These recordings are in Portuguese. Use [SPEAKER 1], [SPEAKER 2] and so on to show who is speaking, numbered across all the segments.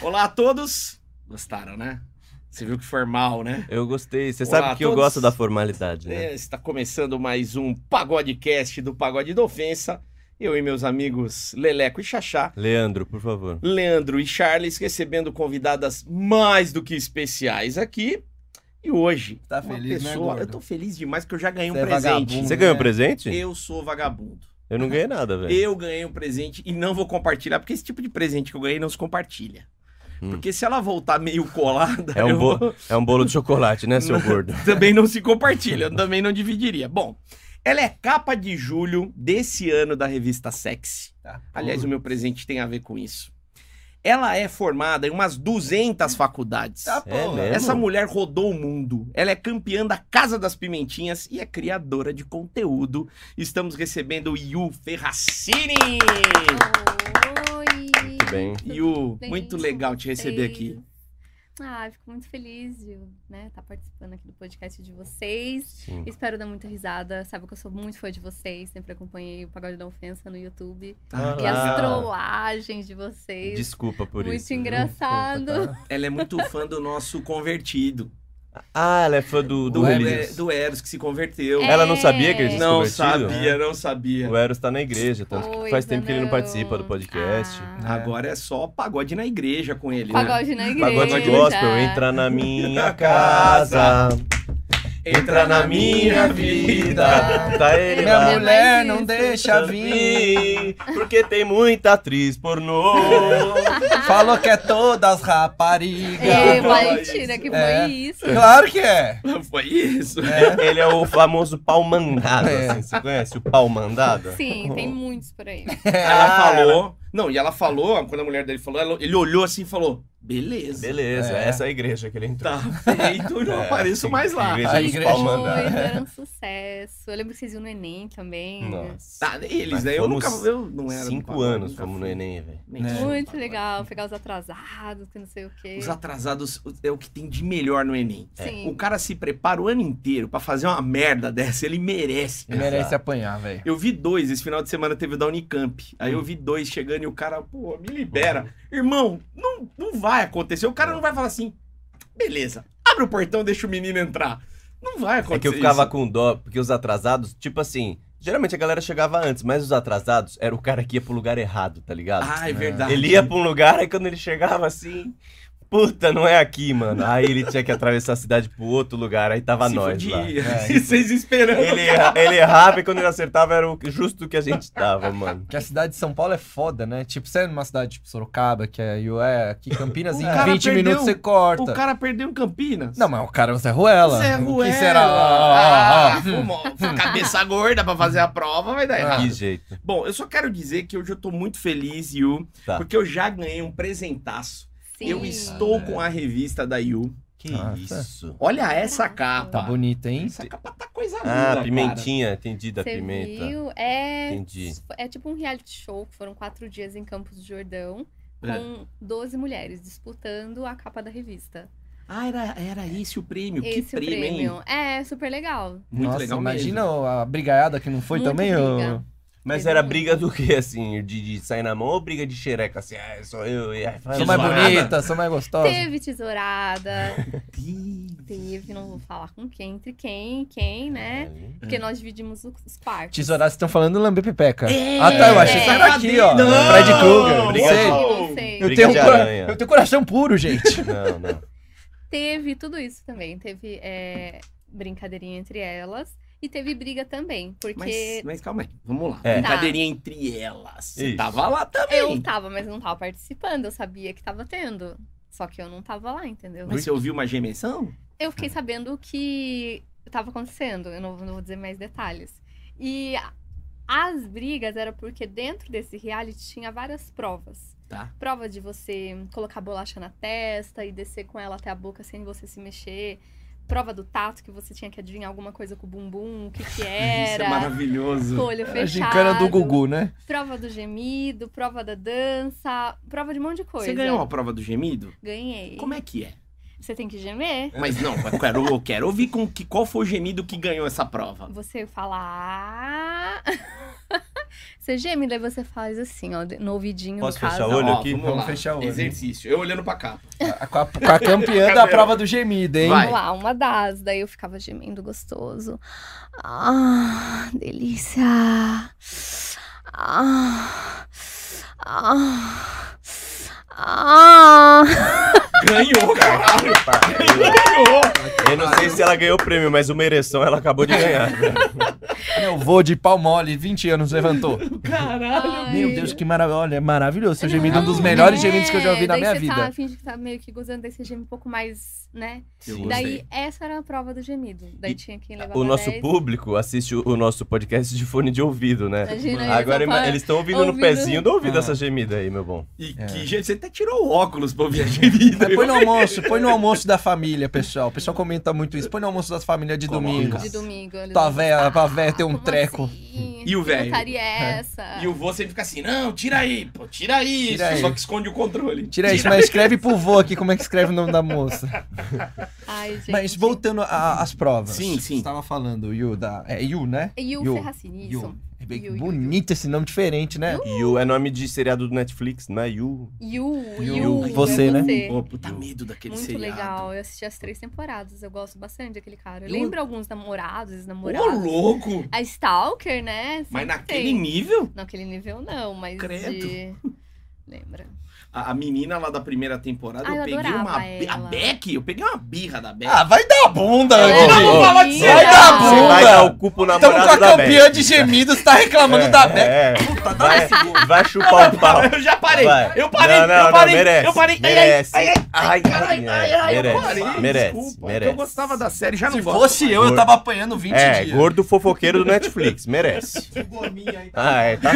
[SPEAKER 1] Olá a todos. Gostaram, né? Você viu que formal, né?
[SPEAKER 2] Eu gostei. Você
[SPEAKER 1] Olá a
[SPEAKER 2] sabe que eu
[SPEAKER 1] todos.
[SPEAKER 2] gosto da formalidade, né?
[SPEAKER 1] É, está começando mais um Pagodecast do Pagode da Ofensa. Eu e meus amigos Leleco e Xaxá,
[SPEAKER 2] Leandro, por favor.
[SPEAKER 1] Leandro e Charles recebendo convidadas mais do que especiais aqui. E hoje,
[SPEAKER 3] Tá
[SPEAKER 1] uma
[SPEAKER 3] feliz, né,
[SPEAKER 1] pessoa,
[SPEAKER 3] gordo?
[SPEAKER 1] eu tô feliz demais porque eu já ganhei um
[SPEAKER 3] Você é
[SPEAKER 1] presente.
[SPEAKER 3] vagabundo.
[SPEAKER 2] Você ganhou
[SPEAKER 3] né?
[SPEAKER 2] presente?
[SPEAKER 1] Eu sou vagabundo.
[SPEAKER 2] Eu não ganhei nada,
[SPEAKER 3] É.
[SPEAKER 2] velho.
[SPEAKER 1] Eu ganhei um presente e não vou compartilhar, porque esse tipo de presente que eu ganhei não se compartilha.
[SPEAKER 2] Hum.
[SPEAKER 1] Porque se ela voltar meio colada,
[SPEAKER 2] É um,
[SPEAKER 1] eu
[SPEAKER 2] bo-
[SPEAKER 1] vou-
[SPEAKER 2] é um bolo de chocolate, né, seu gordo?
[SPEAKER 1] também não se compartilha, eu também não dividiria. Bom, ela é capa de julho desse ano da revista Sexy.
[SPEAKER 3] Tá.
[SPEAKER 1] Aliás, o meu presente tem a ver com isso. Ela é formada em umas 200 faculdades.
[SPEAKER 3] Tá, porra.
[SPEAKER 2] É mesmo?
[SPEAKER 1] Essa mulher rodou o mundo. Ela é campeã da Casa das Pimentinhas e é criadora de conteúdo. Estamos recebendo o Yu Ferracini.
[SPEAKER 4] Oi!
[SPEAKER 2] Muito bem.
[SPEAKER 1] Yu,
[SPEAKER 4] Bem,
[SPEAKER 1] muito
[SPEAKER 4] são
[SPEAKER 1] legal te receber
[SPEAKER 4] vocês.
[SPEAKER 1] aqui.
[SPEAKER 4] Ah, eu fico muito feliz de né, estar participando aqui do podcast de vocês.
[SPEAKER 2] Sim.
[SPEAKER 4] Espero dar muita risada. Sabe que eu sou muito fã de vocês. Sempre acompanhei o Pagode da Ofensa no YouTube.
[SPEAKER 2] Ah,
[SPEAKER 4] E as trollagens de vocês.
[SPEAKER 2] Desculpa por
[SPEAKER 4] muito
[SPEAKER 2] isso. viu? tá.
[SPEAKER 4] engraçado.
[SPEAKER 1] Ela é muito fã do nosso convertido.
[SPEAKER 2] Ah, ela é fã do, do,
[SPEAKER 1] Do,
[SPEAKER 2] Elias.
[SPEAKER 1] E- é do Eros que se converteu.
[SPEAKER 4] É,
[SPEAKER 2] Ela não sabia que ele tinha se
[SPEAKER 1] Não
[SPEAKER 2] convertido?
[SPEAKER 1] sabia, não sabia.
[SPEAKER 2] O Eros tá na igreja, tanto que faz
[SPEAKER 4] Coisa,
[SPEAKER 2] tempo que ele não participa do
[SPEAKER 4] não.
[SPEAKER 2] podcast.
[SPEAKER 4] Ah,
[SPEAKER 1] Agora é só pagode na igreja com ele. né?
[SPEAKER 4] Pagode na igreja.
[SPEAKER 2] Pagode gospel, entra na minha casa, entra na minha vida. Tá ele
[SPEAKER 3] Minha
[SPEAKER 2] lá.
[SPEAKER 4] É
[SPEAKER 3] mulher
[SPEAKER 4] mais
[SPEAKER 3] não
[SPEAKER 4] isso.
[SPEAKER 3] deixa vir.
[SPEAKER 2] porque tem muita atriz pornô.
[SPEAKER 3] Falou que é todas raparigas.
[SPEAKER 4] É,
[SPEAKER 1] Fala
[SPEAKER 4] mentira, que foi
[SPEAKER 3] É.
[SPEAKER 4] isso.
[SPEAKER 3] Claro que é.
[SPEAKER 1] Foi isso.
[SPEAKER 2] É, ele é o famoso pau mandado,
[SPEAKER 3] É.
[SPEAKER 2] assim, você conhece o pau mandado?
[SPEAKER 4] Sim, tem muitos por aí.
[SPEAKER 1] Ela
[SPEAKER 2] Ah,
[SPEAKER 1] falou. Não, e ela falou, quando a mulher dele falou, ela- ele olhou assim e falou: beleza.
[SPEAKER 2] Beleza,
[SPEAKER 3] É.
[SPEAKER 2] essa é a igreja que ele entrou.
[SPEAKER 1] Tá feito, eu não
[SPEAKER 2] É,
[SPEAKER 1] apareço
[SPEAKER 2] sim,
[SPEAKER 1] mais lá.
[SPEAKER 2] igreja
[SPEAKER 3] A
[SPEAKER 2] dos
[SPEAKER 3] igreja-
[SPEAKER 2] pau
[SPEAKER 4] Pois,
[SPEAKER 2] mandado.
[SPEAKER 4] era um sucesso. Eu lembro que vocês iam no Enem também. né?
[SPEAKER 2] Nossa.
[SPEAKER 1] Tá, eles,
[SPEAKER 2] Mas
[SPEAKER 1] né? Eu
[SPEAKER 2] fomos
[SPEAKER 1] nunca. Eu não era. do
[SPEAKER 2] Cinco
[SPEAKER 1] pagode,
[SPEAKER 2] anos
[SPEAKER 1] nunca
[SPEAKER 2] fomos no
[SPEAKER 1] fui.
[SPEAKER 2] Enem, velho.
[SPEAKER 1] Nem
[SPEAKER 3] É.
[SPEAKER 1] sou do
[SPEAKER 4] Muito
[SPEAKER 1] pagode.
[SPEAKER 4] legal, pegar os atrasados, que não sei o quê.
[SPEAKER 1] Os atrasados é o que tem de melhor no Enem.
[SPEAKER 4] Sim.
[SPEAKER 1] O cara se prepara o ano inteiro pra fazer uma merda dessa, ele merece.
[SPEAKER 2] É.
[SPEAKER 3] Ele merece apanhar, velho.
[SPEAKER 1] Eu vi dois, esse final de semana teve o da Unicamp. Aí eu
[SPEAKER 2] Hum.
[SPEAKER 1] vi dois chegando e o cara, pô, me libera. Irmão, não, não vai acontecer. O cara não vai falar assim, beleza, abre o portão, deixa o menino entrar. Não vai acontecer.
[SPEAKER 2] É que eu ficava
[SPEAKER 1] isso.
[SPEAKER 2] com dó, porque os atrasados, tipo assim, geralmente a galera chegava antes, mas os atrasados era o cara que ia pro lugar errado, tá ligado?
[SPEAKER 1] Ah, é verdade.
[SPEAKER 2] Ele ia pra um lugar, aí quando ele chegava assim, puta, não é aqui, mano. Aí ele tinha que atravessar a cidade pro outro lugar, aí tava
[SPEAKER 1] se
[SPEAKER 2] nós lá.
[SPEAKER 1] fudia.
[SPEAKER 3] É.
[SPEAKER 1] E vocês esperando.
[SPEAKER 2] Ele, é erra- ele errava e quando ele acertava era o justo que a gente tava, mano.
[SPEAKER 3] Que a cidade de São Paulo é foda, né? Tipo, você é numa cidade tipo Sorocaba, que é Iué, aqui Campinas,
[SPEAKER 1] O
[SPEAKER 3] em
[SPEAKER 1] cara
[SPEAKER 3] 20
[SPEAKER 1] perdeu-
[SPEAKER 3] minutos você corta.
[SPEAKER 1] O cara perdeu em Campinas.
[SPEAKER 3] Não, mas o cara é o Zé Ruela.
[SPEAKER 1] Zé
[SPEAKER 3] O que
[SPEAKER 1] Ruela.
[SPEAKER 3] será?
[SPEAKER 1] Ah,
[SPEAKER 3] Ah, ah, ah.
[SPEAKER 1] fumou. Cabeça gorda pra fazer a prova, vai dar errado.
[SPEAKER 2] Que jeito.
[SPEAKER 1] Bom, eu só quero dizer que hoje eu tô muito feliz, Yu,
[SPEAKER 2] Tá.
[SPEAKER 1] porque eu já ganhei um presentaço.
[SPEAKER 4] Sim.
[SPEAKER 1] Eu estou com a revista da Yu.
[SPEAKER 2] Que
[SPEAKER 3] Nossa.
[SPEAKER 2] isso.
[SPEAKER 1] Olha essa capa.
[SPEAKER 3] Tá bonito, hein?
[SPEAKER 1] Essa capa tá coisa linda,
[SPEAKER 2] Ah,
[SPEAKER 1] cara.
[SPEAKER 2] pimentinha, entendi da
[SPEAKER 4] Você
[SPEAKER 2] pimenta.
[SPEAKER 4] viu? É,
[SPEAKER 2] Entendi.
[SPEAKER 4] é tipo um reality show, que foram quatro dias em Campos do Jordão, com
[SPEAKER 1] É.
[SPEAKER 4] 12 mulheres disputando a capa da revista.
[SPEAKER 1] Ah, era, era esse o prêmio. que
[SPEAKER 4] Esse é o
[SPEAKER 1] prêmio, hein?
[SPEAKER 4] prêmio. É, super legal.
[SPEAKER 1] Muito
[SPEAKER 3] Nossa,
[SPEAKER 1] legal
[SPEAKER 3] imagina
[SPEAKER 1] mesmo.
[SPEAKER 3] a brigaiada que não foi
[SPEAKER 4] Muito
[SPEAKER 3] também.
[SPEAKER 4] briga.
[SPEAKER 3] ô.
[SPEAKER 2] Mas era briga do que, assim? De, de sair na mão ou briga de xereca? Assim, ah, sou eu. e aí faz um
[SPEAKER 3] Sou
[SPEAKER 1] Tesourada.
[SPEAKER 3] mais
[SPEAKER 2] uma-
[SPEAKER 3] bonita, sou mais gostosa.
[SPEAKER 4] Teve tesourada,
[SPEAKER 1] Ih,
[SPEAKER 4] teve, não vou falar com quem, entre quem e quem, né?
[SPEAKER 1] É.
[SPEAKER 4] Porque nós dividimos os os quartos.
[SPEAKER 3] Tesourados estão falando lamber pipeca.
[SPEAKER 1] É,
[SPEAKER 3] ah, tá. Eu achei
[SPEAKER 4] é.
[SPEAKER 3] que era aqui, ó.
[SPEAKER 1] Não!
[SPEAKER 3] Fred Krueger. não
[SPEAKER 2] Obrigado.
[SPEAKER 3] sei.
[SPEAKER 4] Não sei.
[SPEAKER 3] Eu
[SPEAKER 2] Briga
[SPEAKER 3] tenho,
[SPEAKER 2] de
[SPEAKER 3] um cora-
[SPEAKER 2] aranha.
[SPEAKER 3] eu tenho coração puro, gente.
[SPEAKER 2] Não, não.
[SPEAKER 4] Teve tudo isso também. Teve é, brincadeirinha entre elas. E teve briga também.
[SPEAKER 1] Mas,
[SPEAKER 4] Porque
[SPEAKER 1] mas calma aí, vamos lá.
[SPEAKER 2] É.
[SPEAKER 4] Tá.
[SPEAKER 1] Brincadeirinha entre elas. Você
[SPEAKER 2] Isso.
[SPEAKER 1] tava lá também.
[SPEAKER 4] eu tava, mas não tava participando. Eu sabia que tava tendo. Só que eu não tava lá, entendeu?
[SPEAKER 1] Mas você ouviu uma gemessão?
[SPEAKER 4] Eu fiquei sabendo o que tava acontecendo. Eu não, não vou dizer mais detalhes. E a- as brigas era porque dentro desse reality tinha várias provas.
[SPEAKER 1] Tá.
[SPEAKER 4] Prova de você colocar bolacha na testa e descer com ela até a boca sem você se mexer. Prova do tato, que você tinha que adivinhar alguma coisa com o bumbum, o que que
[SPEAKER 1] Isso
[SPEAKER 4] era.
[SPEAKER 1] é maravilhoso.
[SPEAKER 4] Olho
[SPEAKER 3] A
[SPEAKER 4] fechado.
[SPEAKER 3] gincana do Gugu, né?
[SPEAKER 4] Prova do gemido, prova da dança, prova de um monte de coisa.
[SPEAKER 1] Você ganhou a prova do gemido?
[SPEAKER 4] Ganhei.
[SPEAKER 1] Como é que é?
[SPEAKER 4] Você tem que gemer.
[SPEAKER 1] Mas não, eu quero, eu quero ouvir com que, qual foi o gemido que ganhou essa prova.
[SPEAKER 4] Você fala. "Ah". Você geme, daí você faz assim, ó, no ouvidinho,
[SPEAKER 2] Posso
[SPEAKER 4] no caso.
[SPEAKER 2] fechar o olho?
[SPEAKER 1] Ó,
[SPEAKER 2] aqui?
[SPEAKER 1] Vamos,
[SPEAKER 3] Vamos
[SPEAKER 1] lá.
[SPEAKER 3] fechar o olho.
[SPEAKER 1] Exercício. Eu olhando pra cá.
[SPEAKER 3] A- Com a, com a campeã da prova do gemido, hein?
[SPEAKER 1] Vai.
[SPEAKER 4] Vamos lá, uma das. Daí eu ficava gemendo gostoso. Ah, delícia. Ah, ah, ah.
[SPEAKER 1] Ganhou, caralho. Ganhou.
[SPEAKER 2] Eu não sei se ela ganhou o prêmio, mas uma ereção ela acabou de ganhar.
[SPEAKER 3] Eu vou de pau mole, 20 anos, levantou.
[SPEAKER 1] Caralho.
[SPEAKER 4] Ai.
[SPEAKER 3] Meu Deus, que maravilha. Olha, é maravilhoso. Seu
[SPEAKER 4] Não,
[SPEAKER 3] gemido é um dos
[SPEAKER 4] é,
[SPEAKER 3] melhores gemidos que eu já ouvi na
[SPEAKER 4] daí
[SPEAKER 3] minha
[SPEAKER 4] você
[SPEAKER 3] vida.
[SPEAKER 4] Tá, finge que tá meio que gozando, daí você geme um pouco mais, né?
[SPEAKER 1] Eu
[SPEAKER 4] Daí
[SPEAKER 1] gostei.
[SPEAKER 4] essa era a prova do gemido. Daí
[SPEAKER 2] E
[SPEAKER 4] tinha que levar
[SPEAKER 2] O
[SPEAKER 4] uma
[SPEAKER 2] nosso
[SPEAKER 4] 10.
[SPEAKER 2] público assiste o o nosso podcast de fone de ouvido, né?
[SPEAKER 4] Imagina, eu
[SPEAKER 2] Agora
[SPEAKER 4] só
[SPEAKER 2] ima-
[SPEAKER 4] falo-
[SPEAKER 2] eles estão ouvindo, no
[SPEAKER 4] ouvindo-
[SPEAKER 2] pezinho do ouvido
[SPEAKER 3] Ah.
[SPEAKER 2] essa gemida aí, meu bom.
[SPEAKER 1] E
[SPEAKER 3] É.
[SPEAKER 1] que jeito. Você até tirou o óculos pra ouvir a gemida.
[SPEAKER 3] Mas põe no almoço, põe no almoço da família, pessoal. O pessoal comenta muito isso. Põe no almoço da família de
[SPEAKER 1] Coloca.
[SPEAKER 3] domingo.
[SPEAKER 4] de domingo. eles
[SPEAKER 3] Tua
[SPEAKER 4] vão
[SPEAKER 3] véia,
[SPEAKER 4] gostar.
[SPEAKER 3] pra véia ter um
[SPEAKER 4] Como
[SPEAKER 3] treco.
[SPEAKER 4] assim?
[SPEAKER 1] E o
[SPEAKER 4] Que
[SPEAKER 1] velho?
[SPEAKER 4] putaria é essa?
[SPEAKER 1] E o vô sempre fica assim, não, tira aí, pô, tira aí.
[SPEAKER 3] Tira aí.
[SPEAKER 1] Só que esconde o controle.
[SPEAKER 3] Tira isso, mas escreve pro vô aqui como é que escreve o nome da moça.
[SPEAKER 4] Ai, gente.
[SPEAKER 3] Mas voltando a- às provas.
[SPEAKER 1] Sim, sim.
[SPEAKER 3] Você tava falando, Yu, da. É Yu, né?
[SPEAKER 4] E o
[SPEAKER 3] Yu.
[SPEAKER 4] Ferracini, isso.
[SPEAKER 3] Yu. É bem
[SPEAKER 4] Yu, Yu,
[SPEAKER 3] bonito esse nome diferente, né?
[SPEAKER 2] You é nome de seriado do Netflix, não é You?
[SPEAKER 4] Yu,
[SPEAKER 3] Yu.
[SPEAKER 4] Yu.
[SPEAKER 3] Você,
[SPEAKER 4] é
[SPEAKER 3] né?
[SPEAKER 1] Pô, puta medo daquele
[SPEAKER 4] Muito
[SPEAKER 1] seriado.
[SPEAKER 4] legal. Eu assisti as três temporadas. Eu gosto bastante daquele cara. Eu
[SPEAKER 1] Eu-
[SPEAKER 4] lembro alguns namorados,
[SPEAKER 1] Ô,
[SPEAKER 4] ex-namorados.
[SPEAKER 1] louco.
[SPEAKER 4] A Stalker, né?
[SPEAKER 1] Mas
[SPEAKER 4] Sempre
[SPEAKER 1] naquele
[SPEAKER 4] tem.
[SPEAKER 1] nível,
[SPEAKER 4] Naquele nível não, mas
[SPEAKER 1] Credo.
[SPEAKER 4] de... Lembra?
[SPEAKER 1] a, a menina lá da primeira temporada,
[SPEAKER 4] Ah,
[SPEAKER 1] eu
[SPEAKER 4] eu
[SPEAKER 1] peguei
[SPEAKER 4] adorava
[SPEAKER 1] uma... bi- A
[SPEAKER 4] ela.
[SPEAKER 1] Beck, eu peguei uma birra da Beck.
[SPEAKER 3] Ah, vai dar bunda,
[SPEAKER 4] Ela é
[SPEAKER 3] Didi.
[SPEAKER 1] não,
[SPEAKER 2] não,
[SPEAKER 1] fala disso.
[SPEAKER 3] Vai dar
[SPEAKER 2] Você
[SPEAKER 3] bunda.
[SPEAKER 2] vai dar o cu pro
[SPEAKER 3] Estamos
[SPEAKER 2] namorado
[SPEAKER 3] com a
[SPEAKER 2] da
[SPEAKER 3] campeã
[SPEAKER 2] Beck.
[SPEAKER 3] de gemidos, tá reclamando
[SPEAKER 2] É,
[SPEAKER 3] da Beck.
[SPEAKER 2] é.
[SPEAKER 1] Tá
[SPEAKER 2] Vai, vai chupar o pau.
[SPEAKER 1] Eu já parei.
[SPEAKER 2] Vai.
[SPEAKER 1] Eu parei.
[SPEAKER 2] Não, não,
[SPEAKER 1] eu parei.
[SPEAKER 2] não, merece.
[SPEAKER 1] eu parei. Ai, ai,
[SPEAKER 2] Merece.
[SPEAKER 1] Ai, ai,
[SPEAKER 2] Ai,
[SPEAKER 1] Caralho, ai, ai, Ah, eu
[SPEAKER 2] merece,
[SPEAKER 1] parei.
[SPEAKER 2] merece,
[SPEAKER 1] Desculpa,
[SPEAKER 2] merece.
[SPEAKER 1] é que Eu gostava da série, já não
[SPEAKER 3] Se
[SPEAKER 1] gosto.
[SPEAKER 3] fosse eu, eu tava apanhando 20
[SPEAKER 2] É,
[SPEAKER 3] dias.
[SPEAKER 2] gordo fofoqueiro do Netflix, merece. Ah, é, tá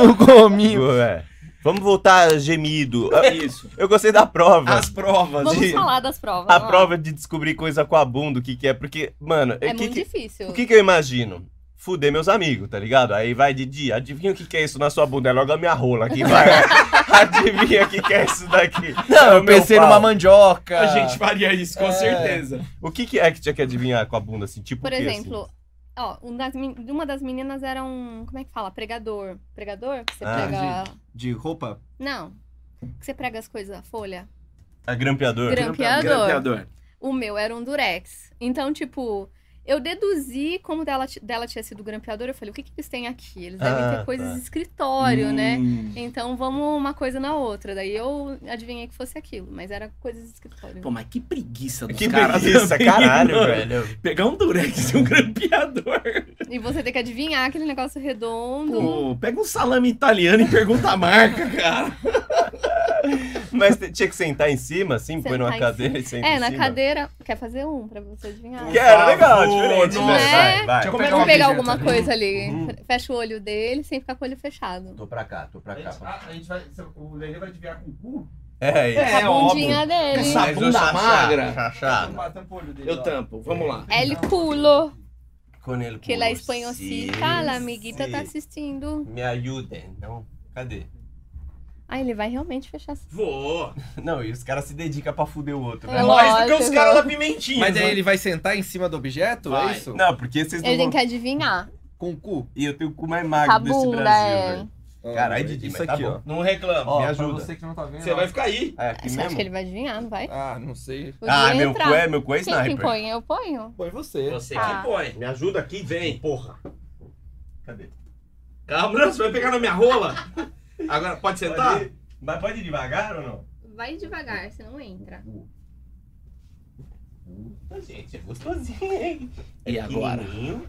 [SPEAKER 3] O gominho.
[SPEAKER 2] fogo, é. Vamos voltar a gemido.
[SPEAKER 1] É Isso.
[SPEAKER 2] Eu gostei da prova.
[SPEAKER 1] As provas.
[SPEAKER 4] Vamos
[SPEAKER 1] de-
[SPEAKER 4] falar das provas.
[SPEAKER 2] A
[SPEAKER 4] vamos Ah, lá.
[SPEAKER 2] prova de descobrir coisa com a bunda, o que que é, porque, mano,
[SPEAKER 4] é
[SPEAKER 2] o que
[SPEAKER 4] muito
[SPEAKER 2] que-
[SPEAKER 4] difícil.
[SPEAKER 2] o que que eu imagino? Fuder meus amigos, tá ligado? Aí vai, Didi, adivinha o que que é isso na sua bunda? É logo a minha rola aqui, vai. adivinha o que que é isso daqui?
[SPEAKER 3] Não,
[SPEAKER 2] É o
[SPEAKER 3] eu
[SPEAKER 2] meu
[SPEAKER 3] pensei
[SPEAKER 2] pau.
[SPEAKER 3] numa mandioca.
[SPEAKER 1] A gente faria isso, com
[SPEAKER 3] É.
[SPEAKER 1] certeza.
[SPEAKER 2] O que que é que tinha que adivinhar com a bunda, assim? Tipo
[SPEAKER 4] Por
[SPEAKER 2] o quê,
[SPEAKER 4] exemplo, ó, um das men- uma das meninas era um. Como é que fala? Pregador. Pregador? Que você
[SPEAKER 2] Ah,
[SPEAKER 4] prega.
[SPEAKER 3] De roupa?
[SPEAKER 4] Não. Que você prega as coisas, folha.
[SPEAKER 2] assim? É grampeador.
[SPEAKER 4] Gram- Grampeador.
[SPEAKER 1] Grampeador.
[SPEAKER 4] O meu era um durex. Então, tipo, eu deduzi como dela, ti- dela tinha sido grampeador. Eu falei, o que, que eles têm aqui? Eles devem
[SPEAKER 2] Ah,
[SPEAKER 4] ter coisas
[SPEAKER 2] tá.
[SPEAKER 4] de escritório, né?
[SPEAKER 1] Hum.
[SPEAKER 4] Então vamos uma coisa na outra. Daí eu adivinhei que fosse aquilo, mas era coisa de escritório.
[SPEAKER 1] Pô, mas que preguiça dos
[SPEAKER 2] Que
[SPEAKER 1] caras é
[SPEAKER 2] preguiça,
[SPEAKER 1] também,
[SPEAKER 2] caralho,
[SPEAKER 1] mano.
[SPEAKER 2] velho.
[SPEAKER 1] Pegar um durex e um grampeador.
[SPEAKER 4] E você tem que adivinhar aquele negócio redondo.
[SPEAKER 1] Pô, pega um salame italiano e pergunta a marca, cara.
[SPEAKER 2] Mas te- tinha que sentar em cima, assim, põe numa
[SPEAKER 4] Sentar em
[SPEAKER 2] cadeira e senta
[SPEAKER 4] É,
[SPEAKER 2] em
[SPEAKER 4] na
[SPEAKER 2] cima.
[SPEAKER 4] cadeira. Quer fazer um pra você adivinhar?
[SPEAKER 2] Que era
[SPEAKER 1] Por
[SPEAKER 2] legal,
[SPEAKER 1] favor,
[SPEAKER 2] diferente,
[SPEAKER 1] nossa.
[SPEAKER 2] né? Vai, vai.
[SPEAKER 3] Deixa eu
[SPEAKER 1] Como
[SPEAKER 3] pegar
[SPEAKER 1] é
[SPEAKER 4] Vamos
[SPEAKER 3] uma
[SPEAKER 4] pegar
[SPEAKER 3] objeto
[SPEAKER 4] alguma
[SPEAKER 3] ali.
[SPEAKER 4] coisa ali.
[SPEAKER 2] Uhum.
[SPEAKER 4] Fecha o olho dele sem ficar com o olho fechado.
[SPEAKER 2] Tô pra cá, tô pra cá.
[SPEAKER 1] vai, o Lele vai desviar com o cu?
[SPEAKER 2] É, isso.
[SPEAKER 1] É,
[SPEAKER 4] a bundinha dele.
[SPEAKER 1] Essa
[SPEAKER 2] Mas o
[SPEAKER 1] bunda
[SPEAKER 2] chachá,
[SPEAKER 1] magra.
[SPEAKER 3] Ah,
[SPEAKER 2] chachá.
[SPEAKER 1] Eu tampo, vamos lá.
[SPEAKER 4] El É culo.
[SPEAKER 2] Con el
[SPEAKER 4] Que é la
[SPEAKER 2] culo,
[SPEAKER 4] espanholcita, la assim. amiguita
[SPEAKER 2] sí.
[SPEAKER 4] tá assistindo.
[SPEAKER 2] Me ajudem, não? Cadê?
[SPEAKER 4] Ah, ele vai realmente fechar. essa-
[SPEAKER 1] Vou.
[SPEAKER 2] Não, e os caras se dedicam pra fuder o outro, né?
[SPEAKER 4] É
[SPEAKER 1] Mais do que os
[SPEAKER 4] lógico.
[SPEAKER 1] caras da Pimentinha.
[SPEAKER 3] Mas aí ele vai sentar em cima do objeto?
[SPEAKER 1] Vai.
[SPEAKER 3] É isso?
[SPEAKER 2] Não, porque vocês não
[SPEAKER 4] Ele tem
[SPEAKER 2] vão...
[SPEAKER 4] que adivinhar.
[SPEAKER 3] Com o cu?
[SPEAKER 2] E eu tenho o cu mais
[SPEAKER 4] Com a
[SPEAKER 2] magro desse
[SPEAKER 4] bunda, é.
[SPEAKER 2] Brasil, velho.
[SPEAKER 3] Ah,
[SPEAKER 2] Caralho, Didi,
[SPEAKER 3] Isso
[SPEAKER 2] mas tá
[SPEAKER 3] aqui, ó.
[SPEAKER 2] bom. Não reclama,
[SPEAKER 3] Ó,
[SPEAKER 2] me
[SPEAKER 3] pra
[SPEAKER 2] ajuda.
[SPEAKER 3] você que não tá vendo.
[SPEAKER 1] Você
[SPEAKER 3] ó.
[SPEAKER 1] vai ficar aí.
[SPEAKER 2] É, aqui
[SPEAKER 4] Você acha
[SPEAKER 2] mesmo?
[SPEAKER 4] que ele vai adivinhar, não vai?
[SPEAKER 3] Ah, não sei.
[SPEAKER 2] Ah,
[SPEAKER 4] Podia
[SPEAKER 2] meu
[SPEAKER 4] entrar.
[SPEAKER 2] cu é, meu cu é
[SPEAKER 4] Quem que
[SPEAKER 2] sniper.
[SPEAKER 4] põe? Eu ponho.
[SPEAKER 3] Foi você.
[SPEAKER 1] Você
[SPEAKER 4] Tá.
[SPEAKER 1] que põe.
[SPEAKER 2] Me ajuda aqui, vem. Porra. Cadê?
[SPEAKER 1] Calma, você vai pegar na minha rola. Agora, pode sentar?
[SPEAKER 2] Pode ir- Tá. É Mas pode ir devagar ou não?
[SPEAKER 4] Vai devagar, senão entra.
[SPEAKER 2] Gente, é gostosinho, hein?
[SPEAKER 1] E
[SPEAKER 2] É
[SPEAKER 1] agora?
[SPEAKER 2] pequenininho.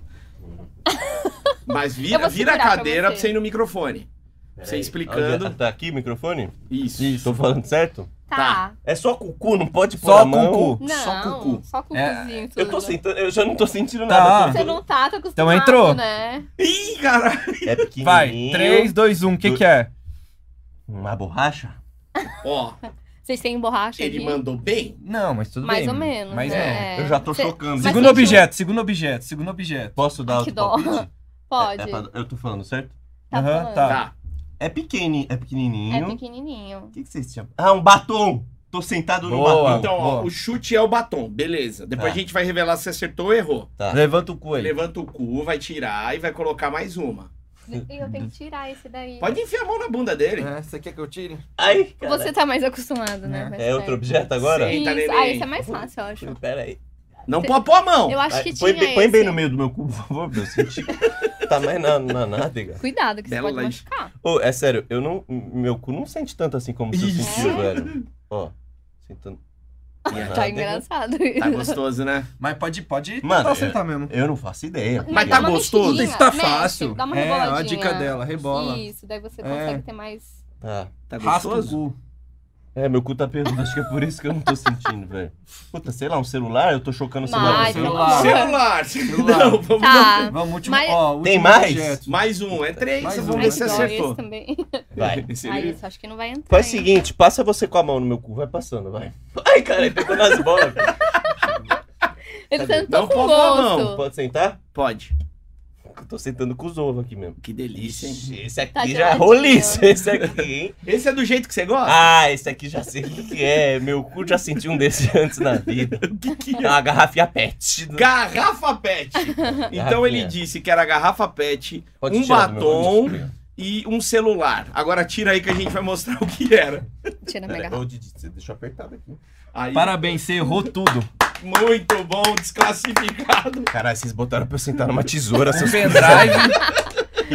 [SPEAKER 1] Mas
[SPEAKER 4] Eu
[SPEAKER 1] vira,
[SPEAKER 4] vou
[SPEAKER 1] vira a
[SPEAKER 4] segurar pra
[SPEAKER 1] cadeira pra
[SPEAKER 4] você.
[SPEAKER 1] você ir no microfone.
[SPEAKER 2] Peraí.
[SPEAKER 1] Você explicando.
[SPEAKER 2] Olha, Tá aqui o microfone?
[SPEAKER 1] Isso.
[SPEAKER 2] Tô falando certo?
[SPEAKER 4] Tá.
[SPEAKER 2] É só com o cu, não pode pôr
[SPEAKER 3] Só
[SPEAKER 2] a mão.
[SPEAKER 3] com o cu.
[SPEAKER 1] Só com o
[SPEAKER 4] Não,
[SPEAKER 1] cu.
[SPEAKER 4] só com o
[SPEAKER 3] É,
[SPEAKER 4] cozinho.
[SPEAKER 2] Eu tô sentindo, eu já não tô sentindo
[SPEAKER 3] Tá.
[SPEAKER 2] nada.
[SPEAKER 4] Você
[SPEAKER 2] Tô-
[SPEAKER 4] não tá, tá acostumado,
[SPEAKER 3] Então entrou.
[SPEAKER 4] né?
[SPEAKER 1] Ih, cara.
[SPEAKER 2] É pequenininho.
[SPEAKER 3] Vai, 3, 2, 1, o que
[SPEAKER 2] Do-
[SPEAKER 3] que é?
[SPEAKER 2] Uma borracha?
[SPEAKER 1] Ó,
[SPEAKER 4] Vocês têm borracha
[SPEAKER 1] ele
[SPEAKER 4] aqui?
[SPEAKER 1] mandou bem.
[SPEAKER 3] Não, mas tudo
[SPEAKER 4] Mais
[SPEAKER 3] bem.
[SPEAKER 4] ou menos,
[SPEAKER 3] Mais ou menos.
[SPEAKER 4] né? É.
[SPEAKER 2] Eu já tô
[SPEAKER 4] Cê-
[SPEAKER 2] chocando.
[SPEAKER 4] Mas
[SPEAKER 3] Segundo
[SPEAKER 4] sentiu-
[SPEAKER 3] objeto, segundo objeto, segundo objeto.
[SPEAKER 2] Posso dar
[SPEAKER 4] Ai,
[SPEAKER 2] outro
[SPEAKER 4] que dó.
[SPEAKER 2] palpite?
[SPEAKER 4] Pode.
[SPEAKER 2] É- é pra- eu tô falando, certo?
[SPEAKER 4] Tá
[SPEAKER 3] Aham,
[SPEAKER 4] falando.
[SPEAKER 3] tá.
[SPEAKER 1] Tá.
[SPEAKER 2] É pequeno, é
[SPEAKER 4] É
[SPEAKER 2] pequenininho.
[SPEAKER 4] pequenininho.
[SPEAKER 2] O que, que vocês chamam? Ah, um batom! Tô sentado no
[SPEAKER 3] Boa.
[SPEAKER 2] batom.
[SPEAKER 1] Então, ó,
[SPEAKER 3] Boa.
[SPEAKER 1] o chute é o batom. Beleza. Depois
[SPEAKER 2] Tá.
[SPEAKER 1] a gente vai revelar se acertou ou errou.
[SPEAKER 2] Tá.
[SPEAKER 3] Levanta o cu aí.
[SPEAKER 1] Levanta o cu, vai tirar e vai colocar mais uma.
[SPEAKER 4] E eu tenho que tirar esse daí.
[SPEAKER 1] Pode enfiar a mão na bunda dele.
[SPEAKER 5] É, você quer que eu tire?
[SPEAKER 2] Ai, cara.
[SPEAKER 4] Você tá mais acostumado, né?
[SPEAKER 5] É.
[SPEAKER 4] Vai
[SPEAKER 2] É
[SPEAKER 4] ser.
[SPEAKER 2] outro objeto agora?
[SPEAKER 1] Sim. Eita,
[SPEAKER 4] Isso.
[SPEAKER 1] neném.
[SPEAKER 4] Ah, esse é mais fácil, eu acho.
[SPEAKER 2] Pera aí.
[SPEAKER 1] Não pode pôr a mão.
[SPEAKER 4] Eu acho que
[SPEAKER 2] Ah, põe,
[SPEAKER 4] tinha
[SPEAKER 2] bem- põe bem
[SPEAKER 4] esse.
[SPEAKER 2] no meio do meu cu, por favor, meu. Senti. tá mais na, na nádega.
[SPEAKER 4] Cuidado, que você
[SPEAKER 1] Bela
[SPEAKER 4] pode
[SPEAKER 1] lanche.
[SPEAKER 4] machucar.
[SPEAKER 2] Ô, é sério, eu não. Meu cu não sente tanto assim como você
[SPEAKER 5] Isso.
[SPEAKER 2] sentiu,
[SPEAKER 4] É?
[SPEAKER 2] velho. Ó, sentando. na
[SPEAKER 4] Tá
[SPEAKER 2] nádega.
[SPEAKER 4] engraçado.
[SPEAKER 1] Tá gostoso, né?
[SPEAKER 5] Mas pode, pode
[SPEAKER 2] Mano,
[SPEAKER 5] tentar
[SPEAKER 2] é-
[SPEAKER 5] sentar mesmo.
[SPEAKER 2] Eu não faço ideia.
[SPEAKER 1] Mas
[SPEAKER 4] dá
[SPEAKER 1] tá
[SPEAKER 4] uma
[SPEAKER 1] gostoso?
[SPEAKER 4] mexidinha,
[SPEAKER 5] Isso tá
[SPEAKER 4] mexe,
[SPEAKER 5] fácil.
[SPEAKER 4] Dá uma
[SPEAKER 5] É, olha a
[SPEAKER 4] reboladinha.
[SPEAKER 5] dica dela, rebola.
[SPEAKER 4] Isso, daí você
[SPEAKER 5] É.
[SPEAKER 4] consegue ter mais...
[SPEAKER 2] Ah,
[SPEAKER 1] Tá
[SPEAKER 5] Raspa o
[SPEAKER 1] gostoso?
[SPEAKER 5] cu.
[SPEAKER 2] é, meu cu tá peludo. Acho que é por isso que eu não tô sentindo, velho. Puta, sei lá, um celular? Eu tô chocando o celular.
[SPEAKER 4] Ai,
[SPEAKER 2] com o celular.
[SPEAKER 5] celular.
[SPEAKER 1] Celular.
[SPEAKER 5] Celular.
[SPEAKER 1] Não, vamos
[SPEAKER 4] Tá.
[SPEAKER 5] Vamos, último,
[SPEAKER 4] Mas-
[SPEAKER 5] ó, último
[SPEAKER 2] Tem mais?
[SPEAKER 5] objeto.
[SPEAKER 1] Mais um, é três.
[SPEAKER 5] Mais um,
[SPEAKER 1] vamos
[SPEAKER 5] né?
[SPEAKER 1] ver se
[SPEAKER 4] Ai, igual
[SPEAKER 1] acertou.
[SPEAKER 4] esse também.
[SPEAKER 2] Vai.
[SPEAKER 1] Esse
[SPEAKER 4] Ah,
[SPEAKER 1] ele-
[SPEAKER 4] isso acho que não vai entrar.
[SPEAKER 2] Faz o
[SPEAKER 4] hein?
[SPEAKER 2] seguinte, passa você com a mão no meu cu, vai passando, vai. Ai, cara, ele pegou nas bolas. velho.
[SPEAKER 4] Ele
[SPEAKER 2] Cadê?
[SPEAKER 4] tentou
[SPEAKER 1] Não
[SPEAKER 4] com
[SPEAKER 1] pode falar, não.
[SPEAKER 4] gosto.
[SPEAKER 2] Pode sentar?
[SPEAKER 1] Pode.
[SPEAKER 2] Eu tô sentando com os ovos aqui mesmo.
[SPEAKER 1] Que delícia, hein?
[SPEAKER 2] Ixi, Esse aqui
[SPEAKER 4] Tá
[SPEAKER 2] já é
[SPEAKER 4] geladinho.
[SPEAKER 2] roliço, esse aqui, hein?
[SPEAKER 1] Esse é do jeito que você gosta?
[SPEAKER 2] Ah, esse aqui já sei o que que é. Meu cu já senti um desse antes na vida.
[SPEAKER 5] Ah.
[SPEAKER 1] O que que
[SPEAKER 2] É uma garrafinha pet.
[SPEAKER 1] Garrafa pet. Então ele
[SPEAKER 2] Garrafinha.
[SPEAKER 1] disse que era garrafa pet
[SPEAKER 2] Pode
[SPEAKER 1] Um
[SPEAKER 2] tirar do meu cu,
[SPEAKER 1] batom.
[SPEAKER 2] deixa eu pegar.
[SPEAKER 1] e um celular. Agora tira aí que a gente vai mostrar o que era.
[SPEAKER 4] Tira minha
[SPEAKER 2] Pera,
[SPEAKER 4] garrafa.
[SPEAKER 2] ô, Didi, você deixou apertado aqui.
[SPEAKER 1] Aí,
[SPEAKER 5] Parabéns, você errou tudo.
[SPEAKER 1] muito bom, desclassificado.
[SPEAKER 2] Caralho, vocês botaram pra eu sentar numa tesoura,
[SPEAKER 3] Um
[SPEAKER 2] seus
[SPEAKER 3] pendrive,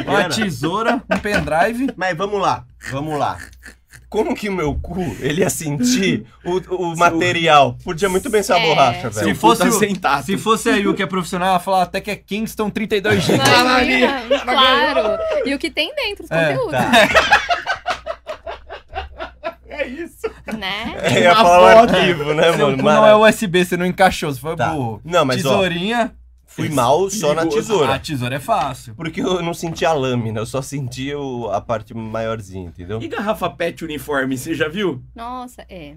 [SPEAKER 5] Uma tesoura, um pendrive.
[SPEAKER 2] Mas vamos lá, vamos lá. Como que o meu cu, ele ia sentir o, o material? Podia muito bem ser uma
[SPEAKER 4] É.
[SPEAKER 2] borracha,
[SPEAKER 1] Seu
[SPEAKER 2] velho.
[SPEAKER 1] cu
[SPEAKER 5] fosse
[SPEAKER 1] tá
[SPEAKER 5] o-
[SPEAKER 1] sentado.
[SPEAKER 5] Se fosse a Yu que é profissional, ela falava até que é Kingston 32 g
[SPEAKER 4] Imagina, claro. E o que tem dentro, os
[SPEAKER 5] É,
[SPEAKER 4] conteúdos,
[SPEAKER 2] Tá.
[SPEAKER 1] É isso.
[SPEAKER 4] né?
[SPEAKER 2] É, ia
[SPEAKER 1] Uma
[SPEAKER 2] falar
[SPEAKER 1] foto.
[SPEAKER 2] o arquivo, né,
[SPEAKER 5] Seu
[SPEAKER 2] mano?
[SPEAKER 5] cu não é
[SPEAKER 2] Mara-
[SPEAKER 5] USB, você não encaixou, você foi
[SPEAKER 2] Tá.
[SPEAKER 5] burro.
[SPEAKER 2] Não, mas ó,
[SPEAKER 5] Tesourinha.
[SPEAKER 2] fui mal só na
[SPEAKER 1] Perigoso.
[SPEAKER 5] A
[SPEAKER 3] Ah,
[SPEAKER 2] tesoura.
[SPEAKER 5] tesoura é fácil.
[SPEAKER 2] Ah, Porque eu não senti a lâmina, eu só senti o- a parte maiorzinha, entendeu?
[SPEAKER 1] E garrafa pet uniforme, você já viu?
[SPEAKER 4] Nossa, é.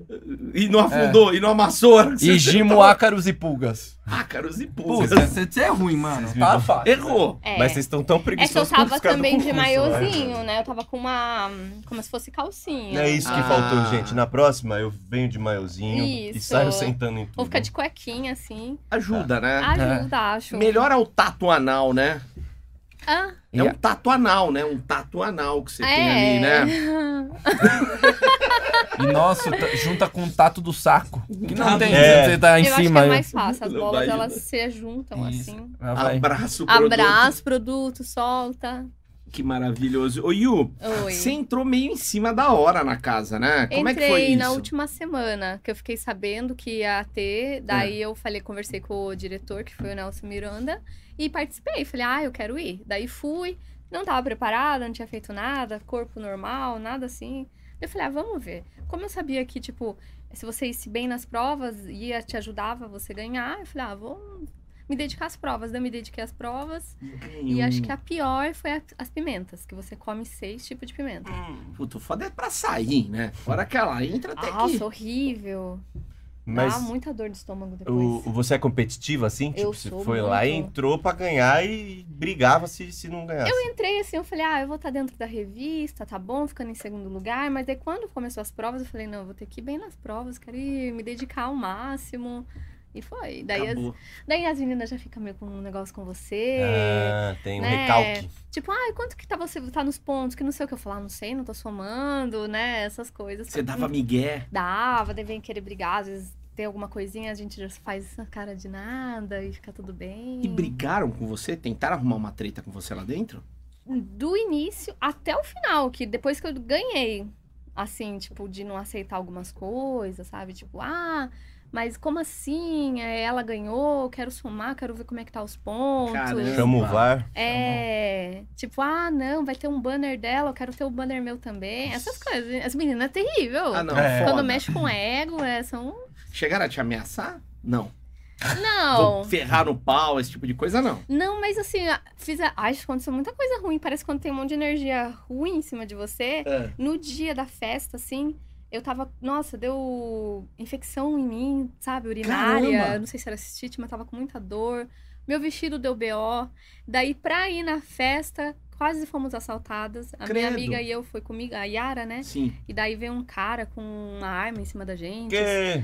[SPEAKER 1] E não afundou, e não amassou.
[SPEAKER 3] e gimo, ácaros e pulgas.
[SPEAKER 1] Ácaros e
[SPEAKER 5] Puta,
[SPEAKER 1] pulgas.
[SPEAKER 5] você você é ruim, mano.
[SPEAKER 2] me
[SPEAKER 5] Tá
[SPEAKER 2] dão-
[SPEAKER 5] fácil.
[SPEAKER 1] Errou.
[SPEAKER 4] é.
[SPEAKER 2] Mas vocês estão tão
[SPEAKER 4] É
[SPEAKER 2] preguiçosos
[SPEAKER 4] que eu
[SPEAKER 2] com os caras
[SPEAKER 4] tava
[SPEAKER 2] do
[SPEAKER 4] também de
[SPEAKER 2] concurso,
[SPEAKER 4] maiozinho, né? Eu tava com uma. Como se fosse calcinha.
[SPEAKER 2] né? É isso que
[SPEAKER 1] Ah.
[SPEAKER 2] faltou, gente. Na próxima, eu venho de maiozinho e
[SPEAKER 4] Isso.
[SPEAKER 2] saio sentando em tudo.
[SPEAKER 4] Vou ficar de cuequinha, assim.
[SPEAKER 1] Ajuda, né?
[SPEAKER 4] Ajuda, acho.
[SPEAKER 1] Melhor é o tato anal, né?
[SPEAKER 4] Ah,
[SPEAKER 1] É um tato anal, né? Um tato anal que você tem ali,
[SPEAKER 4] é.
[SPEAKER 1] né?
[SPEAKER 3] E nossa, tá- junta com o tato do saco. Que não
[SPEAKER 1] Tato.
[SPEAKER 3] tem,
[SPEAKER 2] É.
[SPEAKER 3] você tá em
[SPEAKER 4] eu
[SPEAKER 3] cima.
[SPEAKER 4] acho que é
[SPEAKER 3] aí.
[SPEAKER 4] mais fácil. As
[SPEAKER 1] Não
[SPEAKER 4] bolas,
[SPEAKER 1] vai ajudar.
[SPEAKER 4] elas se juntam,
[SPEAKER 3] Isso.
[SPEAKER 4] assim.
[SPEAKER 3] Ah, vai.
[SPEAKER 1] Abraço, produto.
[SPEAKER 4] Abraço, produto, solta.
[SPEAKER 1] Que maravilhoso. Ô, Yu,
[SPEAKER 4] Oi.
[SPEAKER 1] você entrou meio em cima da hora na casa, né? Como é
[SPEAKER 4] Entrei
[SPEAKER 1] que foi isso?
[SPEAKER 4] na última semana que eu fiquei sabendo que ia ter, daí
[SPEAKER 1] Ah.
[SPEAKER 4] eu falei, conversei com o diretor, que foi o Nelson Miranda, e participei. Falei, ah, eu quero ir. Daí fui, não tava preparada, não tinha feito nada, corpo normal, nada assim. Eu falei, ah, vamos ver. Como eu sabia que, tipo, se você isse bem nas provas, ia te ajudava você ganhar, eu falei, ah, vou me dedicar às provas. Daí eu me dediquei às provas.
[SPEAKER 1] um Hum,
[SPEAKER 4] E acho que a pior foi a- as pimentas, que você come seis tipos de pimenta.
[SPEAKER 1] Puta, o foda é pra sair, né? Fora que ela entra até
[SPEAKER 4] Nossa,
[SPEAKER 1] que...
[SPEAKER 4] horrível.
[SPEAKER 2] Mas
[SPEAKER 4] Dá muita dor de estômago depois.
[SPEAKER 2] o, você é competitiva, assim? Tipo,
[SPEAKER 4] Eu
[SPEAKER 2] você
[SPEAKER 4] sou
[SPEAKER 2] foi lá e
[SPEAKER 4] muito.
[SPEAKER 2] entrou pra ganhar e brigava se, se não ganhasse.
[SPEAKER 4] Eu entrei assim, eu falei, ah, eu vou estar dentro da revista, tá bom, ficando em segundo lugar. Mas daí quando começou as provas, eu falei, não, eu vou ter que ir bem nas provas, quero ir, me dedicar ao máximo. E foi. Daí, as,
[SPEAKER 1] Acabou.
[SPEAKER 4] daí as meninas já ficam meio com um negócio com você.
[SPEAKER 2] Ah, tem um
[SPEAKER 4] né?
[SPEAKER 2] recalque.
[SPEAKER 4] Tipo, ah, quanto que tá você tá nos pontos? Que não sei o que eu falar, não sei, não tô somando, né? Essas coisas. Hum,
[SPEAKER 1] Você dava migué.
[SPEAKER 4] Dava, daí vem querer brigar, às vezes tem alguma coisinha, a gente já faz essa cara de nada e fica tudo bem.
[SPEAKER 1] E brigaram com você? Tentaram arrumar uma treta com você lá dentro?
[SPEAKER 4] do início até o final, que depois que eu ganhei, assim, tipo, de não aceitar algumas coisas, sabe? Tipo, ah, mas como assim? É, Ela ganhou, quero somar, quero ver como é que tá os pontos.
[SPEAKER 1] Caramba.
[SPEAKER 2] Chama o VAR.
[SPEAKER 4] É, tipo, ah, não, vai ter um banner dela, eu quero ter o banner meu também. Essas coisas. As meninas é terrível.
[SPEAKER 1] Ah, não.
[SPEAKER 5] É.
[SPEAKER 1] Foda.
[SPEAKER 4] Quando mexe com ego, é, são.
[SPEAKER 1] Chegaram a te ameaçar? Não.
[SPEAKER 4] Não!
[SPEAKER 1] Vou ferrar no pau, esse tipo de coisa, não.
[SPEAKER 4] Não, mas assim, a- fiz a... Ai, aconteceu muita coisa ruim. Parece que quando tem um monte de energia ruim em cima de você,
[SPEAKER 1] É.
[SPEAKER 4] no dia da festa, assim, eu tava. Nossa, deu infecção em mim, sabe? Urinária.
[SPEAKER 1] Caramba!
[SPEAKER 4] Não sei se era cistite, mas tava com muita dor. Meu vestido deu BO. Daí, pra ir na festa, quase fomos assaltadas. A minha
[SPEAKER 1] Credo.
[SPEAKER 4] amiga e eu foi comigo, a Yara, né?
[SPEAKER 1] Sim.
[SPEAKER 4] E daí veio um cara com uma arma em cima da gente.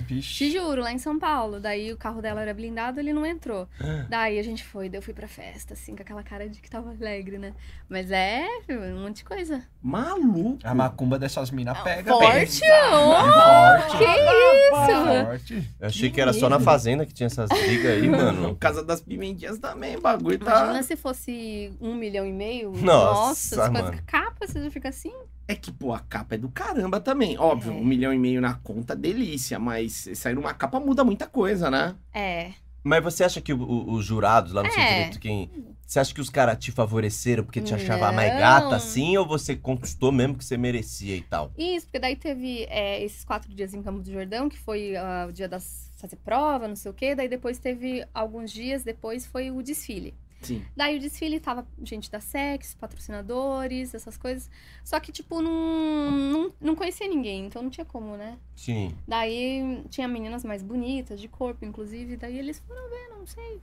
[SPEAKER 2] Que?
[SPEAKER 4] Te juro, lá em São Paulo. Daí o carro dela era blindado, ele não entrou.
[SPEAKER 1] Ah.
[SPEAKER 4] Daí a gente foi, daí eu fui pra festa, assim, com aquela cara de que tava alegre, né? Mas é, filho, um monte de coisa.
[SPEAKER 1] Maluco.
[SPEAKER 3] A macumba dessas minas pega.
[SPEAKER 4] Forte! ô!
[SPEAKER 3] Forte.
[SPEAKER 4] Que isso?
[SPEAKER 3] Forte.
[SPEAKER 2] Eu achei que era só na fazenda que tinha essas brigas
[SPEAKER 1] Por
[SPEAKER 2] aí, mano.
[SPEAKER 1] causa das pimentinhas também, o bagulho
[SPEAKER 4] Imagina
[SPEAKER 1] tá.
[SPEAKER 4] se fosse um milhão e meio.
[SPEAKER 2] Nossa,
[SPEAKER 4] Nossa,
[SPEAKER 2] mano.
[SPEAKER 4] nossa capa, você já fica assim?
[SPEAKER 1] É que, pô, a capa é do caramba também. Óbvio,
[SPEAKER 4] É.
[SPEAKER 1] um milhão e meio na conta, delícia. Mas sair uma capa muda muita coisa, né?
[SPEAKER 4] É.
[SPEAKER 2] Mas você acha que o- o- os jurados lá no seu
[SPEAKER 4] É.
[SPEAKER 2] direito, quem. Você acha que os caras te favoreceram porque te achava mais
[SPEAKER 4] Não.
[SPEAKER 2] gata assim? Ou você conquistou mesmo que você merecia e tal?
[SPEAKER 4] Isso, porque daí teve é, esses quatro dias em Campos do Jordão, que foi ah, o dia das fazer prova, não sei o quê. Daí depois teve alguns dias depois foi o desfile.
[SPEAKER 1] Sim.
[SPEAKER 4] Daí o desfile tava gente da Sex, patrocinadores, essas coisas. Só que, tipo, não, não, não conhecia ninguém, então não tinha como, né?
[SPEAKER 2] Sim.
[SPEAKER 4] Daí tinha meninas mais bonitas, de corpo, inclusive. Daí eles foram ver, não sei.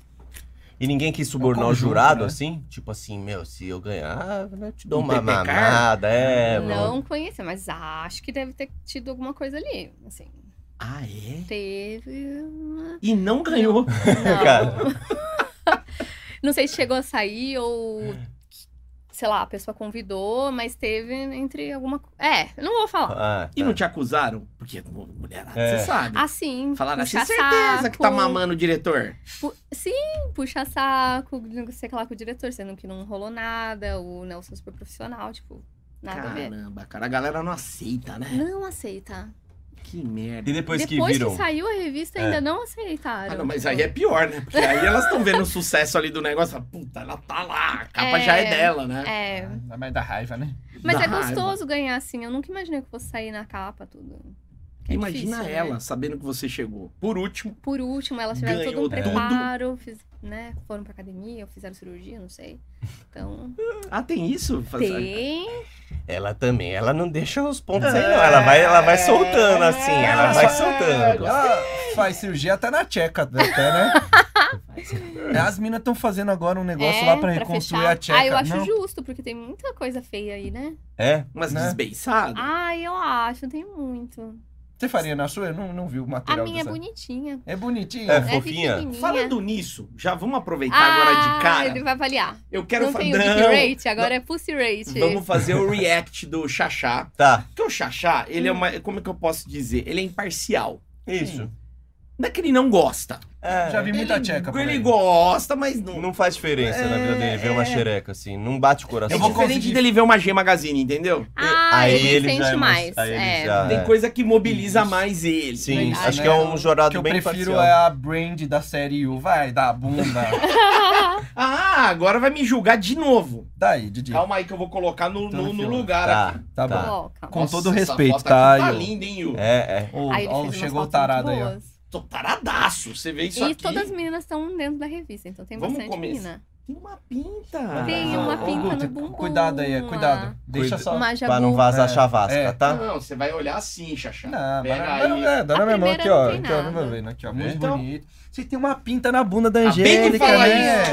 [SPEAKER 2] E ninguém quis subornar o
[SPEAKER 3] conjunto,
[SPEAKER 2] jurado,
[SPEAKER 3] né?
[SPEAKER 2] assim? Tipo assim, meu, se eu ganhar, eu te dou
[SPEAKER 1] Um
[SPEAKER 2] uma
[SPEAKER 1] PPK?
[SPEAKER 2] mamada, é, mano.
[SPEAKER 4] não conhecia, mas acho que deve ter tido alguma coisa ali. Assim,
[SPEAKER 1] Ah, é?
[SPEAKER 4] teve. uma-
[SPEAKER 1] E não ganhou.
[SPEAKER 4] Não.
[SPEAKER 2] Cara.
[SPEAKER 4] Não sei se chegou a sair ou. Sei lá, a pessoa convidou, mas teve entre alguma. co- É, eu não vou falar.
[SPEAKER 2] Ah,
[SPEAKER 1] E
[SPEAKER 2] tá.
[SPEAKER 1] não te acusaram? Porque, mu- mulherada,
[SPEAKER 2] É.
[SPEAKER 1] você sabe.
[SPEAKER 4] Assim.
[SPEAKER 1] Falaram assim,
[SPEAKER 4] puxa
[SPEAKER 1] certeza que tá
[SPEAKER 4] saco,
[SPEAKER 1] mamando o diretor.
[SPEAKER 4] pu- Sim, puxa saco, não sei o que lá com o diretor, sendo que não rolou nada, o Nelson é super profissional, tipo, nada a ver.
[SPEAKER 1] Caramba, cara, a galera não aceita, né?
[SPEAKER 4] Não aceita.
[SPEAKER 1] Que merda.
[SPEAKER 2] E depois,
[SPEAKER 4] Depois
[SPEAKER 2] que É.
[SPEAKER 4] que,
[SPEAKER 2] viram.
[SPEAKER 4] saiu a revista, ainda não aceitaram.
[SPEAKER 1] Ah, não, mas aí é pior, né? Porque aí elas estão vendo o sucesso ali do negócio. fala, Puta, ela tá lá, a capa
[SPEAKER 4] É.
[SPEAKER 1] já é dela, né?
[SPEAKER 4] É,
[SPEAKER 3] Ah, Mas dá raiva, né?
[SPEAKER 4] mas
[SPEAKER 1] Dá
[SPEAKER 4] é
[SPEAKER 1] raiva.
[SPEAKER 4] gostoso ganhar assim. Eu nunca imaginei que fosse sair na capa, tudo. Que é
[SPEAKER 1] Imagina
[SPEAKER 4] difícil, né?
[SPEAKER 1] ela sabendo que você chegou. Por último,
[SPEAKER 4] Por último, elas tiveram
[SPEAKER 1] Ganhou
[SPEAKER 4] todo um
[SPEAKER 1] tudo.
[SPEAKER 4] preparo, fiz- né? Foram pra academia, fizeram cirurgia, não sei. Então,
[SPEAKER 1] ah, tem isso? Faz-
[SPEAKER 4] tem.
[SPEAKER 2] Ela também, ela não deixa os pontos aí,
[SPEAKER 4] É.
[SPEAKER 2] não. Ela vai, ela vai soltando, assim, ela vai soltando.
[SPEAKER 3] Ela faz cirurgia até na tcheca, até, né? As minas estão fazendo agora um negócio
[SPEAKER 4] é,
[SPEAKER 3] lá pra reconstruir
[SPEAKER 4] fechar.
[SPEAKER 3] a tcheca.
[SPEAKER 4] Ah, eu acho
[SPEAKER 3] não,
[SPEAKER 4] justo, porque tem muita coisa feia aí, né?
[SPEAKER 2] É?
[SPEAKER 1] Umas
[SPEAKER 3] Né?
[SPEAKER 1] desbeiçadas?
[SPEAKER 4] Ah, eu acho, tem muito.
[SPEAKER 3] Você faria na sua? Eu não, não vi o
[SPEAKER 4] A
[SPEAKER 3] material
[SPEAKER 4] minha é
[SPEAKER 3] dessa.
[SPEAKER 4] bonitinha.
[SPEAKER 3] É bonitinho.
[SPEAKER 2] É,
[SPEAKER 4] É
[SPEAKER 2] fofinha.
[SPEAKER 4] pequenininha.
[SPEAKER 1] Falando nisso, já vamos aproveitar
[SPEAKER 4] ah,
[SPEAKER 1] agora de cara.
[SPEAKER 4] ele vai avaliar.
[SPEAKER 1] Eu quero
[SPEAKER 4] não
[SPEAKER 1] fa-
[SPEAKER 4] tem o
[SPEAKER 1] Não,
[SPEAKER 4] dick rate, agora é pussy rate.
[SPEAKER 1] Vamos fazer o react do Xaxá.
[SPEAKER 2] Tá,
[SPEAKER 1] Porque o Xaxá, ele
[SPEAKER 4] Hum.
[SPEAKER 1] é uma. Como é que eu posso dizer? Ele é imparcial.
[SPEAKER 2] isso.
[SPEAKER 1] Não é que ele não gosta.
[SPEAKER 2] É,
[SPEAKER 3] Já vi muita tá tcheca. por
[SPEAKER 1] Ele
[SPEAKER 3] aí.
[SPEAKER 1] gosta, mas não.
[SPEAKER 2] Não faz diferença na vida dele ver
[SPEAKER 4] É.
[SPEAKER 2] uma xereca, assim. Não bate o coração.
[SPEAKER 1] É
[SPEAKER 3] Eu vou
[SPEAKER 1] diferente
[SPEAKER 3] conseguir-
[SPEAKER 1] dele ver uma G Magazine, entendeu?
[SPEAKER 4] Ah,
[SPEAKER 2] Aí
[SPEAKER 4] ele,
[SPEAKER 2] ele já é
[SPEAKER 4] sente
[SPEAKER 2] mais-
[SPEAKER 4] mais.
[SPEAKER 2] aí ele
[SPEAKER 4] é.
[SPEAKER 2] já- Ah,
[SPEAKER 1] Tem
[SPEAKER 2] é.
[SPEAKER 1] coisa que mobiliza
[SPEAKER 3] Isso.
[SPEAKER 1] mais ele.
[SPEAKER 2] Sim,
[SPEAKER 3] Verdade,
[SPEAKER 2] acho
[SPEAKER 3] né?
[SPEAKER 2] que é um
[SPEAKER 3] O
[SPEAKER 2] jurado
[SPEAKER 3] que eu
[SPEAKER 2] bem
[SPEAKER 3] prefiro
[SPEAKER 2] parcial.
[SPEAKER 3] é a brand da série U. Vai, dá a bunda.
[SPEAKER 1] Ah, agora vai me julgar de novo.
[SPEAKER 3] Daí, Didi.
[SPEAKER 1] Calma aí que eu vou colocar no,
[SPEAKER 3] Então,
[SPEAKER 1] no- no
[SPEAKER 3] filho.
[SPEAKER 1] lugar aqui.
[SPEAKER 2] Tá,
[SPEAKER 3] Tá
[SPEAKER 2] tá.
[SPEAKER 4] Coloca.
[SPEAKER 3] Com todo
[SPEAKER 1] essa
[SPEAKER 3] respeito,
[SPEAKER 1] foto
[SPEAKER 3] tá,
[SPEAKER 1] aqui Tá
[SPEAKER 3] Yu?
[SPEAKER 1] linda, hein, Yu?
[SPEAKER 2] É, é.
[SPEAKER 3] Ô,
[SPEAKER 4] Aí ele
[SPEAKER 3] ó,
[SPEAKER 4] fez
[SPEAKER 3] chegou o
[SPEAKER 4] umas fotos muito
[SPEAKER 3] tarado aí, ó.
[SPEAKER 4] boas.
[SPEAKER 1] Tô taradaço. Você vê isso
[SPEAKER 4] E
[SPEAKER 1] aqui.
[SPEAKER 4] todas as meninas estão dentro da revista, então tem
[SPEAKER 1] Vamos
[SPEAKER 4] bastante
[SPEAKER 1] começar.
[SPEAKER 4] mina.
[SPEAKER 1] Tem uma pinta.
[SPEAKER 4] Tem uma
[SPEAKER 3] Ah, Ô,
[SPEAKER 4] pinta
[SPEAKER 3] Guta,
[SPEAKER 4] no bumbum,
[SPEAKER 3] Cuidado aí, é,
[SPEAKER 4] uma-
[SPEAKER 3] cuidado. Deixa
[SPEAKER 2] Cuida-
[SPEAKER 3] só.
[SPEAKER 4] Uma
[SPEAKER 2] Pra não
[SPEAKER 4] jabu.
[SPEAKER 2] vazar a
[SPEAKER 3] É,
[SPEAKER 2] chavasca,
[SPEAKER 3] é.
[SPEAKER 2] tá?
[SPEAKER 1] Não, você vai olhar assim, Xaxá.
[SPEAKER 3] Não,
[SPEAKER 1] Pega
[SPEAKER 3] mas
[SPEAKER 1] aí.
[SPEAKER 3] não, dá na
[SPEAKER 4] A
[SPEAKER 3] minha mão
[SPEAKER 4] primeira
[SPEAKER 3] aqui,
[SPEAKER 4] não
[SPEAKER 3] ó.
[SPEAKER 4] tem
[SPEAKER 3] Aqui, ó,
[SPEAKER 4] nada.
[SPEAKER 3] meu vendo aqui, ó. Muito
[SPEAKER 1] Então-
[SPEAKER 3] bonito. Você tem uma pinta na bunda da
[SPEAKER 2] Acabei de
[SPEAKER 3] Angélica,
[SPEAKER 1] falar
[SPEAKER 4] Não,
[SPEAKER 3] né?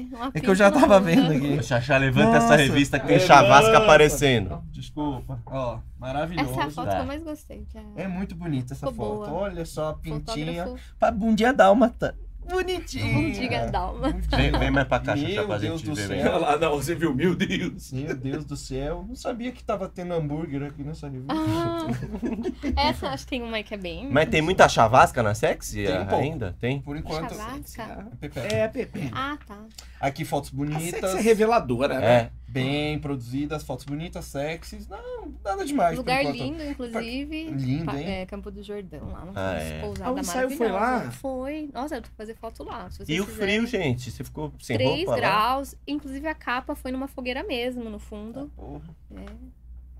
[SPEAKER 4] é. uma
[SPEAKER 3] É que
[SPEAKER 4] pinta
[SPEAKER 3] eu já
[SPEAKER 4] no
[SPEAKER 3] tava
[SPEAKER 4] bumbum.
[SPEAKER 3] vendo aqui.
[SPEAKER 2] Xaxá, levanta
[SPEAKER 3] Nossa.
[SPEAKER 2] essa revista que tem
[SPEAKER 1] Levanta.
[SPEAKER 2] chavasca aparecendo.
[SPEAKER 3] Desculpa. Ó,
[SPEAKER 4] Essa é a
[SPEAKER 3] maravilhoso.
[SPEAKER 4] foto
[SPEAKER 2] Tá.
[SPEAKER 4] que eu mais gostei. Que é
[SPEAKER 3] É muito bonita essa
[SPEAKER 4] Ficou
[SPEAKER 3] foto.
[SPEAKER 4] boa.
[SPEAKER 3] Olha só a pintinha.
[SPEAKER 4] fotógrafo
[SPEAKER 3] Pra bundinha dálmata. Tá Bonitinha. É.
[SPEAKER 4] Bundiga Dalma.
[SPEAKER 3] Muito
[SPEAKER 2] Vem, vem mais pra cá, Xaxá,
[SPEAKER 3] Meu
[SPEAKER 2] pra
[SPEAKER 3] Deus
[SPEAKER 2] gente
[SPEAKER 3] do
[SPEAKER 2] ver
[SPEAKER 3] céu.
[SPEAKER 2] melhor.
[SPEAKER 1] Olha lá, não, você viu, meu Deus.
[SPEAKER 3] Meu Deus do céu. Não sabia que tava tendo hambúrguer aqui nessa revista.
[SPEAKER 4] Ah, essa acho que tem uma aí que é bem.
[SPEAKER 2] Mas tem muita chavasca na sexy eh,
[SPEAKER 3] Tem um pouco.
[SPEAKER 2] ainda? Tem?
[SPEAKER 3] Por enquanto.
[SPEAKER 4] Chavasca.
[SPEAKER 3] Pepe.
[SPEAKER 1] É, Pepe.
[SPEAKER 4] Ah, tá.
[SPEAKER 3] Aqui fotos
[SPEAKER 1] A
[SPEAKER 3] bonitas.
[SPEAKER 1] sexy é reveladora, né?
[SPEAKER 2] É.
[SPEAKER 3] Bem produzidas, fotos bonitas, sexys. Não, nada demais.
[SPEAKER 4] Lugar
[SPEAKER 3] por enquanto.
[SPEAKER 4] lindo, inclusive.
[SPEAKER 3] Lindo,
[SPEAKER 4] Pa-
[SPEAKER 3] hein?
[SPEAKER 4] É, Campo do Jordão, lá no
[SPEAKER 2] Ah,
[SPEAKER 4] ah,
[SPEAKER 2] é.
[SPEAKER 4] pousada
[SPEAKER 1] Ah, o ensaio foi
[SPEAKER 4] maravilhosa.
[SPEAKER 1] lá?
[SPEAKER 4] Foi. Nossa, eu tenho que fazer foto lá. se vocês
[SPEAKER 2] E o frio,
[SPEAKER 4] quiserem.
[SPEAKER 2] gente? Você ficou sem
[SPEAKER 4] 3
[SPEAKER 2] roupa lá?
[SPEAKER 4] graus. Inclusive a capa foi numa fogueira mesmo, no fundo.
[SPEAKER 3] Porra.
[SPEAKER 4] É.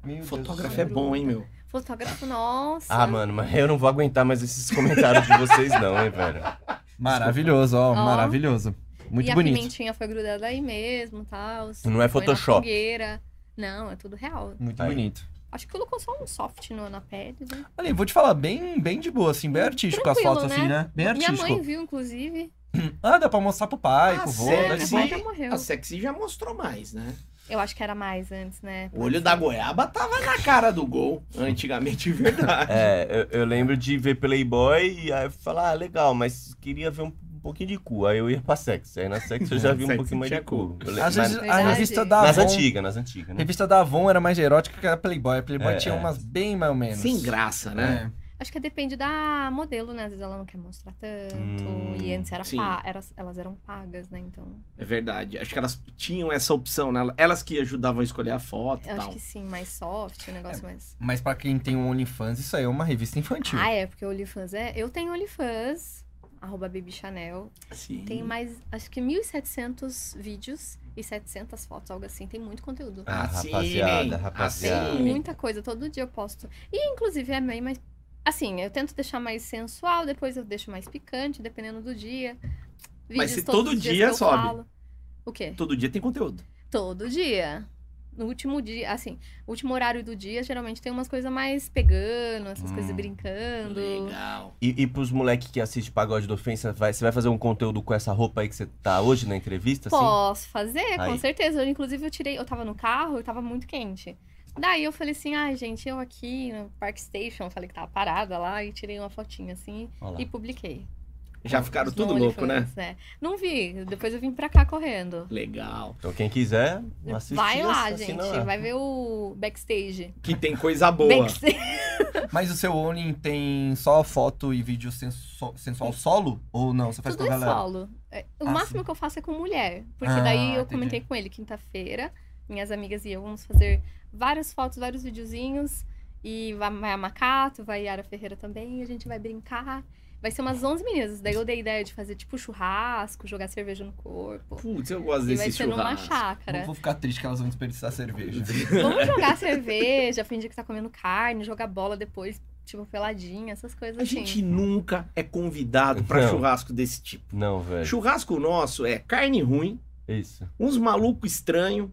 [SPEAKER 3] Meu Deus
[SPEAKER 1] Fotógrafo
[SPEAKER 3] do
[SPEAKER 1] é
[SPEAKER 3] céu.
[SPEAKER 1] bom, hein, meu?
[SPEAKER 4] Fotógrafo, nossa.
[SPEAKER 2] Tá. Ah, mano, mas eu não vou aguentar mais esses comentários de vocês não, hein, velho.
[SPEAKER 3] Maravilhoso, ó,
[SPEAKER 4] Ó.
[SPEAKER 3] maravilhoso.
[SPEAKER 2] é
[SPEAKER 3] Muito
[SPEAKER 4] e a
[SPEAKER 3] bonito.
[SPEAKER 4] pimentinha foi grudada aí mesmo, tal.
[SPEAKER 2] Não é
[SPEAKER 4] Foi na
[SPEAKER 2] Photoshop.
[SPEAKER 4] fogueira. Não, é tudo real.
[SPEAKER 3] Muito
[SPEAKER 2] Aí.
[SPEAKER 3] bonito.
[SPEAKER 4] Acho que colocou só um soft no- na pele, né?
[SPEAKER 3] Ali, vou te falar, bem, bem de boa, assim, bem artístico as
[SPEAKER 4] Tranquilo,
[SPEAKER 3] fotos,
[SPEAKER 4] né?
[SPEAKER 3] assim, né? Bem
[SPEAKER 2] É
[SPEAKER 4] Minha
[SPEAKER 3] artístico.
[SPEAKER 4] mãe viu, inclusive. É,
[SPEAKER 3] Ah, dá pra mostrar pro pai,
[SPEAKER 1] Ah,
[SPEAKER 3] pro vô,
[SPEAKER 1] sério?
[SPEAKER 2] É,
[SPEAKER 3] dá de
[SPEAKER 1] Sim.
[SPEAKER 3] boa.
[SPEAKER 4] Minha avó já morreu.
[SPEAKER 1] A sexy já mostrou mais, né?
[SPEAKER 4] Eu acho que era mais antes, né?
[SPEAKER 1] O olho da goiaba tava na cara do gol, antigamente, de verdade.
[SPEAKER 2] É, eu, eu lembro de ver Playboy e aí eu falar, ah, legal, mas queria ver um, um pouquinho de cu. Aí eu ia pra sexo. Aí na sexo eu já vi um
[SPEAKER 1] Sexo
[SPEAKER 2] pouquinho mais de
[SPEAKER 1] tinha
[SPEAKER 2] cu. Eu lembro- mas-
[SPEAKER 3] Às vezes, tá a
[SPEAKER 4] Verdade.
[SPEAKER 3] revista da
[SPEAKER 2] nas
[SPEAKER 3] Avon.
[SPEAKER 2] antigas, nas antigas,
[SPEAKER 3] A
[SPEAKER 2] né?
[SPEAKER 3] revista da Avon era mais erótica que a Playboy. A Playboy
[SPEAKER 2] É,
[SPEAKER 3] tinha
[SPEAKER 2] é.
[SPEAKER 3] umas bem mais ou menos.
[SPEAKER 1] Sem graça, né?
[SPEAKER 3] né?
[SPEAKER 4] Acho que depende da modelo, né? Às vezes ela não quer mostrar tanto.
[SPEAKER 2] Hum,
[SPEAKER 4] e antes era
[SPEAKER 1] sim.
[SPEAKER 4] pa- era- elas eram pagas, né? Então,
[SPEAKER 1] É. verdade. Acho que elas tinham essa opção, né? Elas que ajudavam a escolher a foto
[SPEAKER 4] eu
[SPEAKER 1] e
[SPEAKER 4] acho
[SPEAKER 1] tal.
[SPEAKER 4] que sim, mais soft, um
[SPEAKER 2] É.
[SPEAKER 4] negócio mais.
[SPEAKER 3] Mas pra quem tem um OnlyFans, isso aí é uma revista infantil.
[SPEAKER 4] Ah, é, porque o OnlyFans é. Eu tenho OnlyFans, arroba Baby Chanel.
[SPEAKER 1] Sim.
[SPEAKER 4] Tem mais, acho que 1.700 vídeos e 700 fotos, algo assim. Tem muito conteúdo.
[SPEAKER 2] Ah,
[SPEAKER 1] Assinem, Assim,
[SPEAKER 2] rapaziada, rapaziada.
[SPEAKER 4] Tem
[SPEAKER 1] assinem.
[SPEAKER 4] muita coisa, todo dia eu posto. E inclusive é meio mais. Assim, eu tento deixar mais sensual, depois eu deixo mais picante, dependendo do dia.
[SPEAKER 1] Mas se
[SPEAKER 4] todos
[SPEAKER 1] todo
[SPEAKER 4] os dias
[SPEAKER 1] dia
[SPEAKER 4] que eu
[SPEAKER 1] sobe.
[SPEAKER 4] falo. O quê?
[SPEAKER 1] Todo dia tem conteúdo.
[SPEAKER 4] Todo dia. No último dia, assim, último horário do dia, geralmente tem umas coisas mais pegando, essas
[SPEAKER 2] Hum.
[SPEAKER 4] coisas brincando.
[SPEAKER 1] Legal.
[SPEAKER 2] E, e pros moleque que assiste Pagode da Ofensa, vai- você vai fazer um conteúdo com essa roupa aí que você tá hoje na entrevista, assim?
[SPEAKER 4] Posso fazer, com
[SPEAKER 2] Aí.
[SPEAKER 4] certeza. Eu, inclusive, eu tirei. Eu tava no carro e tava muito quente. Daí eu falei assim, ai, gente, eu aqui no Park Station, falei que tava parada lá e tirei uma fotinha assim
[SPEAKER 2] Olha lá.
[SPEAKER 4] e publiquei.
[SPEAKER 1] Já Ah, ficaram
[SPEAKER 4] No
[SPEAKER 1] tudo louco, né?
[SPEAKER 4] OnlyFans, Não vi, depois eu vim pra cá correndo.
[SPEAKER 1] Legal.
[SPEAKER 2] Então quem quiser, assiste.
[SPEAKER 4] vai lá,
[SPEAKER 2] assina assim, é?
[SPEAKER 4] gente,
[SPEAKER 2] lá.
[SPEAKER 4] vai ver o backstage.
[SPEAKER 1] Que tem coisa assim é. boa.
[SPEAKER 4] Backstage.
[SPEAKER 3] Mas o seu Only tem só foto e vídeo sensu- sensual solo? Ou não? Você faz
[SPEAKER 4] Tudo
[SPEAKER 3] com a
[SPEAKER 4] é
[SPEAKER 3] galera?
[SPEAKER 4] solo. É, O
[SPEAKER 3] Ah,
[SPEAKER 4] máximo
[SPEAKER 3] sim.
[SPEAKER 4] que eu faço é com mulher. Porque
[SPEAKER 3] Ah,
[SPEAKER 4] daí eu
[SPEAKER 3] entendi.
[SPEAKER 4] comentei com ele quinta-feira. Minhas amigas e eu vamos fazer várias fotos, vários videozinhos. E vai vai a Macato, vai a Yara Ferreira também. A gente vai brincar. Vai ser umas 11 meninas. Daí eu dei a ideia de fazer tipo churrasco, jogar cerveja no corpo.
[SPEAKER 1] Putz, eu gosto
[SPEAKER 4] E
[SPEAKER 1] desse
[SPEAKER 4] vai ser numa
[SPEAKER 1] churrasco.
[SPEAKER 4] chácara.
[SPEAKER 3] Não vou ficar triste que elas vão desperdiçar cerveja.
[SPEAKER 4] Vamos jogar cerveja, fingir que tá comendo carne, jogar bola depois, tipo peladinha, essas coisas
[SPEAKER 1] A
[SPEAKER 4] assim.
[SPEAKER 1] gente nunca é convidado pra
[SPEAKER 2] Não. É.
[SPEAKER 1] churrasco desse tipo.
[SPEAKER 2] Não, velho.
[SPEAKER 1] Churrasco nosso é carne ruim,
[SPEAKER 2] Isso.
[SPEAKER 1] uns malucos estranhos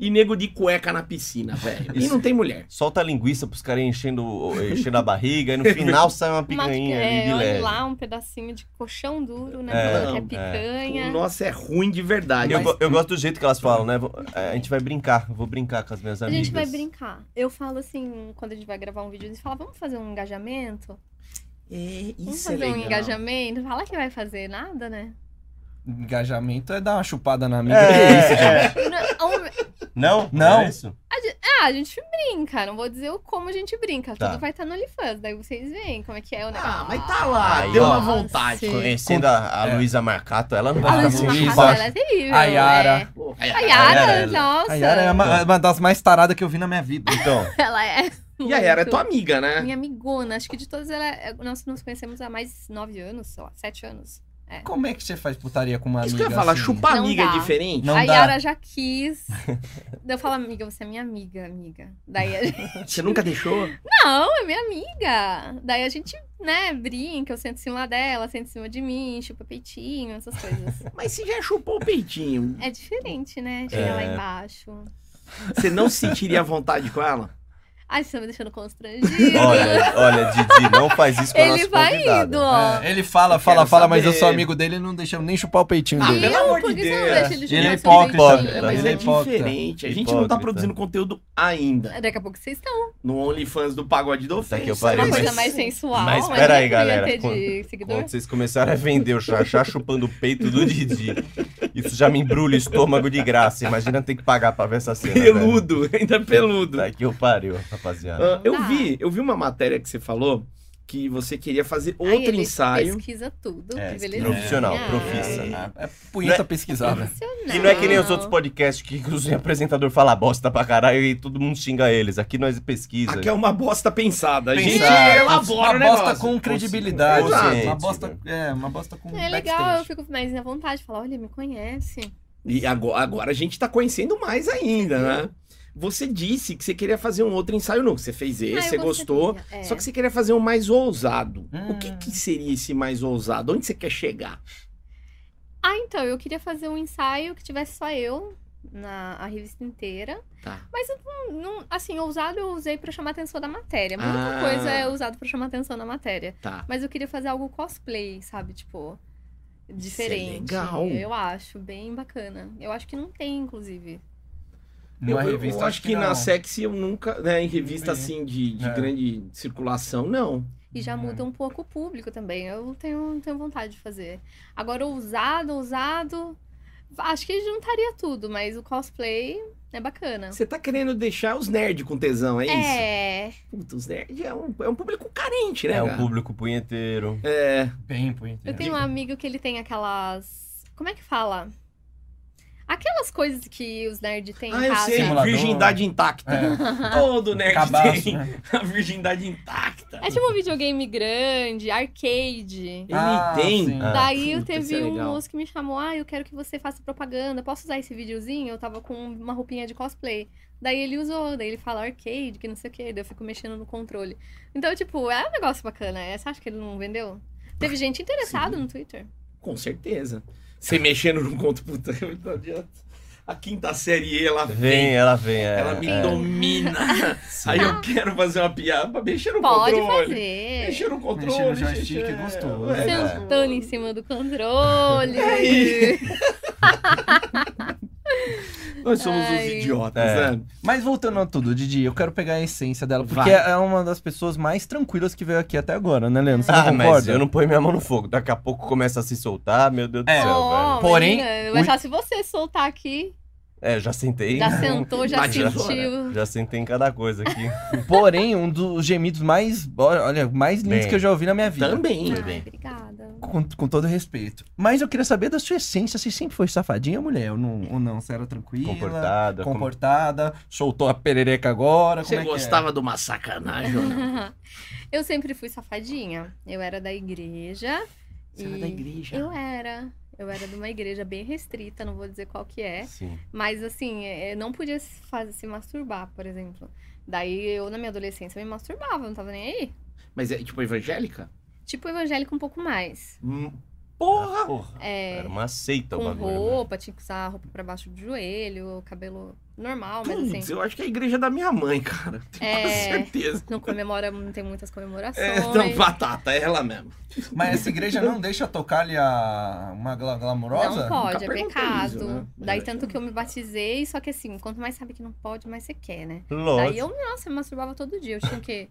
[SPEAKER 1] e nego de cueca na piscina, velho. E não tem mulher.
[SPEAKER 2] Solta a linguiça pros caras enchendo, enchendo a barriga, e no final sai uma
[SPEAKER 4] Uma,
[SPEAKER 2] picanha
[SPEAKER 4] é,
[SPEAKER 2] ali de
[SPEAKER 4] olha
[SPEAKER 2] leve.
[SPEAKER 4] lá um pedacinho de colchão duro, né?
[SPEAKER 2] É,
[SPEAKER 4] Falando que
[SPEAKER 2] é.
[SPEAKER 4] é picanha.
[SPEAKER 1] O nosso é ruim de verdade.
[SPEAKER 2] Eu,
[SPEAKER 1] Mas-
[SPEAKER 2] go- eu gosto do jeito que elas falam, né? Vou- é, A gente vai brincar, vou brincar com as minhas
[SPEAKER 4] A
[SPEAKER 2] amigas.
[SPEAKER 4] gente vai brincar. Eu falo assim, quando a gente vai gravar um vídeo, a gente fala, vamos fazer um engajamento?
[SPEAKER 1] É,
[SPEAKER 4] Vamos
[SPEAKER 1] isso é
[SPEAKER 4] fazer um
[SPEAKER 1] legal.
[SPEAKER 4] engajamento? Fala que vai fazer nada, né?
[SPEAKER 3] Engajamento é dar uma chupada na amiga.
[SPEAKER 2] É,
[SPEAKER 3] Que isso, gente?
[SPEAKER 2] é.
[SPEAKER 4] Não, um-
[SPEAKER 2] Não?
[SPEAKER 3] Não.
[SPEAKER 2] É isso?
[SPEAKER 4] ah, a gente brinca. Não vou dizer o como a gente brinca.
[SPEAKER 2] Tá.
[SPEAKER 4] Tudo vai estar no OnlyFans. Daí vocês veem como é que é o negócio.
[SPEAKER 1] Ah, mas tá lá,
[SPEAKER 2] Aí,
[SPEAKER 1] deu
[SPEAKER 2] ó.
[SPEAKER 1] uma vontade.
[SPEAKER 4] Sim.
[SPEAKER 2] Conhecendo a, a
[SPEAKER 3] É.
[SPEAKER 2] Luísa Marcato, ela não
[SPEAKER 4] A
[SPEAKER 2] vai
[SPEAKER 4] Luísa
[SPEAKER 2] ficar muito
[SPEAKER 3] Luísa.
[SPEAKER 4] Macaco, ela
[SPEAKER 2] embaixo.
[SPEAKER 4] é terrível.
[SPEAKER 3] A Yara.
[SPEAKER 1] Pô,
[SPEAKER 4] É. A Yara,
[SPEAKER 2] Yara, ela-
[SPEAKER 4] nossa.
[SPEAKER 3] A Yara é uma, uma das mais taradas que eu vi na minha vida.
[SPEAKER 2] Então,
[SPEAKER 4] Ela é.
[SPEAKER 1] E a Yara é
[SPEAKER 4] muito.
[SPEAKER 1] tua amiga, né?
[SPEAKER 4] Minha amigona. Acho que de todas, ela é- nós nos conhecemos há mais de nove anos, sei lá, sete anos.
[SPEAKER 3] Como é que você faz putaria com uma
[SPEAKER 1] Isso que
[SPEAKER 3] amiga
[SPEAKER 1] eu ia falar,
[SPEAKER 3] assim?
[SPEAKER 1] chupar
[SPEAKER 4] Não
[SPEAKER 1] amiga
[SPEAKER 4] dá.
[SPEAKER 1] é diferente?
[SPEAKER 3] Não
[SPEAKER 4] a
[SPEAKER 3] dá.
[SPEAKER 4] Yara já quis. Daí eu falo, amiga, você é minha amiga, amiga. Daí a gente,
[SPEAKER 1] Você nunca deixou?
[SPEAKER 4] não, é minha amiga. Daí a gente, né, brinca, eu sento em cima dela, sento em cima de mim, chupa peitinho, essas coisas.
[SPEAKER 1] Mas você já chupou o peitinho.
[SPEAKER 4] É diferente, né? Chegar lá
[SPEAKER 2] É.
[SPEAKER 4] embaixo.
[SPEAKER 1] Você não se sentiria à vontade com ela?
[SPEAKER 4] Ai, você tá me deixando constrangida.
[SPEAKER 2] olha, olha, Didi, não faz isso com a
[SPEAKER 4] Ele
[SPEAKER 2] nossa
[SPEAKER 4] vai
[SPEAKER 2] convidada.
[SPEAKER 4] indo, ó.
[SPEAKER 3] É, ele fala,
[SPEAKER 1] Eu
[SPEAKER 3] fala,
[SPEAKER 1] quero
[SPEAKER 3] fala, mas eu
[SPEAKER 1] saber.
[SPEAKER 3] sou amigo dele e não deixamos nem chupar o peitinho
[SPEAKER 1] Ah,
[SPEAKER 4] E
[SPEAKER 3] dele.
[SPEAKER 1] pelo
[SPEAKER 4] eu,
[SPEAKER 1] amor
[SPEAKER 4] por
[SPEAKER 1] de
[SPEAKER 4] que você não
[SPEAKER 1] Deus.
[SPEAKER 4] deixa ele
[SPEAKER 3] Ele é
[SPEAKER 4] jogar seu
[SPEAKER 3] hipócrita.
[SPEAKER 4] peitinho?
[SPEAKER 1] Mas
[SPEAKER 3] Ele
[SPEAKER 1] é
[SPEAKER 3] é hipócrita.
[SPEAKER 1] diferente. A gente não tá
[SPEAKER 2] Hipócrita.
[SPEAKER 1] produzindo conteúdo ainda.
[SPEAKER 4] Daqui a pouco vocês estão.
[SPEAKER 1] No OnlyFans do Pagode do
[SPEAKER 3] Tá
[SPEAKER 2] Puta que
[SPEAKER 1] Ofensa.
[SPEAKER 2] pariu,
[SPEAKER 4] Uma
[SPEAKER 2] mas-
[SPEAKER 4] coisa mais sensual.
[SPEAKER 2] mas
[SPEAKER 4] né?
[SPEAKER 2] pera aí,
[SPEAKER 4] Deveria
[SPEAKER 2] galera.
[SPEAKER 4] ter de
[SPEAKER 2] Quando-
[SPEAKER 4] seguidor.
[SPEAKER 2] Quando vocês começaram a vender o chachá chupando o peito do Didi, isso já me embrulha o estômago de graça. Imagina ter que pagar pra ver essa cena. velho.
[SPEAKER 3] né,
[SPEAKER 1] Peludo, ainda peludo.
[SPEAKER 2] Tá que eu pariu, rapaziada.
[SPEAKER 1] Ah, eu
[SPEAKER 4] Tá.
[SPEAKER 1] vi, eu vi uma matéria que você falou que você queria fazer
[SPEAKER 4] Aí
[SPEAKER 1] outro
[SPEAKER 4] ele
[SPEAKER 1] ensaio.
[SPEAKER 4] Pesquisa tudo.
[SPEAKER 2] É,
[SPEAKER 4] que beleza.
[SPEAKER 2] profissional,
[SPEAKER 4] Ah,
[SPEAKER 2] profissa.
[SPEAKER 3] É, é
[SPEAKER 1] Né?
[SPEAKER 3] punheta pesquisada.
[SPEAKER 4] Profissional.
[SPEAKER 2] E não é que nem os outros podcasts que o apresentador fala bosta pra caralho e todo mundo xinga eles. Aqui nós pesquisa.
[SPEAKER 1] Aqui é uma bosta pensada. A gente
[SPEAKER 3] Pensar,
[SPEAKER 1] elabora o
[SPEAKER 3] uma bosta
[SPEAKER 1] negócio.
[SPEAKER 3] com credibilidade.
[SPEAKER 2] Consciente,
[SPEAKER 3] Uma bosta, é, uma bosta com
[SPEAKER 4] É legal, eu
[SPEAKER 3] backstage.
[SPEAKER 4] fico mais na vontade de falar, olha, me conhece.
[SPEAKER 1] E agora, agora a gente tá conhecendo mais ainda,
[SPEAKER 3] Uhum.
[SPEAKER 1] né? Você disse que você queria fazer um outro ensaio novo. Você fez esse,
[SPEAKER 4] Ah, eu
[SPEAKER 1] você gostou.
[SPEAKER 4] gostaria. É.
[SPEAKER 1] Só que você queria fazer um mais ousado.
[SPEAKER 3] Hum.
[SPEAKER 1] O que, que seria esse mais ousado? Onde você quer chegar?
[SPEAKER 4] Ah, então, eu queria fazer um ensaio que tivesse só eu na a revista inteira.
[SPEAKER 1] Tá.
[SPEAKER 4] Mas eu não, não- assim, ousado eu usei pra chamar atenção da matéria. Muita
[SPEAKER 1] Ah.
[SPEAKER 4] coisa é usado pra chamar atenção da matéria.
[SPEAKER 1] Tá.
[SPEAKER 4] Mas eu queria fazer algo cosplay, sabe? Tipo, diferente.
[SPEAKER 1] é legal.
[SPEAKER 4] Eu acho bem bacana. Eu acho que não tem, inclusive.
[SPEAKER 3] Numa
[SPEAKER 1] eu,
[SPEAKER 3] revista,
[SPEAKER 1] eu acho que, na
[SPEAKER 3] não.
[SPEAKER 1] sexy eu nunca. Né, em revista
[SPEAKER 3] vi.
[SPEAKER 1] assim de, de
[SPEAKER 3] É.
[SPEAKER 1] grande circulação, não.
[SPEAKER 4] E já muda um pouco o público também. Eu tenho, tenho vontade de fazer. Agora, ousado, ousado. Acho que juntaria tudo, mas o cosplay é bacana.
[SPEAKER 1] Você tá querendo deixar os nerds com tesão, é, isso?
[SPEAKER 4] É.
[SPEAKER 1] Puta, os nerds é um, é um público carente, né?
[SPEAKER 2] É um
[SPEAKER 1] cara?
[SPEAKER 2] público punheteiro.
[SPEAKER 1] É.
[SPEAKER 3] Bem punheteiro.
[SPEAKER 4] Eu tenho um amigo que ele tem aquelas. Como é que fala? Aquelas coisas que os nerds têm
[SPEAKER 1] Ah,
[SPEAKER 4] em
[SPEAKER 1] eu
[SPEAKER 4] casa.
[SPEAKER 1] sei,
[SPEAKER 3] Simulador.
[SPEAKER 1] virgindade intacta. Todo nerd
[SPEAKER 3] Cabaço,
[SPEAKER 1] tem
[SPEAKER 3] né?
[SPEAKER 1] a virgindade intacta.
[SPEAKER 4] É tipo um videogame grande, arcade.
[SPEAKER 1] Ele
[SPEAKER 3] Ah,
[SPEAKER 1] tem.
[SPEAKER 3] sim.
[SPEAKER 2] Ah,
[SPEAKER 4] Daí eu
[SPEAKER 1] puta, isso
[SPEAKER 4] teve
[SPEAKER 1] é
[SPEAKER 4] um
[SPEAKER 1] legal.
[SPEAKER 4] moço que me chamou, ah, eu quero que você faça propaganda, posso usar esse videozinho? Eu tava com uma roupinha de cosplay. Daí ele usou, daí ele fala arcade, que não sei o que, daí eu fico mexendo no controle. Então, tipo, é um negócio bacana. É, Você acha que ele não vendeu? Teve gente interessada
[SPEAKER 1] Sim.
[SPEAKER 4] no Twitter.
[SPEAKER 1] Com certeza. Você mexendo num conto, puta, não adianta. A quinta série E, ela
[SPEAKER 2] Vem,
[SPEAKER 1] vem.
[SPEAKER 2] ela vem. É,
[SPEAKER 1] Ela me
[SPEAKER 2] é.
[SPEAKER 1] domina. Aí eu quero fazer uma piada pra mexer no
[SPEAKER 4] Pode
[SPEAKER 1] controle. É
[SPEAKER 4] fazer.
[SPEAKER 1] Mexer no controle.
[SPEAKER 3] Mexer no joystick,
[SPEAKER 1] xixi,
[SPEAKER 3] gostoso. né?
[SPEAKER 1] é,
[SPEAKER 4] Sentando em cima do controle.
[SPEAKER 1] E aí? Nós somos os
[SPEAKER 4] Ai.
[SPEAKER 1] idiotas,
[SPEAKER 2] É.
[SPEAKER 1] né?
[SPEAKER 5] Mas voltando a tudo, Didi, eu quero pegar a essência dela, porque
[SPEAKER 1] Vai.
[SPEAKER 5] é uma das pessoas mais tranquilas que veio aqui até agora, né, Leandro? Você não
[SPEAKER 2] Ah, mas
[SPEAKER 5] concorda?
[SPEAKER 2] eu não ponho minha mão no fogo. Daqui a pouco começa a se soltar, meu Deus do
[SPEAKER 5] É,
[SPEAKER 2] céu,
[SPEAKER 4] Oh,
[SPEAKER 2] velho.
[SPEAKER 5] Porém,
[SPEAKER 4] menina,
[SPEAKER 5] o-
[SPEAKER 4] Mas só se você soltar aqui,
[SPEAKER 2] É, eu já sentei.
[SPEAKER 4] já sentou, já
[SPEAKER 1] Bate na
[SPEAKER 4] sentiu.
[SPEAKER 2] Já sentei em cada coisa aqui.
[SPEAKER 5] Porém, um dos gemidos mais, olha, mais lindos
[SPEAKER 2] Bem.
[SPEAKER 5] que eu já ouvi na minha vida.
[SPEAKER 1] Também.
[SPEAKER 4] Ai, obrigada.
[SPEAKER 5] Com, com todo respeito. Mas eu queria saber da sua essência, se sempre foi safadinha, mulher, ou não, ou não você era tranquila, comportada,
[SPEAKER 2] Comportada. com-
[SPEAKER 5] soltou a perereca agora,
[SPEAKER 1] Você
[SPEAKER 5] como é que é?
[SPEAKER 1] gostava de uma sacanagem ou não?
[SPEAKER 4] Eu sempre fui safadinha. Eu era da igreja.
[SPEAKER 1] Você era
[SPEAKER 4] e-
[SPEAKER 1] da igreja.
[SPEAKER 4] Eu era. Eu era de uma igreja bem restrita, não vou dizer qual que é.
[SPEAKER 2] Sim.
[SPEAKER 4] Mas assim, é, é, não podia se, fazer, se masturbar, por exemplo. Daí eu, na minha adolescência, me masturbava, não tava nem aí.
[SPEAKER 1] Mas é tipo evangélica?
[SPEAKER 4] Tipo evangélico um pouco mais.
[SPEAKER 1] Hum, Porra!
[SPEAKER 2] Ah, Porra.
[SPEAKER 4] É,
[SPEAKER 2] Era uma seita o
[SPEAKER 4] com
[SPEAKER 2] bagulho. né?
[SPEAKER 4] roupa, tinha que usar roupa pra baixo do joelho, cabelo normal, mas
[SPEAKER 1] Putz,
[SPEAKER 4] assim.
[SPEAKER 1] eu acho que é a igreja da minha mãe, cara. Tenho
[SPEAKER 4] É.
[SPEAKER 1] quase certeza.
[SPEAKER 4] Não comemora, não tem muitas comemorações.
[SPEAKER 1] É, não, batata, é ela mesmo.
[SPEAKER 3] Mas essa igreja não deixa tocar ali a... uma gla- glamurosa?
[SPEAKER 4] Não pode,
[SPEAKER 1] Nunca
[SPEAKER 4] é
[SPEAKER 1] perguntei
[SPEAKER 4] pecado.
[SPEAKER 1] isso, né?
[SPEAKER 4] Daí
[SPEAKER 1] É.
[SPEAKER 4] tanto que eu me batizei, só que assim, quanto mais sabe que não pode, mais você quer, né?
[SPEAKER 2] Lógico.
[SPEAKER 4] Daí eu, nossa, eu masturbava todo dia. Eu tinha o quê?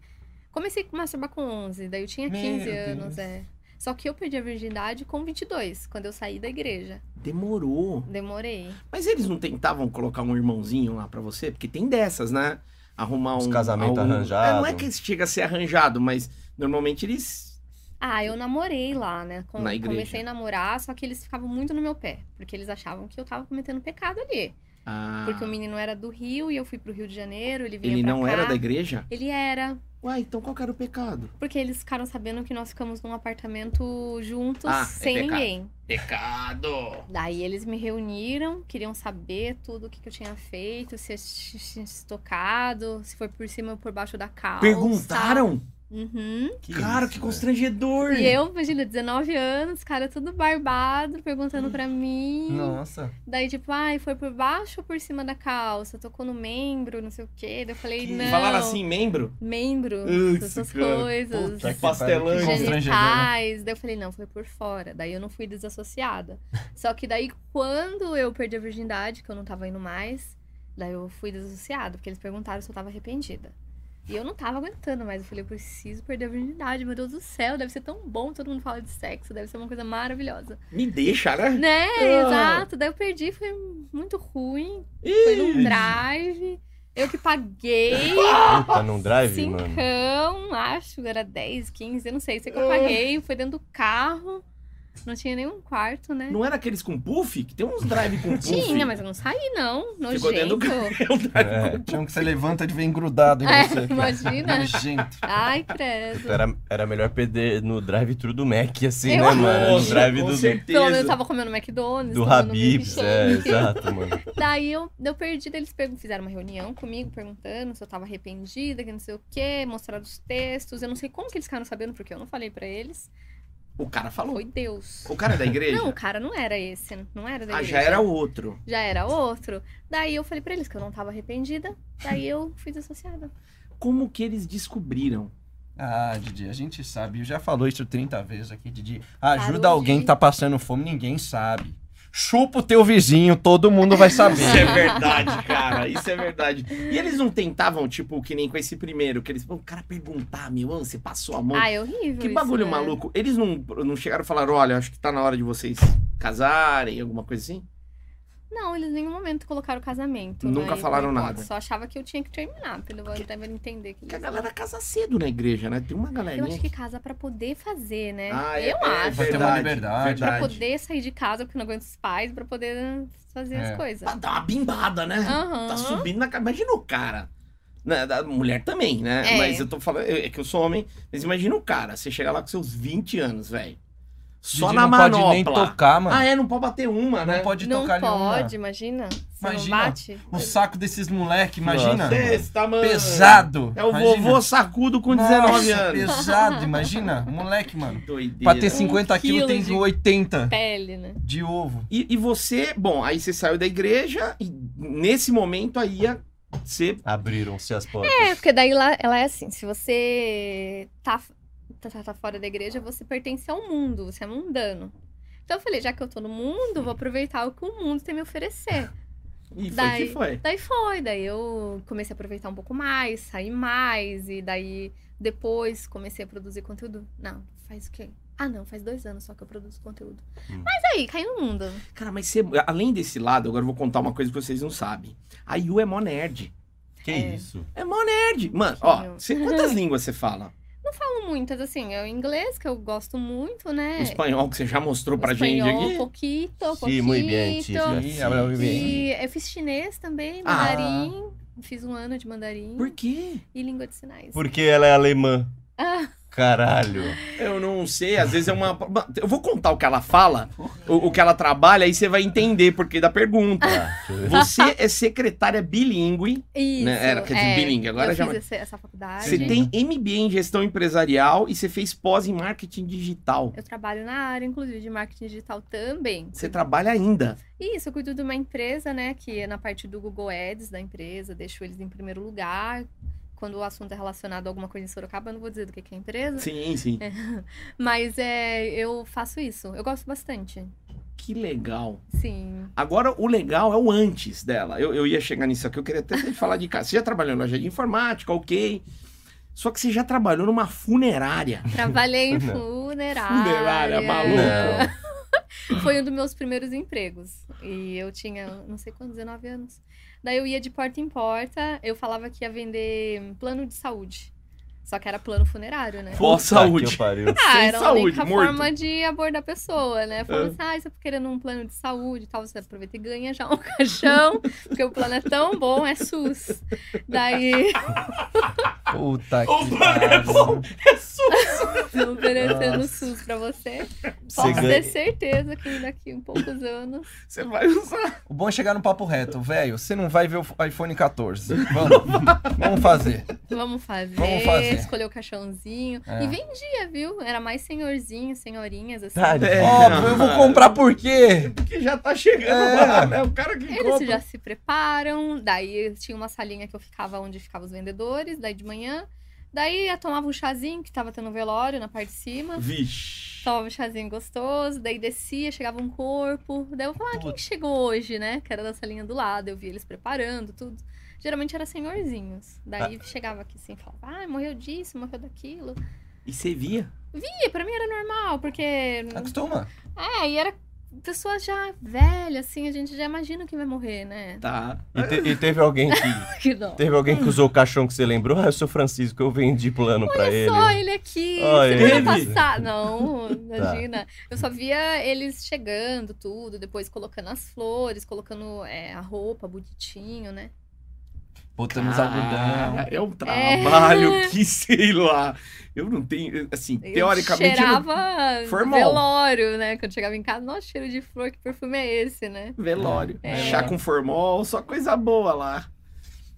[SPEAKER 4] Comecei a masturbar com 11, daí eu tinha
[SPEAKER 3] Meu
[SPEAKER 4] 15
[SPEAKER 3] Deus.
[SPEAKER 4] anos, é. Só que eu perdi a virgindade com 22, quando eu saí da igreja.
[SPEAKER 1] Demorou.
[SPEAKER 4] Demorei.
[SPEAKER 1] Mas eles não tentavam colocar um irmãozinho lá pra você? Porque tem dessas, né? Arrumar um.
[SPEAKER 2] Os casamento
[SPEAKER 1] algum-
[SPEAKER 2] arranjado.
[SPEAKER 1] É, não é que chega a ser arranjado, mas normalmente eles.
[SPEAKER 4] Ah, eu namorei lá, né? Com-
[SPEAKER 1] Na igreja.
[SPEAKER 4] Comecei a namorar, só que eles ficavam muito no meu pé. Porque eles achavam que eu tava cometendo pecado ali.
[SPEAKER 1] Ah,
[SPEAKER 4] Porque o menino era do Rio e eu fui pro Rio de Janeiro, ele vinha
[SPEAKER 1] ele
[SPEAKER 4] pra
[SPEAKER 1] não
[SPEAKER 4] cá.
[SPEAKER 1] era da igreja?
[SPEAKER 4] Ele era.
[SPEAKER 1] Uai, então qual que era o pecado?
[SPEAKER 4] Porque eles ficaram sabendo que nós ficamos num apartamento juntos,
[SPEAKER 1] Ah, é
[SPEAKER 4] sem
[SPEAKER 1] pecado.
[SPEAKER 4] ninguém.
[SPEAKER 1] Pecado!
[SPEAKER 4] Daí eles me reuniram, queriam saber tudo o que, que eu tinha feito, se eu t- tinha se tocado, se foi por cima ou por baixo da calça.
[SPEAKER 1] Perguntaram?
[SPEAKER 4] Uhum.
[SPEAKER 2] Que
[SPEAKER 1] cara,
[SPEAKER 2] isso,
[SPEAKER 1] que
[SPEAKER 2] velho.
[SPEAKER 1] constrangedor!
[SPEAKER 4] E eu, imagina, 19 anos, cara tudo barbado, perguntando pra
[SPEAKER 1] Hum.
[SPEAKER 4] mim.
[SPEAKER 5] Nossa.
[SPEAKER 4] Daí, tipo, ai, foi por baixo ou por cima da calça? Tocou no membro, não sei o quê. Daí eu falei,
[SPEAKER 1] Que-
[SPEAKER 4] não.
[SPEAKER 1] Falaram assim, membro?
[SPEAKER 4] Membro,
[SPEAKER 1] Putz,
[SPEAKER 4] essas
[SPEAKER 1] cara,
[SPEAKER 4] coisas.
[SPEAKER 1] Que pastelão,
[SPEAKER 3] pariu, que
[SPEAKER 1] hein?
[SPEAKER 3] constrangedor, né?
[SPEAKER 4] genitais. Daí eu falei, não, foi por fora. Daí eu não fui desassociada. Só que daí, quando eu perdi a virgindade, que eu não tava indo mais, daí eu fui desassociada, porque eles perguntaram se eu tava arrependida. E eu não tava aguentando mais. Eu falei, eu preciso perder a virgindade, meu Deus do céu, deve ser tão bom, todo mundo fala de sexo, deve ser uma coisa maravilhosa.
[SPEAKER 1] Me deixa, né?
[SPEAKER 4] Né?
[SPEAKER 1] Ah.
[SPEAKER 4] Exato. Daí eu perdi, foi muito ruim. Foi num drive. Eu que paguei.
[SPEAKER 3] Ah!
[SPEAKER 2] Puta, num drive, mano.
[SPEAKER 4] Cincão, acho, era 10, 15, eu não sei. Sei que eu
[SPEAKER 1] Ah.
[SPEAKER 4] paguei, foi dentro do carro. Não tinha nenhum quarto, né?
[SPEAKER 1] Não era aqueles com puff? Que tem uns drive com puff.
[SPEAKER 4] tinha, né, mas eu não saí, não.
[SPEAKER 1] Ficou dentro do
[SPEAKER 4] Nojento.
[SPEAKER 1] É um drive
[SPEAKER 2] É,
[SPEAKER 5] Tinha um que você levanta e vem grudado em
[SPEAKER 4] É,
[SPEAKER 5] você.
[SPEAKER 4] imagina.
[SPEAKER 5] Nojento.
[SPEAKER 4] Ai, credo.
[SPEAKER 2] É, era, era melhor perder no drive-thru do Mac, assim,
[SPEAKER 4] Eu
[SPEAKER 2] né,
[SPEAKER 4] acho.
[SPEAKER 2] mano? No
[SPEAKER 1] Nossa,
[SPEAKER 2] drive
[SPEAKER 1] com
[SPEAKER 2] do,
[SPEAKER 1] certeza.
[SPEAKER 4] Pelo menos eu tava comendo McDonald's.
[SPEAKER 2] do
[SPEAKER 4] tomando
[SPEAKER 2] Habibs, é,
[SPEAKER 4] milkshake.
[SPEAKER 2] exato, mano.
[SPEAKER 4] Daí eu, eu perdi, daí eles pergun- fizeram uma reunião comigo, perguntando se eu tava arrependida, que não sei o quê, mostraram os textos. Eu não sei como que eles ficaram sabendo, porque eu não falei pra eles.
[SPEAKER 1] O cara falou.
[SPEAKER 4] Foi Deus.
[SPEAKER 1] O cara é da igreja?
[SPEAKER 4] Não, o cara não era esse, não era
[SPEAKER 1] ah,
[SPEAKER 4] da
[SPEAKER 1] já
[SPEAKER 4] igreja.
[SPEAKER 1] era o outro.
[SPEAKER 4] já era outro. Daí eu falei pra eles que eu não tava arrependida. Daí eu fui desassociada.
[SPEAKER 1] Como que eles descobriram?
[SPEAKER 5] Ah, Didi, a gente
[SPEAKER 3] Ah,
[SPEAKER 5] sabe. Eu já falou isso 30 vezes aqui, Didi. Ajuda
[SPEAKER 4] Parou
[SPEAKER 5] alguém
[SPEAKER 4] de-
[SPEAKER 5] que tá passando fome, ninguém sabe. chupa o teu vizinho, todo mundo vai
[SPEAKER 1] Isso
[SPEAKER 5] saber.
[SPEAKER 1] é verdade, cara. Isso é verdade. E eles não tentavam, tipo, que nem com esse primeiro, que eles. O cara perguntar, meu, ô, você passou a mão.
[SPEAKER 4] Ah, é horrível.
[SPEAKER 1] que
[SPEAKER 4] isso,
[SPEAKER 1] bagulho
[SPEAKER 4] né?
[SPEAKER 1] maluco. Eles não, não chegaram e falaram: olha, acho que tá na hora de vocês casarem, alguma coisa assim?
[SPEAKER 4] Não, eles em nenhum momento colocaram casamento.
[SPEAKER 1] Nunca
[SPEAKER 4] né,
[SPEAKER 1] falaram
[SPEAKER 4] na
[SPEAKER 1] nada.
[SPEAKER 4] hipótese, Só achava que eu tinha que terminar, pelo menos deve entender que.
[SPEAKER 1] Porque a galera casa cedo na igreja, né? Tem uma
[SPEAKER 4] Eu
[SPEAKER 1] galerinha.
[SPEAKER 4] acho que casa pra poder fazer, né?
[SPEAKER 1] Ah, é-
[SPEAKER 4] eu
[SPEAKER 1] é
[SPEAKER 4] acho.
[SPEAKER 3] Pra ter uma liberdade.
[SPEAKER 4] Pra
[SPEAKER 1] verdade.
[SPEAKER 4] poder sair de casa, porque não aguento os pais, pra poder fazer
[SPEAKER 3] É.
[SPEAKER 4] as coisas.
[SPEAKER 1] Pra dar uma bimbada, né?
[SPEAKER 4] Aham.
[SPEAKER 1] Tá subindo na cabeça. Imagina o cara. Na, da mulher também, né?
[SPEAKER 4] É.
[SPEAKER 1] Mas eu tô falando, eu- é que eu sou homem, mas imagina o cara, você chegar lá com seus 20 anos, velho. Só
[SPEAKER 3] Didi
[SPEAKER 1] na
[SPEAKER 3] não
[SPEAKER 1] manopla.
[SPEAKER 3] pode nem tocar, mano.
[SPEAKER 1] Ah, é, não pode bater uma, né?
[SPEAKER 3] Não pode
[SPEAKER 4] não
[SPEAKER 3] tocar
[SPEAKER 4] pode,
[SPEAKER 3] nenhuma.
[SPEAKER 4] imagina. Se
[SPEAKER 3] Imagina.
[SPEAKER 4] não bate.
[SPEAKER 3] O saco desses moleque, imagina.
[SPEAKER 1] Desse tamanho.
[SPEAKER 3] Pesado.
[SPEAKER 1] É o
[SPEAKER 3] imagina.
[SPEAKER 1] vovô sacudo com
[SPEAKER 3] Nossa,
[SPEAKER 1] 19 anos. um
[SPEAKER 3] pesado, imagina. Moleque, mano.
[SPEAKER 1] Que doideira.
[SPEAKER 3] Pra ter 50 quilos
[SPEAKER 4] quilo
[SPEAKER 3] tem
[SPEAKER 4] de-
[SPEAKER 3] 80
[SPEAKER 4] Pele, né?
[SPEAKER 3] de ovo.
[SPEAKER 1] E, e você, bom, aí você saiu da igreja e nesse momento aí ia ser.
[SPEAKER 2] Abriram-se as portas.
[SPEAKER 4] É, porque daí lá, ela é assim, se você tá, tá, tá fora da igreja, você pertence ao mundo, você é mundano. Então eu falei, já que eu tô no mundo, vou aproveitar o que o mundo tem a me oferecer.
[SPEAKER 1] E foi
[SPEAKER 4] Daí-
[SPEAKER 1] que foi.
[SPEAKER 4] Daí foi, daí eu comecei a aproveitar um pouco mais, sair mais, e daí depois comecei a produzir conteúdo. Não, faz o quê? Ah, não, faz dois anos só que eu produzo conteúdo.
[SPEAKER 2] Hum.
[SPEAKER 4] Mas aí, caiu no mundo.
[SPEAKER 1] Cara, mas você, além desse lado, agora eu vou contar uma coisa que vocês não sabem. A Yu é mó nerd.
[SPEAKER 2] Que
[SPEAKER 4] É.
[SPEAKER 2] isso?
[SPEAKER 1] É mó nerd. Mano, ó, você- quantas línguas você fala?
[SPEAKER 4] Falo muitas, assim, é o inglês, que eu gosto muito,
[SPEAKER 1] O
[SPEAKER 4] né?
[SPEAKER 1] espanhol que você já mostrou
[SPEAKER 4] O
[SPEAKER 1] pra
[SPEAKER 4] espanhol, um
[SPEAKER 1] gente aqui?
[SPEAKER 4] Pouquito,
[SPEAKER 2] Sim,
[SPEAKER 4] pouquito.
[SPEAKER 2] muito bem, Tifra.
[SPEAKER 5] Ih, Abraão, muito bem.
[SPEAKER 4] E eu fiz chinês também,
[SPEAKER 1] Ah.
[SPEAKER 4] mandarim. Fiz um ano de mandarim
[SPEAKER 1] Por quê?
[SPEAKER 4] e língua de sinais.
[SPEAKER 2] Porque ela é alemã.
[SPEAKER 4] Ah.
[SPEAKER 2] Caralho.
[SPEAKER 1] Eu não sei, às vezes é uma. Eu vou contar o que ela fala, o, o que ela trabalha, aí você vai entender porque da pergunta.
[SPEAKER 2] Tá, deixa eu ver.
[SPEAKER 1] Você é secretária bilíngue,
[SPEAKER 4] Isso.
[SPEAKER 1] Né, era, quer dizer,
[SPEAKER 4] é.
[SPEAKER 1] bilingue, agora
[SPEAKER 4] eu
[SPEAKER 1] já-
[SPEAKER 4] Fiz essa, essa faculdade.
[SPEAKER 1] você tem MBA em gestão empresarial e você fez pós em marketing digital.
[SPEAKER 4] Eu trabalho na área, inclusive, de marketing digital também.
[SPEAKER 1] Você trabalha ainda.
[SPEAKER 4] Isso, eu cuido de uma empresa, né, que é na parte do Google Ads da empresa, deixo eles em primeiro lugar. Quando o assunto é relacionado a alguma coisa em Sorocaba, eu não vou dizer do que que é a empresa.
[SPEAKER 1] Sim, sim.
[SPEAKER 4] Mas é, eu faço isso. Eu gosto bastante.
[SPEAKER 1] Que legal.
[SPEAKER 4] Sim.
[SPEAKER 1] Agora, o legal é o antes dela. Eu, eu ia chegar nisso aqui, eu queria até falar de casa. Você já trabalhou em loja de informática, ok. Só que você já trabalhou numa funerária.
[SPEAKER 4] Trabalhei em
[SPEAKER 2] Não.
[SPEAKER 4] funerária.
[SPEAKER 1] Funerária, é maluco.
[SPEAKER 2] Não.
[SPEAKER 4] Foi um dos meus primeiros empregos. E eu tinha, não sei quantos, 19 anos. Daí eu ia de porta em porta, eu falava que ia vender plano de saúde. Só que era plano funerário, né?
[SPEAKER 1] Pô,
[SPEAKER 2] Puta
[SPEAKER 1] saúde.
[SPEAKER 2] que pariu.
[SPEAKER 4] Ah,
[SPEAKER 1] sem
[SPEAKER 4] era a
[SPEAKER 1] saúde,
[SPEAKER 4] única
[SPEAKER 1] morto. É.
[SPEAKER 4] forma de abordar a pessoa, né? Falando assim, ah, você tá querendo um plano de saúde e tal, você aproveita e ganha já um caixão, porque o plano é tão bom, é SUS. Daí,
[SPEAKER 5] Puta que
[SPEAKER 1] O plano é
[SPEAKER 5] pariu.
[SPEAKER 1] bom.
[SPEAKER 4] estão oferecendo o SUS pra você.
[SPEAKER 2] Você
[SPEAKER 4] Posso ter
[SPEAKER 2] ganha...
[SPEAKER 4] certeza que daqui a poucos anos.
[SPEAKER 1] Você vai usar.
[SPEAKER 5] O bom é chegar no papo reto, velho. Você não vai ver o iPhone 14. Vamos, vamos fazer.
[SPEAKER 4] Vamos fazer,
[SPEAKER 5] Vamos fazer.
[SPEAKER 4] escolher o caixãozinho.
[SPEAKER 5] É.
[SPEAKER 4] E vendia, viu? Era mais senhorzinho, senhorinhas, assim.
[SPEAKER 2] Tá,
[SPEAKER 1] É.
[SPEAKER 5] Óbvio, eu vou comprar por quê?
[SPEAKER 1] Porque já tá chegando
[SPEAKER 5] É.
[SPEAKER 1] lá, né? O cara que
[SPEAKER 4] Eles
[SPEAKER 1] compra.
[SPEAKER 4] já se preparam, daí tinha uma salinha que eu ficava onde ficavam os vendedores, daí de manhã. Daí eu tomava um chazinho, que tava tendo um velório na parte de cima.
[SPEAKER 1] Vixe.
[SPEAKER 4] Tomava um chazinho gostoso, daí descia, chegava um corpo. Daí eu falava, ah, quem que chegou hoje, né? Que era da salinha do lado, eu via eles preparando, tudo. Geralmente era senhorzinhos.
[SPEAKER 5] Ah.
[SPEAKER 4] Daí chegava aqui assim, falava, ah, morreu disso, morreu daquilo.
[SPEAKER 1] E você via?
[SPEAKER 4] E pra mim era normal, porque.
[SPEAKER 5] Acostuma.
[SPEAKER 4] É, e era pessoa já velha, assim, a gente já imagina que vai morrer, né?
[SPEAKER 1] Tá.
[SPEAKER 2] E, te- e teve alguém que...
[SPEAKER 4] Que dó.
[SPEAKER 2] Teve alguém que usou o caixão que você lembrou? Ah, eu sou Francisco, eu vendi plano pra ele. né?
[SPEAKER 4] Só ele aqui,
[SPEAKER 2] Olha Tá.
[SPEAKER 4] semana
[SPEAKER 1] ele.
[SPEAKER 4] passada. Não, imagina. Eu só via eles chegando, tudo, depois colocando as flores, colocando é, a roupa bonitinho, né?
[SPEAKER 5] Botamos algodão.
[SPEAKER 1] Cara, Ah, É um trabalho que, sei lá. Eu não tenho. Assim,
[SPEAKER 4] Eu
[SPEAKER 1] teoricamente. eu não-
[SPEAKER 4] Cheirava
[SPEAKER 1] formal.
[SPEAKER 4] velório, né? Quando chegava em casa, nossa, cheiro de flor, que perfume é esse, né?
[SPEAKER 1] Velório.
[SPEAKER 4] É.
[SPEAKER 1] Chá com formol, só coisa boa lá.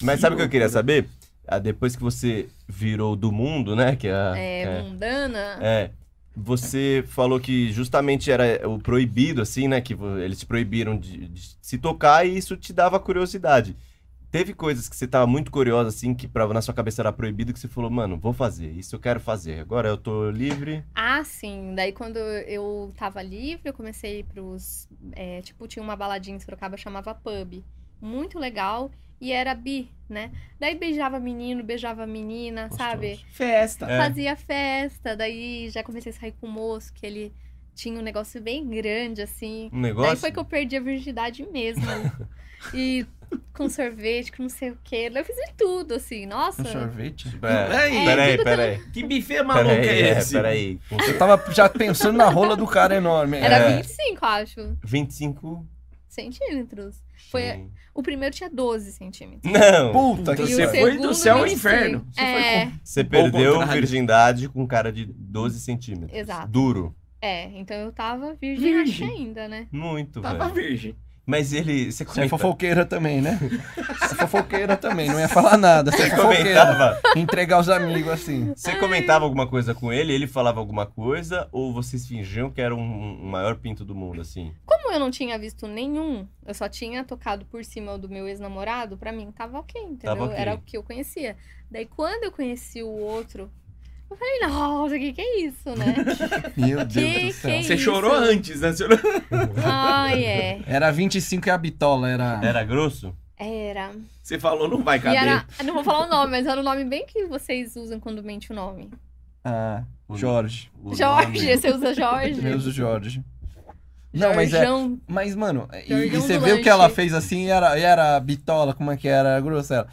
[SPEAKER 2] Mas sabe o que eu queria
[SPEAKER 1] loucura.
[SPEAKER 2] saber? Ah, depois que você virou do mundo, né? Que a,
[SPEAKER 4] É,
[SPEAKER 2] é,
[SPEAKER 4] mundana.
[SPEAKER 2] É. Você falou que justamente era o proibido, assim, né? Que vo- eles te proibiram de, de se tocar e isso te dava curiosidade. Teve coisas que você tava muito curiosa, assim, que pra, na sua cabeça era proibido, que você falou, mano, vou fazer, isso eu quero fazer. Agora eu tô livre.
[SPEAKER 4] Ah, sim. Daí quando eu tava livre, eu comecei a ir pros. é, tipo, tinha uma baladinha em Sorocaba, chamava Pub. Muito legal. E era bi, né? Daí beijava menino, beijava menina, sabe?
[SPEAKER 1] Festa.
[SPEAKER 2] É.
[SPEAKER 4] Fazia festa. Daí já comecei a sair com o moço, que ele tinha um negócio bem grande, assim.
[SPEAKER 2] Um negócio.
[SPEAKER 4] Daí foi que eu perdi a virgindade mesmo. e com sorvete, com não sei o quê. Eu fiz de tudo, assim. Nossa.
[SPEAKER 5] Um sorvete?
[SPEAKER 2] É,
[SPEAKER 1] Peraí,
[SPEAKER 2] peraí, peraí.
[SPEAKER 1] Que buffet maluco
[SPEAKER 2] Peraí,
[SPEAKER 1] é
[SPEAKER 2] é,
[SPEAKER 1] esse?
[SPEAKER 2] peraí. Com
[SPEAKER 5] Eu tava já pensando na rola do cara enorme.
[SPEAKER 4] Era
[SPEAKER 5] É.
[SPEAKER 4] 25, acho,
[SPEAKER 2] 25
[SPEAKER 4] centímetros. Foi-
[SPEAKER 2] Sim.
[SPEAKER 4] O primeiro tinha 12 centímetros.
[SPEAKER 2] Não!
[SPEAKER 5] Puta que
[SPEAKER 1] Então
[SPEAKER 4] E o
[SPEAKER 1] você
[SPEAKER 5] pariu.
[SPEAKER 1] foi do
[SPEAKER 4] segundo,
[SPEAKER 1] céu ao
[SPEAKER 4] 25.
[SPEAKER 1] inferno. Você foi
[SPEAKER 4] é,
[SPEAKER 2] Você
[SPEAKER 1] Ou
[SPEAKER 2] perdeu
[SPEAKER 1] contrário.
[SPEAKER 2] virgindade com cara de 12 centímetros.
[SPEAKER 4] Exato.
[SPEAKER 2] Duro.
[SPEAKER 4] é, então eu tava virgem,
[SPEAKER 1] Virgem.
[SPEAKER 4] ainda, né?
[SPEAKER 2] Muito,
[SPEAKER 1] Tava
[SPEAKER 2] velho.
[SPEAKER 1] virgem.
[SPEAKER 2] Mas ele.
[SPEAKER 5] Você
[SPEAKER 2] Você
[SPEAKER 5] é
[SPEAKER 2] comenta-
[SPEAKER 5] fofoqueira também, né? Você é fofoqueira também, não ia falar nada. Você é
[SPEAKER 2] Você
[SPEAKER 5] fofoqueira.
[SPEAKER 2] comentava,
[SPEAKER 5] Entregar os amigos assim.
[SPEAKER 2] você comentava alguma coisa com ele, ele falava alguma coisa, ou vocês fingiam que era um, um maior pinto do mundo, assim?
[SPEAKER 4] Como eu não tinha visto nenhum, eu só tinha tocado por cima do meu ex-namorado, pra mim tava ok, entendeu?
[SPEAKER 2] Tava ok.
[SPEAKER 4] Era o que eu conhecia. Daí quando eu conheci o outro, eu falei, nossa, que que é isso, né?
[SPEAKER 5] Meu Deus do
[SPEAKER 4] que que é
[SPEAKER 5] céu.
[SPEAKER 1] Você
[SPEAKER 4] isso?
[SPEAKER 1] chorou antes, né? Você chorou-
[SPEAKER 4] Ai, é.
[SPEAKER 5] Era 25 e a bitola era.
[SPEAKER 2] Era grosso?
[SPEAKER 4] Era.
[SPEAKER 1] Você falou, não vai
[SPEAKER 4] E
[SPEAKER 1] caber.
[SPEAKER 4] era. Não vou falar o nome, mas era o nome bem que vocês usam quando mente o nome.
[SPEAKER 5] Ah, Jorge.
[SPEAKER 2] O
[SPEAKER 4] Jorge,
[SPEAKER 2] nome-
[SPEAKER 4] você usa Jorge.
[SPEAKER 5] Deus do Jorge. Não, mas é.
[SPEAKER 4] Jorjão.
[SPEAKER 5] Mas, mano, e,
[SPEAKER 4] Jorgão
[SPEAKER 5] e você
[SPEAKER 4] é um do
[SPEAKER 5] viu
[SPEAKER 4] lanche.
[SPEAKER 5] que ela fez assim e era, e era bitola, como é que era? Era grossa ela.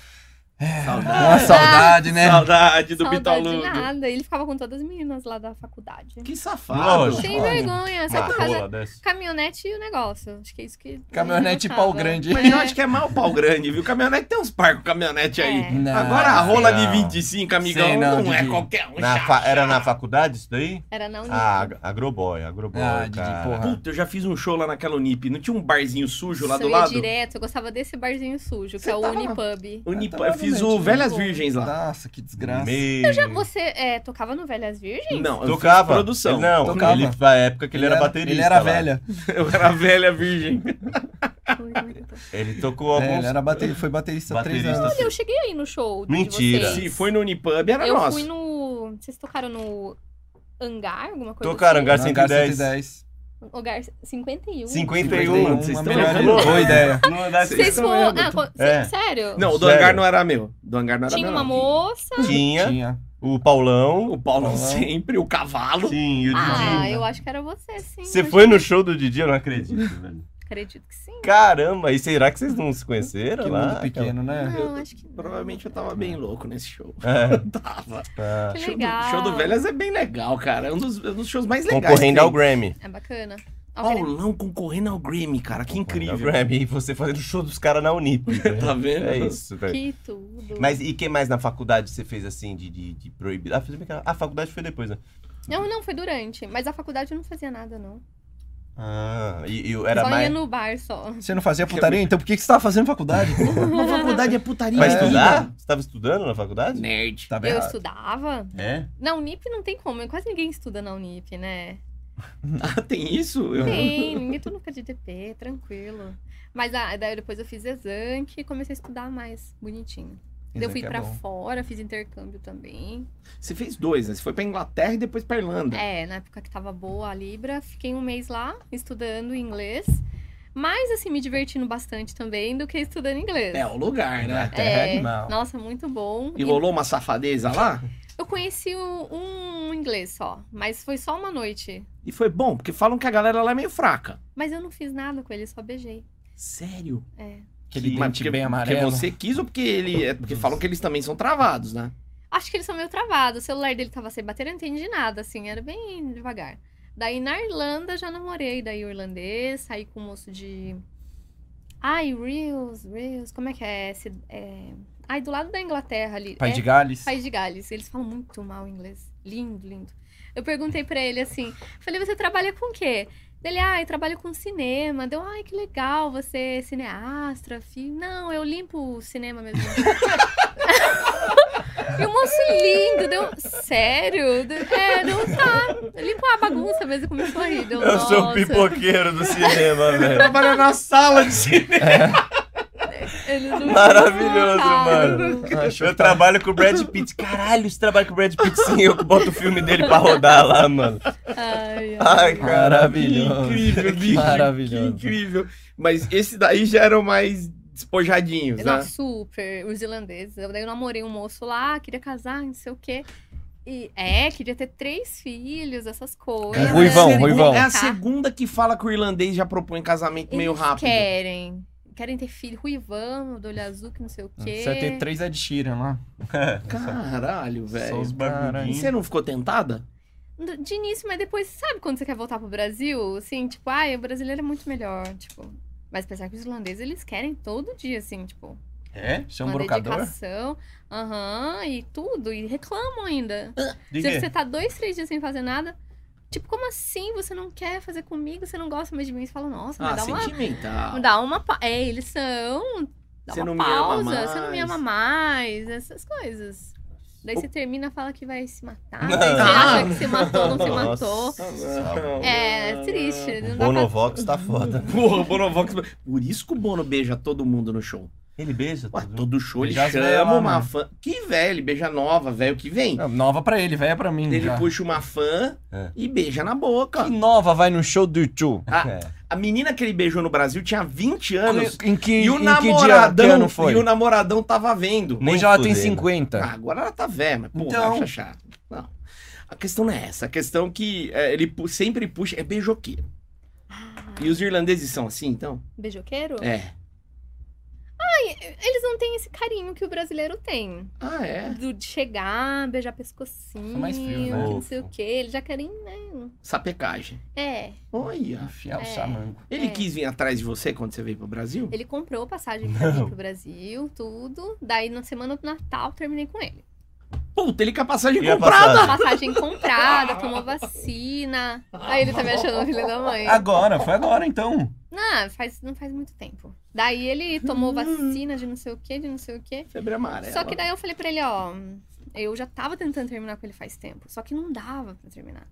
[SPEAKER 1] Saudade,
[SPEAKER 5] Uma saudade,
[SPEAKER 2] É.
[SPEAKER 5] né?
[SPEAKER 1] Ah, saudade do
[SPEAKER 4] Saudade de
[SPEAKER 1] Bitaludo.
[SPEAKER 4] nada. Ele ficava com todas as meninas lá da faculdade.
[SPEAKER 1] Que safado.
[SPEAKER 2] Lógico.
[SPEAKER 4] Sem
[SPEAKER 5] olha.
[SPEAKER 4] vergonha, só
[SPEAKER 2] Uma
[SPEAKER 4] por causa
[SPEAKER 2] rola dessa.
[SPEAKER 4] caminhonete e o negócio. Acho que é isso que.
[SPEAKER 5] Caminhonete e pau grande.
[SPEAKER 1] Mas eu acho que é mal pau grande, viu? Caminhonete tem uns parcos caminhonete aí.
[SPEAKER 4] É.
[SPEAKER 5] Não,
[SPEAKER 1] Agora a rola de
[SPEAKER 2] não.
[SPEAKER 1] 25, amigão,
[SPEAKER 5] Sei
[SPEAKER 1] não,
[SPEAKER 5] não,
[SPEAKER 1] é
[SPEAKER 5] Didi.
[SPEAKER 1] qualquer um.
[SPEAKER 2] Na
[SPEAKER 1] chapa.
[SPEAKER 2] fa- Era na faculdade isso daí?
[SPEAKER 4] Era na Unicamp.
[SPEAKER 2] Ah, ag- agroboy, agroboy,
[SPEAKER 5] Ah, Didi,
[SPEAKER 2] cara.
[SPEAKER 5] porra.
[SPEAKER 1] Puta, eu já fiz um show lá naquela Unip. Não tinha um barzinho sujo lá
[SPEAKER 4] Nossa,
[SPEAKER 1] do
[SPEAKER 4] eu ia
[SPEAKER 1] lado?
[SPEAKER 4] é direto, eu gostava desse barzinho sujo, que
[SPEAKER 1] Você
[SPEAKER 4] é o
[SPEAKER 1] tava lá.
[SPEAKER 4] Unipub.
[SPEAKER 1] Unip...
[SPEAKER 5] Ah, tá
[SPEAKER 1] eu fiz o
[SPEAKER 5] novamente,
[SPEAKER 1] Velhas
[SPEAKER 4] né?
[SPEAKER 1] Virgens lá.
[SPEAKER 5] Nossa, que desgraça.
[SPEAKER 2] Meu... Eu já
[SPEAKER 4] Você é, tocava no Velhas Virgens?
[SPEAKER 1] Não, eu
[SPEAKER 2] Tocava.
[SPEAKER 1] fiz produção.
[SPEAKER 2] Ele- não,
[SPEAKER 5] Tocava.
[SPEAKER 2] ele foi a época que ele, era baterista.
[SPEAKER 5] Ele era
[SPEAKER 2] lá.
[SPEAKER 5] velha.
[SPEAKER 1] Eu era velha virgem.
[SPEAKER 2] Ele tocou
[SPEAKER 5] É,
[SPEAKER 2] alguns.
[SPEAKER 5] ele era bate... foi baterista, há três
[SPEAKER 2] Baterista.
[SPEAKER 5] anos.
[SPEAKER 4] Olha, eu cheguei aí no show de
[SPEAKER 2] Mentira.
[SPEAKER 4] vocês.
[SPEAKER 1] Se foi no Unipub, era
[SPEAKER 4] eu
[SPEAKER 1] nosso.
[SPEAKER 4] fui no. Vocês tocaram no hangar, alguma coisa
[SPEAKER 2] Tocaram
[SPEAKER 4] assim?
[SPEAKER 5] No hangar
[SPEAKER 2] Hangar 110.
[SPEAKER 5] 110.
[SPEAKER 4] Lugar 51.
[SPEAKER 2] 51.
[SPEAKER 1] Vocês
[SPEAKER 5] Uma
[SPEAKER 1] estão
[SPEAKER 5] melhor-
[SPEAKER 1] loucos?
[SPEAKER 5] Boa ideia.
[SPEAKER 2] Não dá-
[SPEAKER 1] Vocês
[SPEAKER 4] Vocês
[SPEAKER 1] estão
[SPEAKER 4] foram.
[SPEAKER 1] vendo?
[SPEAKER 4] Ah, co-
[SPEAKER 2] É.
[SPEAKER 4] Sério?
[SPEAKER 1] Não, o do
[SPEAKER 2] Sério?
[SPEAKER 1] hangar não era meu. Do hangar não era
[SPEAKER 4] Tinha um
[SPEAKER 1] meu.
[SPEAKER 4] uma
[SPEAKER 1] não.
[SPEAKER 4] moça.
[SPEAKER 2] Tinha
[SPEAKER 5] Tinha.
[SPEAKER 2] o Paulão.
[SPEAKER 1] O
[SPEAKER 5] Paulão.
[SPEAKER 1] Paulão sempre, o cavalo.
[SPEAKER 2] Uhum. Sim, e o
[SPEAKER 4] Ah,
[SPEAKER 2] Didi.
[SPEAKER 4] eu acho que era você, sim.
[SPEAKER 2] Você
[SPEAKER 4] Eu
[SPEAKER 2] foi no show do Didi? Eu não acredito, velho.
[SPEAKER 4] Acredito que sim.
[SPEAKER 2] Caramba, e será que vocês não se conheceram
[SPEAKER 5] Que
[SPEAKER 2] lá?
[SPEAKER 5] mundo pequeno, né?
[SPEAKER 4] Não, acho que não.
[SPEAKER 1] Provavelmente eu tava bem louco nesse show.
[SPEAKER 2] É,
[SPEAKER 1] Tava.
[SPEAKER 2] tá.
[SPEAKER 4] Que
[SPEAKER 1] Show do,
[SPEAKER 4] legal.
[SPEAKER 1] show do Velhas é bem legal, cara. É um dos, é um dos shows mais legais.
[SPEAKER 2] Concorrendo ao
[SPEAKER 1] Grammy.
[SPEAKER 2] Grammy.
[SPEAKER 4] É bacana.
[SPEAKER 1] Paulão concorrendo ao Grammy, cara. Que
[SPEAKER 2] Ao
[SPEAKER 1] incrível.
[SPEAKER 2] Grammy, e você fazendo show dos caras na Unip. velho.
[SPEAKER 1] Tá vendo?
[SPEAKER 2] É isso, velho.
[SPEAKER 4] Que tudo.
[SPEAKER 2] Mas e que mais na faculdade você fez assim, de, de, de proibir? Ah, fez bem que a- a faculdade foi depois, né?
[SPEAKER 4] Não, não, foi durante. Mas a faculdade eu não fazia nada, não.
[SPEAKER 2] Ah, e, e eu era
[SPEAKER 4] só ia
[SPEAKER 2] mais.
[SPEAKER 4] no bar só.
[SPEAKER 5] Você não fazia putaria? Então por que que você tava fazendo faculdade?
[SPEAKER 1] Uma faculdade é putaria.
[SPEAKER 2] Pra
[SPEAKER 1] né?
[SPEAKER 2] estudar? Você tava estudando na faculdade?
[SPEAKER 1] Nerd.
[SPEAKER 5] Tava
[SPEAKER 4] Eu
[SPEAKER 5] Tá errado.
[SPEAKER 4] estudava.
[SPEAKER 2] É?
[SPEAKER 4] Na Unip não tem como. Quase ninguém estuda na Unip, né?
[SPEAKER 1] Ah, tem isso? Eu-
[SPEAKER 4] Tem, ninguém tudo fica de DP, tranquilo. Mas ah, daí depois eu fiz Exanc e comecei a estudar mais bonitinho. Daí eu
[SPEAKER 5] Exanc
[SPEAKER 4] fui
[SPEAKER 5] é
[SPEAKER 4] pra
[SPEAKER 5] bom.
[SPEAKER 4] fora, fiz intercâmbio também.
[SPEAKER 1] Você fez dois, né? Você foi pra Inglaterra e depois pra Irlanda.
[SPEAKER 4] É, na época que tava boa a Libra, fiquei um mês lá estudando inglês. Mas assim, me divertindo bastante também do que estudando inglês.
[SPEAKER 1] É o lugar, né?
[SPEAKER 5] Terra animal.
[SPEAKER 4] Nossa, muito bom.
[SPEAKER 1] E rolou uma safadeza lá?
[SPEAKER 4] Eu conheci o- um inglês só, mas foi só uma noite.
[SPEAKER 1] E foi bom, porque falam que a galera lá é meio fraca.
[SPEAKER 4] Mas eu não fiz nada com ele, só beijei.
[SPEAKER 1] Sério?
[SPEAKER 4] É.
[SPEAKER 5] Aquele
[SPEAKER 1] Mas
[SPEAKER 5] dente
[SPEAKER 1] porque-
[SPEAKER 5] bem
[SPEAKER 1] Porque
[SPEAKER 5] amarelo.
[SPEAKER 1] você quis ou porque ele. É porque falam que eles também são travados, né?
[SPEAKER 4] Acho que eles são meio travados. O celular dele tava sem bateria, não entendi nada, assim, era bem devagar. Daí na Irlanda já namorei, daí o irlandês, saí com um moço de. Ai, Reels, Reels, como é que é? esse- é... Ai, do lado da Inglaterra ali.
[SPEAKER 5] Pai
[SPEAKER 4] é...
[SPEAKER 5] de Gales.
[SPEAKER 4] País de Gales. Eles falam muito mal inglês. Lindo, lindo. Eu perguntei pra ele assim, falei, você trabalha com o quê? Ele, ah, eu trabalho com cinema. Deu, ai, que legal, você é cineastra, filho. Não, eu limpo o cinema mesmo. e o moço lindo, deu, sério? Deu, é, deu, tá. Eu limpo a bagunça mesmo, começou a rir. Deu,
[SPEAKER 2] Eu sou um o
[SPEAKER 4] "Nossa."
[SPEAKER 2] pipoqueiro do cinema, velho.
[SPEAKER 1] Trabalha na sala de cinema.
[SPEAKER 4] Eu Ele não
[SPEAKER 2] Maravilhoso,
[SPEAKER 4] Cara.
[SPEAKER 2] mano. Eu
[SPEAKER 3] tá.
[SPEAKER 2] trabalho com o Brad Pitt. Caralho, você trabalha com o Brad Pitt sim, eu que boto o filme dele pra rodar lá, mano.
[SPEAKER 4] Ai, ai.
[SPEAKER 2] Ai, cara.
[SPEAKER 5] Maravilhoso.
[SPEAKER 1] Que incrível, bicho.
[SPEAKER 5] maravilhoso.
[SPEAKER 1] Que incrível. Mas esse daí já eram mais despojadinhos,
[SPEAKER 4] Não,
[SPEAKER 5] é.
[SPEAKER 1] né?
[SPEAKER 4] super. Os irlandeses. Eu, daí eu namorei um moço lá, queria casar, não sei o quê. E, é, queria ter três filhos, essas coisas.
[SPEAKER 5] Um ruivão,
[SPEAKER 1] É a
[SPEAKER 5] ruivão.
[SPEAKER 1] É a segunda que fala que o irlandês já propõe casamento
[SPEAKER 4] Eles
[SPEAKER 1] meio rápido.
[SPEAKER 4] querem. Querem ter filho. Ruivão, do olho azul, que não sei o quê.
[SPEAKER 5] Ah, Você vai ter três Ed Sheeran lá.
[SPEAKER 1] Caralho,
[SPEAKER 2] Só os
[SPEAKER 1] velho. E
[SPEAKER 2] barbudinhos.
[SPEAKER 1] Você não ficou tentada?
[SPEAKER 4] Do- De início, mas depois, sabe quando você quer voltar pro Brasil? Assim, tipo, ai, o brasileiro é muito melhor, tipo. Mas apesar que os irlandeses, eles querem todo dia, assim, tipo,
[SPEAKER 5] É? Você é um
[SPEAKER 4] uma
[SPEAKER 5] brocador?
[SPEAKER 4] dedicação, aham, e tudo, e reclamam ainda. Se você tá dois, três dias sem fazer nada, tipo, como assim você não quer fazer comigo, você não gosta mais de mim? Você fala, nossa, mas
[SPEAKER 1] Ah,
[SPEAKER 4] dá uma...
[SPEAKER 1] sentimental.
[SPEAKER 4] Dá uma... pa- É, eles são... Dá
[SPEAKER 1] Você
[SPEAKER 4] uma
[SPEAKER 1] não me ama
[SPEAKER 4] pausa, você não me
[SPEAKER 1] mais.
[SPEAKER 4] ama mais, essas coisas. Daí você termina, fala que vai se matar, daí você
[SPEAKER 1] Ah.
[SPEAKER 4] acha que se matou, não se
[SPEAKER 2] Nossa.
[SPEAKER 4] matou. É, triste.
[SPEAKER 2] O
[SPEAKER 4] Não dá pra...
[SPEAKER 2] Bonovox tá foda.
[SPEAKER 1] Porra, o Bonovox. Por isso que o Bono beija todo mundo no show.
[SPEAKER 2] Ele beija,
[SPEAKER 1] Ué,
[SPEAKER 2] tudo.
[SPEAKER 1] todo show ele
[SPEAKER 5] Beija as velhas
[SPEAKER 1] chama
[SPEAKER 5] lá,
[SPEAKER 1] uma
[SPEAKER 5] mano.
[SPEAKER 1] fã. Que velho, ele beija nova, velho que vem.
[SPEAKER 5] Não, Nova pra ele, velha pra mim.
[SPEAKER 1] Ele
[SPEAKER 5] Hum, já.
[SPEAKER 1] puxa uma fã
[SPEAKER 2] É.
[SPEAKER 1] e beija na boca.
[SPEAKER 5] Que nova vai no show do YouTube?
[SPEAKER 1] Ah,
[SPEAKER 2] É.
[SPEAKER 1] A menina que ele beijou no Brasil tinha 20 anos.
[SPEAKER 5] Em que,
[SPEAKER 1] E o
[SPEAKER 5] em que dia que
[SPEAKER 1] namoradão.
[SPEAKER 5] ano foi?
[SPEAKER 1] E o namoradão tava vendo.
[SPEAKER 2] Nem
[SPEAKER 5] Hoje ela tem
[SPEAKER 2] fudendo.
[SPEAKER 5] 50.
[SPEAKER 1] Ah, agora ela tá velha, mas, pô,
[SPEAKER 5] Então.
[SPEAKER 1] acha chato. Não. A questão não é essa. A questão que é, ele pu- sempre puxa é beijoqueiro. E os irlandeses são assim, então?
[SPEAKER 4] Beijoqueiro?
[SPEAKER 1] É.
[SPEAKER 4] Eles não têm esse carinho que o brasileiro tem.
[SPEAKER 1] Ah, é.
[SPEAKER 4] Do, de chegar, beijar pescocinho,
[SPEAKER 5] São mais frios, né?
[SPEAKER 4] que não sei o quê. Eles já querem, né?
[SPEAKER 1] Sapecagem.
[SPEAKER 4] É.
[SPEAKER 1] Olha.
[SPEAKER 5] Enfiar o
[SPEAKER 4] É.
[SPEAKER 5] samango.
[SPEAKER 1] Ele
[SPEAKER 4] É.
[SPEAKER 1] quis vir atrás de você quando você veio pro Brasil?
[SPEAKER 4] Ele comprou passagem pra mim pro Brasil, tudo. Daí na semana do Natal terminei com ele.
[SPEAKER 1] Puta, ele com a passagem
[SPEAKER 2] E a
[SPEAKER 1] comprada.
[SPEAKER 2] passagem?
[SPEAKER 4] Passagem comprada, tomou vacina. Aí ele tá me achando filho da mãe.
[SPEAKER 5] Agora, foi agora então.
[SPEAKER 4] Não, faz, não faz muito tempo. Daí ele tomou vacina de não sei o quê, de não sei o quê.
[SPEAKER 1] Febre amarela.
[SPEAKER 4] Só que daí eu falei pra ele, ó, eu já tava tentando terminar com ele faz tempo, só que não dava pra terminar.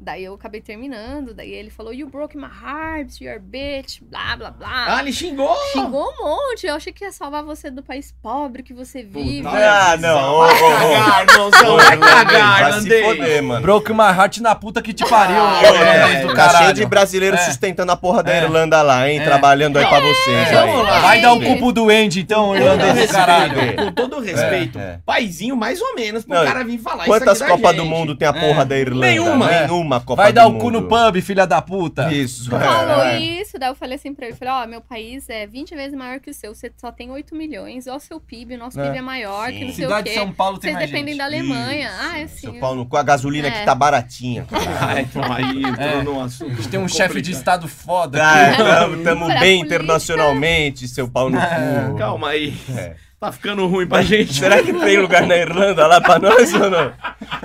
[SPEAKER 4] Daí eu acabei terminando, daí ele falou, you broke my heart, you're a bitch, blá, blá, blá.
[SPEAKER 1] Ah, ele xingou!
[SPEAKER 4] Xingou um monte, eu achei que ia salvar você do país pobre que você vive.
[SPEAKER 2] Ah, não. Ô, ô, ô.
[SPEAKER 1] Cagar, irmãozão, vai cagar,
[SPEAKER 2] Vai se
[SPEAKER 1] irlandês!
[SPEAKER 2] foder, mano.
[SPEAKER 5] Broke my heart na puta que te pariu,
[SPEAKER 1] Ah,
[SPEAKER 5] ô,
[SPEAKER 1] é,
[SPEAKER 5] irlandês do
[SPEAKER 2] É. tá cheio
[SPEAKER 5] caralho.
[SPEAKER 2] de brasileiro
[SPEAKER 5] É.
[SPEAKER 2] sustentando a porra da
[SPEAKER 5] É.
[SPEAKER 2] Irlanda lá, hein?
[SPEAKER 5] É.
[SPEAKER 2] Trabalhando aí pra vocês.
[SPEAKER 5] É.
[SPEAKER 2] aí.
[SPEAKER 1] Vamos lá.
[SPEAKER 5] Vai dar o cupo do Andy então,
[SPEAKER 1] Com todo
[SPEAKER 5] irlandês do
[SPEAKER 1] respeito,
[SPEAKER 5] caralho.
[SPEAKER 1] Com todo respeito,
[SPEAKER 2] É, é.
[SPEAKER 1] paizinho mais ou menos pro
[SPEAKER 2] Não,
[SPEAKER 1] cara vir falar
[SPEAKER 2] Quantas
[SPEAKER 1] isso aqui da
[SPEAKER 2] Copas do
[SPEAKER 1] gente.
[SPEAKER 2] Mundo tem a porra
[SPEAKER 5] É.
[SPEAKER 2] da Irlanda? né?
[SPEAKER 1] Nenhuma.
[SPEAKER 2] Nenhuma Copa
[SPEAKER 5] Vai
[SPEAKER 2] do
[SPEAKER 5] dar o
[SPEAKER 2] Mundo.
[SPEAKER 5] cu no pub, filha da puta.
[SPEAKER 2] Isso.
[SPEAKER 4] Falou
[SPEAKER 2] é.
[SPEAKER 4] isso, daí eu falei assim pra ele, falei, ó, meu país é 20 vezes maior que o seu, você só tem 8 milhões, ó o seu PIB, o nosso
[SPEAKER 5] É.
[SPEAKER 4] PIB é maior, que não sei
[SPEAKER 5] Cidade de
[SPEAKER 4] o quê.
[SPEAKER 5] São Paulo tem
[SPEAKER 4] Vocês
[SPEAKER 5] mais
[SPEAKER 4] dependem
[SPEAKER 5] gente.
[SPEAKER 4] da Alemanha.
[SPEAKER 2] Isso.
[SPEAKER 4] Ah, é assim.
[SPEAKER 2] Seu pau no cu, a gasolina
[SPEAKER 4] É.
[SPEAKER 2] que tá baratinha.
[SPEAKER 1] Ah, então aí entrou
[SPEAKER 5] É.
[SPEAKER 1] num assunto.
[SPEAKER 5] A gente tem um
[SPEAKER 1] complicado.
[SPEAKER 5] chefe de estado foda.
[SPEAKER 2] Ah, tamo, tamo
[SPEAKER 4] Pra
[SPEAKER 2] bem
[SPEAKER 4] política.
[SPEAKER 2] internacionalmente, seu pau
[SPEAKER 5] É.
[SPEAKER 2] no cu.
[SPEAKER 1] Calma aí.
[SPEAKER 2] É.
[SPEAKER 1] Tá ficando ruim pra gente. né?
[SPEAKER 2] Será que tem lugar na Irlanda lá pra nós ou não?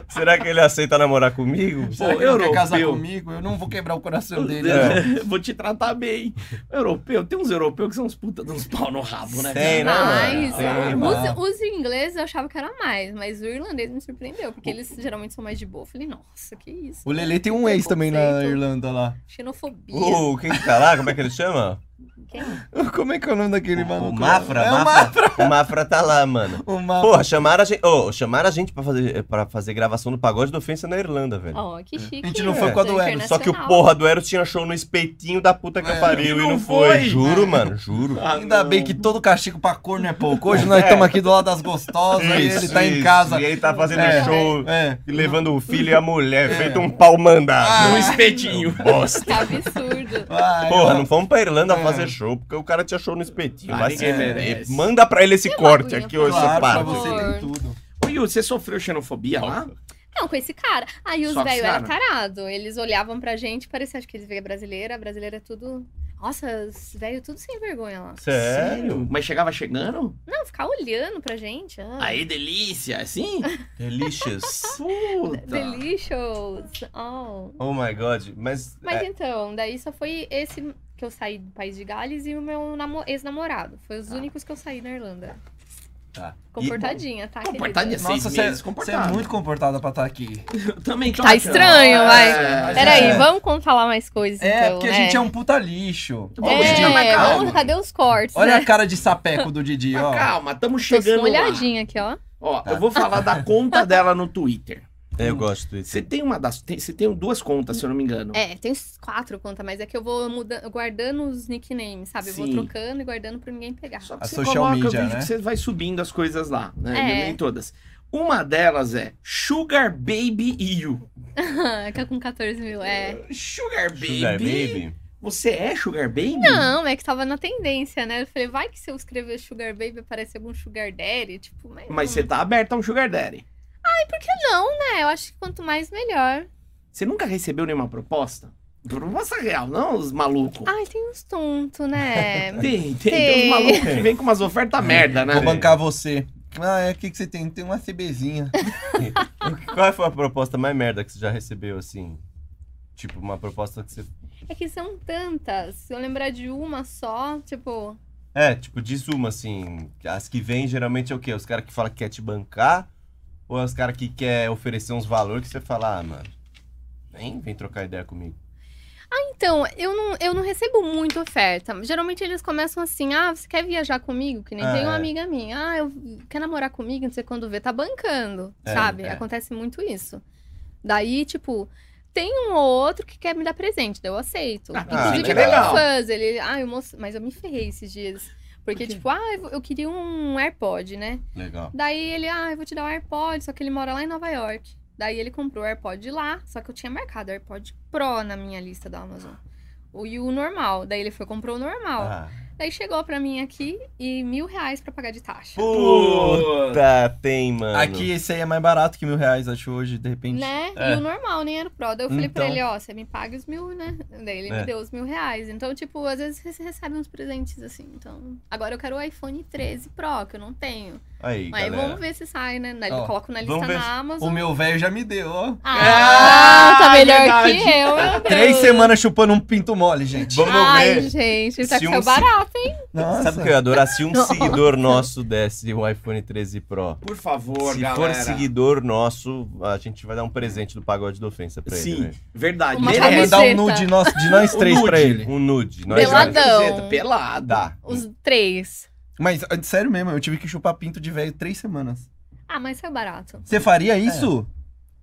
[SPEAKER 2] Será que ele aceita namorar comigo?
[SPEAKER 5] Será
[SPEAKER 1] Pô,
[SPEAKER 5] que ele não quer casar
[SPEAKER 1] europeu.
[SPEAKER 5] comigo? Eu não vou quebrar o coração dele.
[SPEAKER 2] É.
[SPEAKER 1] Vou te tratar bem. Europeu, tem uns europeus que são uns puta de uns pau no rabo, né?
[SPEAKER 2] Tem, né,
[SPEAKER 4] Mas,
[SPEAKER 2] mano? Tem,
[SPEAKER 4] os,
[SPEAKER 2] mano.
[SPEAKER 4] os ingleses eu achava que era mais, mas o irlandês me surpreendeu, porque eles geralmente são mais de boa. Eu falei, nossa, que isso.
[SPEAKER 5] O Lele tem um ex também na
[SPEAKER 4] Preconceito,
[SPEAKER 5] Irlanda lá.
[SPEAKER 4] Xenofobia.
[SPEAKER 2] O quem que tá lá? Como é que ele chama?
[SPEAKER 4] Quem?
[SPEAKER 5] Como é que é o nome daquele
[SPEAKER 2] O
[SPEAKER 5] maluco?
[SPEAKER 2] Mafra?
[SPEAKER 5] É o Mafra.
[SPEAKER 2] Mafra. O Mafra tá lá, mano.
[SPEAKER 5] O Mafra.
[SPEAKER 2] Porra, chamaram a gente, ô, chamaram a gente pra, fazer, pra fazer gravação do Pagode do Ofensa na Irlanda, velho.
[SPEAKER 4] Ó, que chique.
[SPEAKER 5] A gente não foi com a do Eros,
[SPEAKER 2] Só que o porra do Ero tinha show no espetinho da puta que
[SPEAKER 5] É.
[SPEAKER 2] pariu e não foi. Juro, mano, juro.
[SPEAKER 1] Ah,
[SPEAKER 5] Ainda
[SPEAKER 1] não.
[SPEAKER 5] bem que todo castigo pra corno é pouco. Hoje nós estamos aqui do lado das gostosas e ele tá em
[SPEAKER 2] isso.
[SPEAKER 5] casa.
[SPEAKER 2] E ele tá fazendo
[SPEAKER 5] É.
[SPEAKER 2] show
[SPEAKER 5] É.
[SPEAKER 2] e levando o filho e a mulher, feito um pau mandado.
[SPEAKER 5] Ah,
[SPEAKER 1] Um espetinho.
[SPEAKER 2] Bosta.
[SPEAKER 4] Que Tá absurdo.
[SPEAKER 5] Vai,
[SPEAKER 2] Porra,
[SPEAKER 5] vai.
[SPEAKER 2] não fomos pra Irlanda
[SPEAKER 5] É.
[SPEAKER 2] fazer show, porque o cara tinha show no espetinho.
[SPEAKER 1] Ah,
[SPEAKER 2] Vai
[SPEAKER 1] ninguém
[SPEAKER 2] se
[SPEAKER 1] merece.
[SPEAKER 2] fuder. Manda pra ele esse corte
[SPEAKER 4] bagulho,
[SPEAKER 2] aqui, ô,
[SPEAKER 5] claro, pra
[SPEAKER 2] essa parte.
[SPEAKER 5] você tem tudo.
[SPEAKER 1] Ô, Yu, você sofreu xenofobia lá?
[SPEAKER 4] Não, com esse cara. Aí os
[SPEAKER 1] Só com
[SPEAKER 4] velhos
[SPEAKER 1] esse
[SPEAKER 4] eram tarados. Eles olhavam pra gente, parecia acho que eles veem brasileira. A brasileira é tudo. Nossa, os velhos tudo sem vergonha lá.
[SPEAKER 2] Sério?
[SPEAKER 1] Mas chegava chegando?
[SPEAKER 4] Não, ficar olhando pra gente. Ah,
[SPEAKER 1] Aí, delícia, assim?
[SPEAKER 2] Delicious.
[SPEAKER 1] Puta.
[SPEAKER 4] delicious. Oh.
[SPEAKER 2] Oh my god, mas.
[SPEAKER 4] Mas
[SPEAKER 2] é,
[SPEAKER 4] então, daí só foi esse que eu saí do país de Gales e o meu namo- ex-namorado. Foi os únicos que eu saí na Irlanda.
[SPEAKER 3] Tá.
[SPEAKER 4] Comportadinha, tá? querida?
[SPEAKER 1] Comportadinha, seis
[SPEAKER 3] Nossa, você
[SPEAKER 1] meses
[SPEAKER 3] você é muito comportada pra
[SPEAKER 5] tá
[SPEAKER 3] estar aqui.
[SPEAKER 1] Eu também tô
[SPEAKER 4] Tá
[SPEAKER 1] achando.
[SPEAKER 4] estranho, vai.
[SPEAKER 1] É.
[SPEAKER 4] Peraí,
[SPEAKER 3] É.
[SPEAKER 4] vamos con- falar mais coisas,
[SPEAKER 3] É,
[SPEAKER 4] então,
[SPEAKER 3] porque a
[SPEAKER 4] né?
[SPEAKER 3] gente é um puta lixo.
[SPEAKER 1] Vamos continuar, mas
[SPEAKER 4] É,
[SPEAKER 1] calma.
[SPEAKER 4] vamos, cadê os cortes,
[SPEAKER 3] Olha
[SPEAKER 4] né?
[SPEAKER 3] a cara de sapeco do Didi,
[SPEAKER 1] Mas
[SPEAKER 3] ó. Tá.
[SPEAKER 1] calma, estamos
[SPEAKER 4] Tô
[SPEAKER 1] chegando lá.
[SPEAKER 4] molhadinha aqui, ó.
[SPEAKER 1] Ó, eu vou falar da conta dela no Twitter.
[SPEAKER 2] É, eu gosto disso.
[SPEAKER 1] Você tem uma das... tem- Você tem duas contas, se eu não me engano.
[SPEAKER 4] É, tem uns quatro contas, mas é que eu vou muda- guardando os nicknames, sabe? Eu vou
[SPEAKER 1] Sim.
[SPEAKER 4] trocando e guardando pra ninguém pegar.
[SPEAKER 1] Só que
[SPEAKER 3] A
[SPEAKER 1] você
[SPEAKER 3] social
[SPEAKER 1] coloca, eu
[SPEAKER 3] media,
[SPEAKER 1] vejo
[SPEAKER 3] né?
[SPEAKER 1] que você vai subindo as coisas lá, né?
[SPEAKER 4] É.
[SPEAKER 1] Eu Nem todas. Uma delas é Sugar Baby You.
[SPEAKER 4] que é com 14 mil, é.
[SPEAKER 1] Sugar Baby?
[SPEAKER 2] Sugar tipo, Baby?
[SPEAKER 1] Você é Sugar Baby?
[SPEAKER 4] Não, é que tava na tendência, né? Eu falei, vai que se eu escrever Sugar Baby aparece algum Sugar Daddy, tipo, mas.
[SPEAKER 1] Mas
[SPEAKER 4] não.
[SPEAKER 1] você tá aberta a um Sugar Daddy.
[SPEAKER 4] Não, né? Eu acho que quanto mais, melhor.
[SPEAKER 1] Você nunca recebeu nenhuma proposta? Proposta real, não os malucos.
[SPEAKER 4] Ai, tem uns tontos, né?
[SPEAKER 1] Tem, tem, tem
[SPEAKER 4] Ah, Tem.
[SPEAKER 1] uns malucos que vem com umas ofertas merda, né?
[SPEAKER 3] Vou bancar você. Ah, é, o que, que você tem? Tem uma CBzinha.
[SPEAKER 2] Qual foi a proposta mais merda que você já recebeu, assim? Tipo, uma proposta que você.
[SPEAKER 4] É que são tantas. Se eu lembrar de uma só, tipo.
[SPEAKER 2] É, tipo, diz uma, assim. As que vêm geralmente é o quê? Os caras que falam que quer te bancar? Ou é os caras que quer oferecer uns valores que você fala, ah, mano, nem vem trocar ideia comigo.
[SPEAKER 4] Então, eu não, eu não recebo muita oferta. Geralmente eles começam assim: ah, você quer viajar comigo? Que nem
[SPEAKER 2] Ah,
[SPEAKER 4] tem uma
[SPEAKER 2] é.
[SPEAKER 4] amiga minha. Ah, eu quer namorar comigo? Não sei quando vê, tá bancando,
[SPEAKER 2] É,
[SPEAKER 4] sabe?
[SPEAKER 2] é.
[SPEAKER 4] Acontece muito isso. Daí, tipo, tem um ou outro que quer me dar presente, daí eu aceito.
[SPEAKER 1] Ah,
[SPEAKER 4] Inclusive,
[SPEAKER 2] sim,
[SPEAKER 4] eu tenho um
[SPEAKER 1] legal.
[SPEAKER 4] fãs, ele. Ah, eu mos- mas eu me ferrei esses dias. Porque, tipo, ah, eu- eu queria um AirPod, né?
[SPEAKER 2] Legal.
[SPEAKER 4] Daí ele, ah, eu vou te dar o AirPod, só que ele mora lá em Nova York. Daí ele comprou o AirPod de lá, só que eu tinha marcado o AirPod Pro na minha lista da Amazon. O, e o normal. Daí ele foi e comprou o normal.
[SPEAKER 2] Ah.
[SPEAKER 4] Daí chegou pra mim aqui e mil reais pra pagar de taxa.
[SPEAKER 1] Puta.
[SPEAKER 2] Puta, tá, tem, mano.
[SPEAKER 3] Aqui, esse aí é mais barato que mil reais, acho, hoje, de repente.
[SPEAKER 4] Né?
[SPEAKER 2] É.
[SPEAKER 4] E o normal, nem era o Pro. Daí eu falei pra
[SPEAKER 2] Então.
[SPEAKER 4] ele, ó, você me paga os mil, né? Daí ele
[SPEAKER 2] É.
[SPEAKER 4] me deu os mil reais. Então, tipo, às vezes você recebe uns presentes assim. Então, agora eu quero o iPhone 13 Pro, que eu não tenho.
[SPEAKER 2] Aí,
[SPEAKER 4] Aí
[SPEAKER 2] galera.
[SPEAKER 4] vamos ver se sai, né? Daí ele
[SPEAKER 3] Ó,
[SPEAKER 4] coloca na lista
[SPEAKER 2] vamos ver se-
[SPEAKER 4] na Amazon.
[SPEAKER 3] O meu velho já me deu, ó.
[SPEAKER 4] Ah,
[SPEAKER 1] Ah,
[SPEAKER 4] tá melhor
[SPEAKER 1] verdade.
[SPEAKER 4] que eu, meu Deus.
[SPEAKER 3] Três semanas chupando um pinto mole, gente.
[SPEAKER 2] Vamos
[SPEAKER 4] Ai,
[SPEAKER 2] ver.
[SPEAKER 4] gente, isso
[SPEAKER 2] Se
[SPEAKER 4] aqui
[SPEAKER 2] um
[SPEAKER 4] saiu
[SPEAKER 2] se-
[SPEAKER 4] barato, hein?
[SPEAKER 3] Nossa.
[SPEAKER 2] Sabe o que eu ia adorar? Se um
[SPEAKER 4] Nossa.
[SPEAKER 2] seguidor nosso desse o iPhone 13 Pro.
[SPEAKER 1] Por favor,
[SPEAKER 2] Se
[SPEAKER 1] galera.
[SPEAKER 2] for seguidor nosso, a gente vai dar um presente do pagode da ofensa pra
[SPEAKER 1] Sim,
[SPEAKER 2] ele. né? velho.
[SPEAKER 1] verdade. é
[SPEAKER 4] Uma
[SPEAKER 1] merece.
[SPEAKER 3] Vou
[SPEAKER 4] camiseta.
[SPEAKER 3] mandar um nude nosso, de nós
[SPEAKER 1] Um
[SPEAKER 3] três pra
[SPEAKER 1] nude.
[SPEAKER 3] ele.
[SPEAKER 2] Um nude. Nós
[SPEAKER 4] Peladão.
[SPEAKER 1] Camiseta, Pelado.
[SPEAKER 2] Dá.
[SPEAKER 4] Os três.
[SPEAKER 3] Mas, é sério mesmo, eu tive que chupar pinto de velho três semanas.
[SPEAKER 4] Ah, mas saiu barato.
[SPEAKER 3] Você
[SPEAKER 2] É.
[SPEAKER 3] faria isso?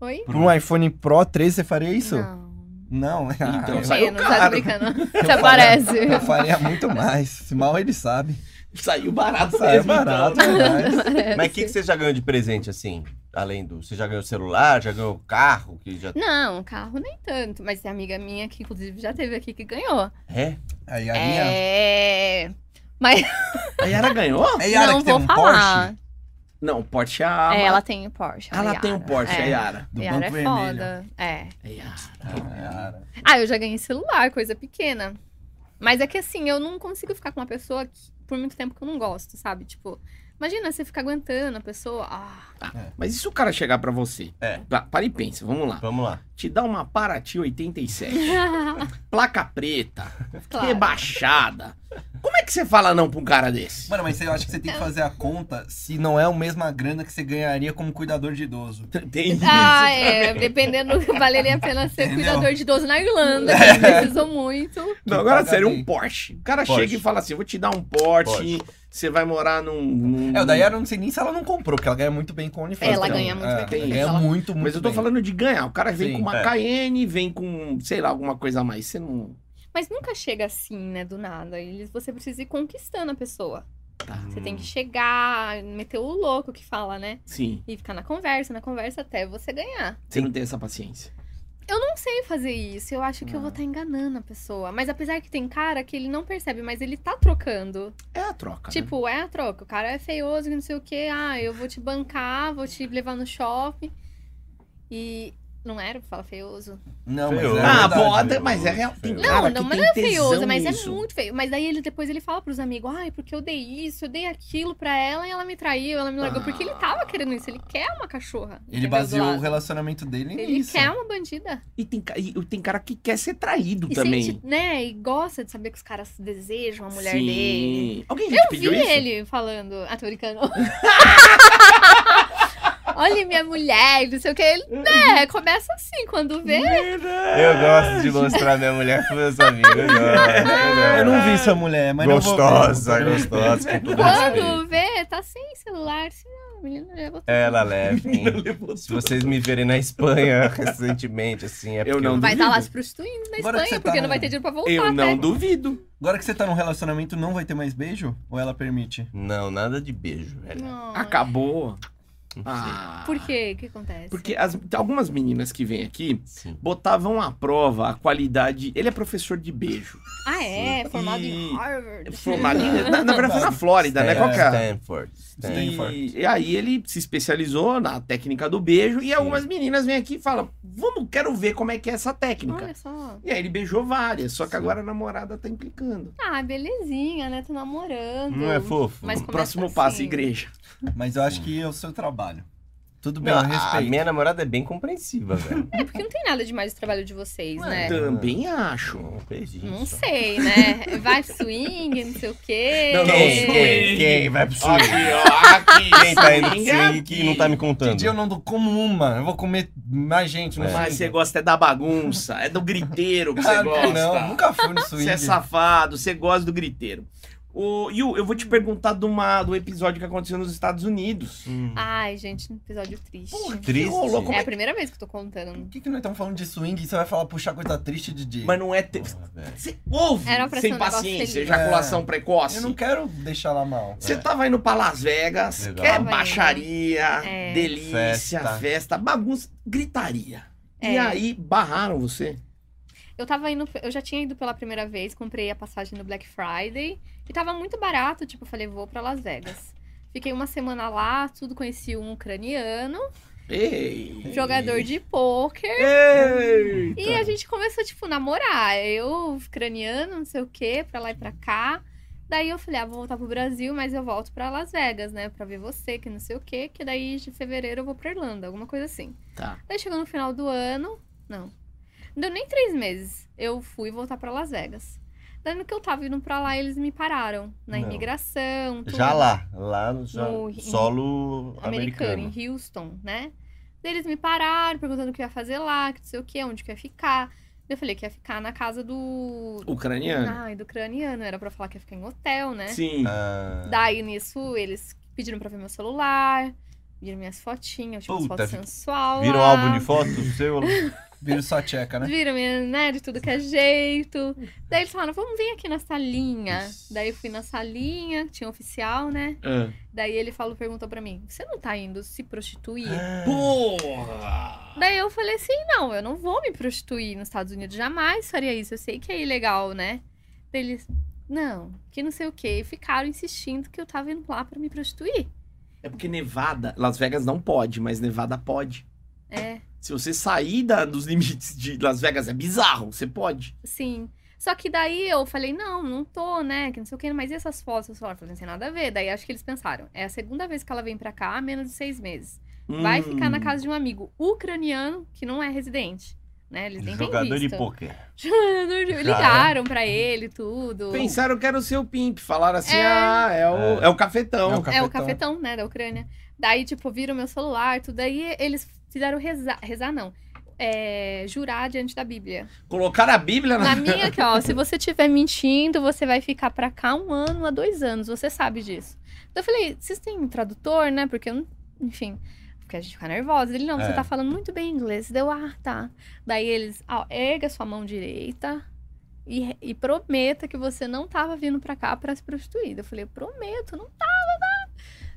[SPEAKER 4] Oi?
[SPEAKER 3] Pra um iPhone Pro 13, você faria isso?
[SPEAKER 4] Não.
[SPEAKER 3] Não, ah,
[SPEAKER 1] Então,
[SPEAKER 3] eu-
[SPEAKER 1] saiu
[SPEAKER 4] Menos, tá
[SPEAKER 1] caro.
[SPEAKER 4] brincando. Você aparece.
[SPEAKER 3] eu faria muito mais. Se mal ele sabe.
[SPEAKER 1] Saiu barato
[SPEAKER 3] Nossa, é
[SPEAKER 1] mesmo, então.
[SPEAKER 3] barato demais.
[SPEAKER 2] Mas o que, que você já ganhou de presente, assim? Além do. Você já ganhou celular, já ganhou carro, que já.
[SPEAKER 4] Não, carro nem tanto. Mas tem amiga minha que, inclusive, já teve aqui que ganhou.
[SPEAKER 2] É?
[SPEAKER 3] Aí a Yara.
[SPEAKER 4] É.
[SPEAKER 1] A Yara ganhou?
[SPEAKER 3] É a Yara
[SPEAKER 4] não
[SPEAKER 3] que tem
[SPEAKER 4] vou
[SPEAKER 3] um
[SPEAKER 4] falar.
[SPEAKER 3] Porsche
[SPEAKER 1] Não, o Porsche é a...
[SPEAKER 4] É, ela tem o Porsche. a
[SPEAKER 1] ela tem um
[SPEAKER 4] Yara.
[SPEAKER 1] Porsche, a
[SPEAKER 4] É.
[SPEAKER 1] Yara.
[SPEAKER 3] do
[SPEAKER 4] Yara
[SPEAKER 3] Banco
[SPEAKER 4] é
[SPEAKER 3] Vermelho.
[SPEAKER 4] foda. É.
[SPEAKER 1] A Yara.
[SPEAKER 3] Ah, Yara.
[SPEAKER 4] Ah, eu já ganhei celular, coisa pequena. Mas é que assim, eu não consigo ficar com uma pessoa que- por muito tempo que eu não gosto, sabe? Tipo, imagina você ficar aguentando a pessoa. Ah,
[SPEAKER 1] Mas e se o cara chegar pra você?
[SPEAKER 2] É.
[SPEAKER 1] Tá, para e pensa, vamos lá.
[SPEAKER 2] Vamos lá.
[SPEAKER 1] Te dá uma Paraty 87, placa preta,
[SPEAKER 4] claro.
[SPEAKER 1] rebaixada. Como é que você fala não pra um cara desse?
[SPEAKER 3] Mano, mas você- eu acho que você tem que fazer a conta se não é a mesma grana que você ganharia como cuidador de idoso.
[SPEAKER 1] Tem isso.
[SPEAKER 4] Ah, é, dependendo, valeria a pena ser
[SPEAKER 3] Entendeu?
[SPEAKER 4] cuidador de idoso na Irlanda, que eles precisam muito.
[SPEAKER 1] Não, agora
[SPEAKER 3] paga
[SPEAKER 1] sério,
[SPEAKER 3] bem.
[SPEAKER 1] um Porsche. O cara
[SPEAKER 2] Porsche.
[SPEAKER 1] chega e fala assim, vou te dar um Porsche,
[SPEAKER 2] Porsche.
[SPEAKER 1] você vai morar num... num-
[SPEAKER 3] É, o da Yara eu não sei nem se ela não comprou, porque ela ganha muito bem com o OnlyFans.
[SPEAKER 4] Ela
[SPEAKER 3] então.
[SPEAKER 4] ganha muito
[SPEAKER 3] É,
[SPEAKER 4] bem com
[SPEAKER 1] o
[SPEAKER 3] ganha
[SPEAKER 4] OnlyFans.
[SPEAKER 3] muito, muito
[SPEAKER 1] Mas eu tô
[SPEAKER 3] bem.
[SPEAKER 1] falando de ganhar. O cara vem
[SPEAKER 3] Sim,
[SPEAKER 1] com uma
[SPEAKER 2] é.
[SPEAKER 1] Cayenne, vem com, sei lá, alguma coisa a mais. Você não...
[SPEAKER 4] Mas nunca chega assim, né, do nada. Eles, você precisa ir conquistando a pessoa.
[SPEAKER 1] tá.
[SPEAKER 4] Você tem que chegar, meter o louco que fala, né?
[SPEAKER 1] Sim,
[SPEAKER 4] E ficar na conversa, na conversa até você ganhar.
[SPEAKER 1] você não tem essa paciência.
[SPEAKER 4] Eu não sei fazer isso. Eu acho que eu
[SPEAKER 1] Ah.
[SPEAKER 4] vou estar enganando a pessoa. Mas apesar que tem cara que ele não percebe, mas ele tá trocando.
[SPEAKER 1] É a troca, né?
[SPEAKER 4] Tipo, é a troca. O cara é feioso, que não sei o quê. Ah, eu vou te bancar, vou te levar no shopping. E Não era pra falar feioso?
[SPEAKER 3] Não, mas
[SPEAKER 2] Feio.
[SPEAKER 3] é
[SPEAKER 1] ah,
[SPEAKER 3] verdade,
[SPEAKER 1] pode,
[SPEAKER 2] meu.
[SPEAKER 1] mas é real. Tem
[SPEAKER 2] Não,
[SPEAKER 1] cara
[SPEAKER 4] Não,
[SPEAKER 1] que
[SPEAKER 4] não, mas
[SPEAKER 1] tem
[SPEAKER 4] não é
[SPEAKER 1] tesão
[SPEAKER 4] feioso, mas
[SPEAKER 1] nisso.
[SPEAKER 4] é muito feio. Mas daí ele depois ele fala pros amigos, ai, porque eu dei isso, eu dei aquilo pra ela e ela me traiu, ela me largou.
[SPEAKER 1] Ah.
[SPEAKER 4] Porque ele tava querendo isso, ele quer uma cachorra.
[SPEAKER 3] Ele
[SPEAKER 4] entendeu? Do
[SPEAKER 3] baseou o
[SPEAKER 4] lado.
[SPEAKER 3] relacionamento dele
[SPEAKER 4] Ele
[SPEAKER 3] nisso.
[SPEAKER 4] quer um uma bandida.
[SPEAKER 1] E tem, ca- e tem cara que quer ser traído
[SPEAKER 4] E
[SPEAKER 1] também.
[SPEAKER 4] sente, né? E gosta de saber que os caras desejam a mulher
[SPEAKER 1] Sim.
[SPEAKER 4] dele.
[SPEAKER 1] Alguém já te
[SPEAKER 4] Eu vi
[SPEAKER 1] pediu isso?
[SPEAKER 4] ele falando. Ah, tô brincando. Olha minha mulher, não sei o que. Ele, né, começa assim, quando vê.
[SPEAKER 1] Hum, é
[SPEAKER 2] Eu gosto de mostrar minha mulher pros meus amigos. Eu,
[SPEAKER 3] Eu
[SPEAKER 2] gosto,
[SPEAKER 3] não vi essa mulher, mas
[SPEAKER 2] gostosa,
[SPEAKER 3] não vou ver.
[SPEAKER 2] gostosa, com todo respeito.
[SPEAKER 4] Quando vê, tá sem celular. Assim, ah, a menina já
[SPEAKER 1] É
[SPEAKER 4] voltou.
[SPEAKER 2] Ela leva,
[SPEAKER 1] Ainda
[SPEAKER 2] hein?
[SPEAKER 1] levou
[SPEAKER 2] Se
[SPEAKER 1] tudo.
[SPEAKER 2] vocês me verem na Espanha recentemente, assim, é
[SPEAKER 1] Eu
[SPEAKER 2] porque
[SPEAKER 1] não
[SPEAKER 4] Vai estar lá
[SPEAKER 1] duvido.
[SPEAKER 4] se prostituindo
[SPEAKER 3] Agora que
[SPEAKER 4] na Espanha,
[SPEAKER 3] você tá
[SPEAKER 4] porque não
[SPEAKER 3] no-
[SPEAKER 4] vai ter dinheiro pra voltar,
[SPEAKER 1] Eu não
[SPEAKER 4] né?
[SPEAKER 1] duvido.
[SPEAKER 3] Agora que você tá num relacionamento, não vai ter mais beijo? Ou ela permite?
[SPEAKER 2] Não, nada de beijo, velho.
[SPEAKER 4] Não.
[SPEAKER 1] Acabou.
[SPEAKER 2] Não sei.
[SPEAKER 1] Ah.
[SPEAKER 4] Por quê? O que acontece?
[SPEAKER 1] Porque as- algumas meninas que vêm aqui
[SPEAKER 2] Sim.
[SPEAKER 1] botavam à prova a qualidade. Ele é professor de beijo.
[SPEAKER 4] Ah, é? Formado
[SPEAKER 1] E-
[SPEAKER 4] em
[SPEAKER 1] É
[SPEAKER 4] Harvard.
[SPEAKER 1] Formado em- na, na verdade, foi na Flórida, né? Qual que é?
[SPEAKER 2] Stanford. Stanford.
[SPEAKER 1] E,
[SPEAKER 3] Stanford.
[SPEAKER 1] e aí ele se especializou na técnica do beijo e algumas meninas vêm aqui e falam: Vamos, quero ver como é que é essa técnica.
[SPEAKER 4] Olha só.
[SPEAKER 1] E aí ele beijou várias, só que
[SPEAKER 2] Sim.
[SPEAKER 1] agora a namorada tá implicando.
[SPEAKER 4] Ah, belezinha, né? Tô namorando.
[SPEAKER 2] Não é fofo?
[SPEAKER 4] Mas começa
[SPEAKER 1] Próximo
[SPEAKER 4] assim.
[SPEAKER 1] passo, igreja.
[SPEAKER 3] Mas eu acho que é o seu trabalho. Tudo bem,
[SPEAKER 2] Não,
[SPEAKER 3] eu
[SPEAKER 2] a, a
[SPEAKER 3] respeito.
[SPEAKER 2] minha namorada é bem compreensiva, velho.
[SPEAKER 4] É, porque não tem nada demais do trabalho de vocês,
[SPEAKER 1] é
[SPEAKER 4] né?
[SPEAKER 1] Também acho.
[SPEAKER 2] Um beijinho.
[SPEAKER 4] Não
[SPEAKER 2] só.
[SPEAKER 4] sei, né? Vai pro swing, não sei o quê. É.
[SPEAKER 1] Não, é. não,
[SPEAKER 2] Quem,
[SPEAKER 1] swing.
[SPEAKER 2] quem, quem vai pro swing?
[SPEAKER 1] ó, aqui.
[SPEAKER 2] Quem tá indo pro
[SPEAKER 1] swing
[SPEAKER 2] swing
[SPEAKER 1] aqui.
[SPEAKER 2] que não tá me
[SPEAKER 3] Outro
[SPEAKER 2] contando?
[SPEAKER 3] dia eu não dou como uma. Eu vou comer mais gente no
[SPEAKER 2] É.
[SPEAKER 1] Mas você
[SPEAKER 3] swing.
[SPEAKER 1] gosta é da bagunça, é do griteiro que
[SPEAKER 2] Ah,
[SPEAKER 1] você
[SPEAKER 3] Claro que
[SPEAKER 1] gosta.
[SPEAKER 3] não, nunca fui no swing.
[SPEAKER 1] Você é safado, você gosta do griteiro. Ô, Yu, eu vou te perguntar de uma- do episódio que aconteceu nos Estados Unidos.
[SPEAKER 2] Hum.
[SPEAKER 4] Ai, gente, um episódio triste.
[SPEAKER 2] Triste.
[SPEAKER 1] Ô, louco, como
[SPEAKER 4] É
[SPEAKER 1] é
[SPEAKER 4] a
[SPEAKER 1] que-
[SPEAKER 4] primeira vez que eu tô contando.
[SPEAKER 3] Por que, que nós estamos falando de swing e você vai falar puxar coisa triste de dia?
[SPEAKER 1] Mas não é. Te...
[SPEAKER 2] Porra, velho.
[SPEAKER 1] Você ouve
[SPEAKER 4] Era pra ser
[SPEAKER 1] sem
[SPEAKER 4] um negócio
[SPEAKER 1] paciência,
[SPEAKER 4] feliz.
[SPEAKER 1] ejaculação
[SPEAKER 3] É.
[SPEAKER 1] precoce.
[SPEAKER 3] Eu não quero deixar ela mal.
[SPEAKER 1] Você
[SPEAKER 2] É.
[SPEAKER 1] tava indo pra Las Vegas,
[SPEAKER 2] Legal.
[SPEAKER 1] é
[SPEAKER 4] Tava indo.
[SPEAKER 1] baixaria,
[SPEAKER 4] É.
[SPEAKER 1] delícia, festa.
[SPEAKER 2] Festa.
[SPEAKER 1] bagunça, gritaria. E
[SPEAKER 4] É.
[SPEAKER 1] aí, barraram você?
[SPEAKER 4] Eu tava indo, eu já tinha ido pela primeira vez, comprei a passagem no Black Friday e tava muito barato, tipo, eu falei, vou pra Las Vegas. Fiquei uma semana lá, tudo conheci um ucraniano,
[SPEAKER 1] Ei!
[SPEAKER 4] jogador de pôquer.
[SPEAKER 1] Eita!
[SPEAKER 4] E a gente começou, tipo, namorar. Eu, ucraniano, não sei o quê, pra lá e pra cá. Daí eu falei, ah, vou voltar pro Brasil, mas eu volto pra Las Vegas, né? Pra ver você, que não sei o quê. Que daí de fevereiro eu vou pra Irlanda, alguma coisa assim.
[SPEAKER 1] Tá.
[SPEAKER 4] Daí chegou no final do ano. Não. Não deu nem três meses. Eu fui voltar pra Las Vegas. Daí no que eu tava indo pra lá, eles me pararam. Na
[SPEAKER 2] Não.
[SPEAKER 4] imigração, tudo.
[SPEAKER 2] Já lá, lá no, já-
[SPEAKER 4] No- em-
[SPEAKER 2] solo
[SPEAKER 4] americano,
[SPEAKER 2] americano.
[SPEAKER 4] em Houston, né? Daí eles me pararam, perguntando o que eu ia fazer lá, que não sei o que, onde que eu ia ficar. Daí Eu falei que ia ficar na casa do.
[SPEAKER 1] Ucraniano?
[SPEAKER 4] Ai, do ucraniano. Era pra falar que ia ficar em hotel, Ah, né?
[SPEAKER 1] Sim.
[SPEAKER 3] É,
[SPEAKER 2] Ah,
[SPEAKER 4] Daí nisso eles pediram pra ver meu celular, viram minhas fotinhas, tipo umas
[SPEAKER 2] Puta,
[SPEAKER 4] fotos sensual.
[SPEAKER 2] Vira um
[SPEAKER 4] lá,
[SPEAKER 2] álbum de fotos seu?
[SPEAKER 3] Vira só tcheca, né?
[SPEAKER 4] Viram minha, né, de tudo que é jeito. Daí eles falaram, vamos vir aqui na salinha.
[SPEAKER 2] Ixi.
[SPEAKER 4] Daí eu fui na salinha, tinha um oficial, né?
[SPEAKER 1] Ah.
[SPEAKER 4] Daí ele falou, perguntou pra mim, você não tá indo se prostituir?
[SPEAKER 1] Porra!
[SPEAKER 4] Daí eu falei assim, não, eu não vou me prostituir nos Estados Unidos, jamais faria isso, eu sei que é ilegal, né? Daí eles, não, que não sei o quê, e ficaram insistindo que eu tava indo lá pra me prostituir.
[SPEAKER 1] É porque Nevada, Las Vegas não pode, mas Nevada pode.
[SPEAKER 4] É,
[SPEAKER 1] Se você sair da- dos limites de Las Vegas, é bizarro, você pode.
[SPEAKER 4] sim. assim. Só que daí eu falei, não, não tô, né, que não sei o quê, mas e essas fotos? Eu falei, não tem nada a ver. Daí acho que eles pensaram, é a segunda vez que ela vem pra cá há menos de seis meses. Vai
[SPEAKER 1] Hum.
[SPEAKER 4] ficar na casa de um amigo ucraniano que não é residente, né, eles nem têm
[SPEAKER 2] Jogador de
[SPEAKER 4] visto.
[SPEAKER 2] pôquer.
[SPEAKER 4] Jogador de... Ligaram pra ele, tudo.
[SPEAKER 1] Pensaram que era o seu pimp, falaram assim,
[SPEAKER 4] É.
[SPEAKER 1] ah, é o,
[SPEAKER 2] É.
[SPEAKER 1] é o cafetão.
[SPEAKER 3] É o ca-
[SPEAKER 4] É, o cafetão, né, da Ucrânia. Daí, tipo, viram meu celular, tudo. Daí eles fizeram rezar, rezar não, é, jurar diante da Bíblia.
[SPEAKER 1] Colocaram a Bíblia na...
[SPEAKER 4] Na minha aqui, ó, se você estiver mentindo, você vai ficar pra cá um ano a dois anos, você sabe disso. Então eu falei, vocês têm um tradutor, né, porque eu não... Enfim... Porque a gente fica nervosa. Ele, não, você
[SPEAKER 2] É.
[SPEAKER 4] tá falando muito bem inglês. Deu, ah, tá. Daí eles, ó, erga sua mão direita e, e prometa que você não tava vindo pra cá pra se prostituir. Eu falei, eu prometo, não tava, tá?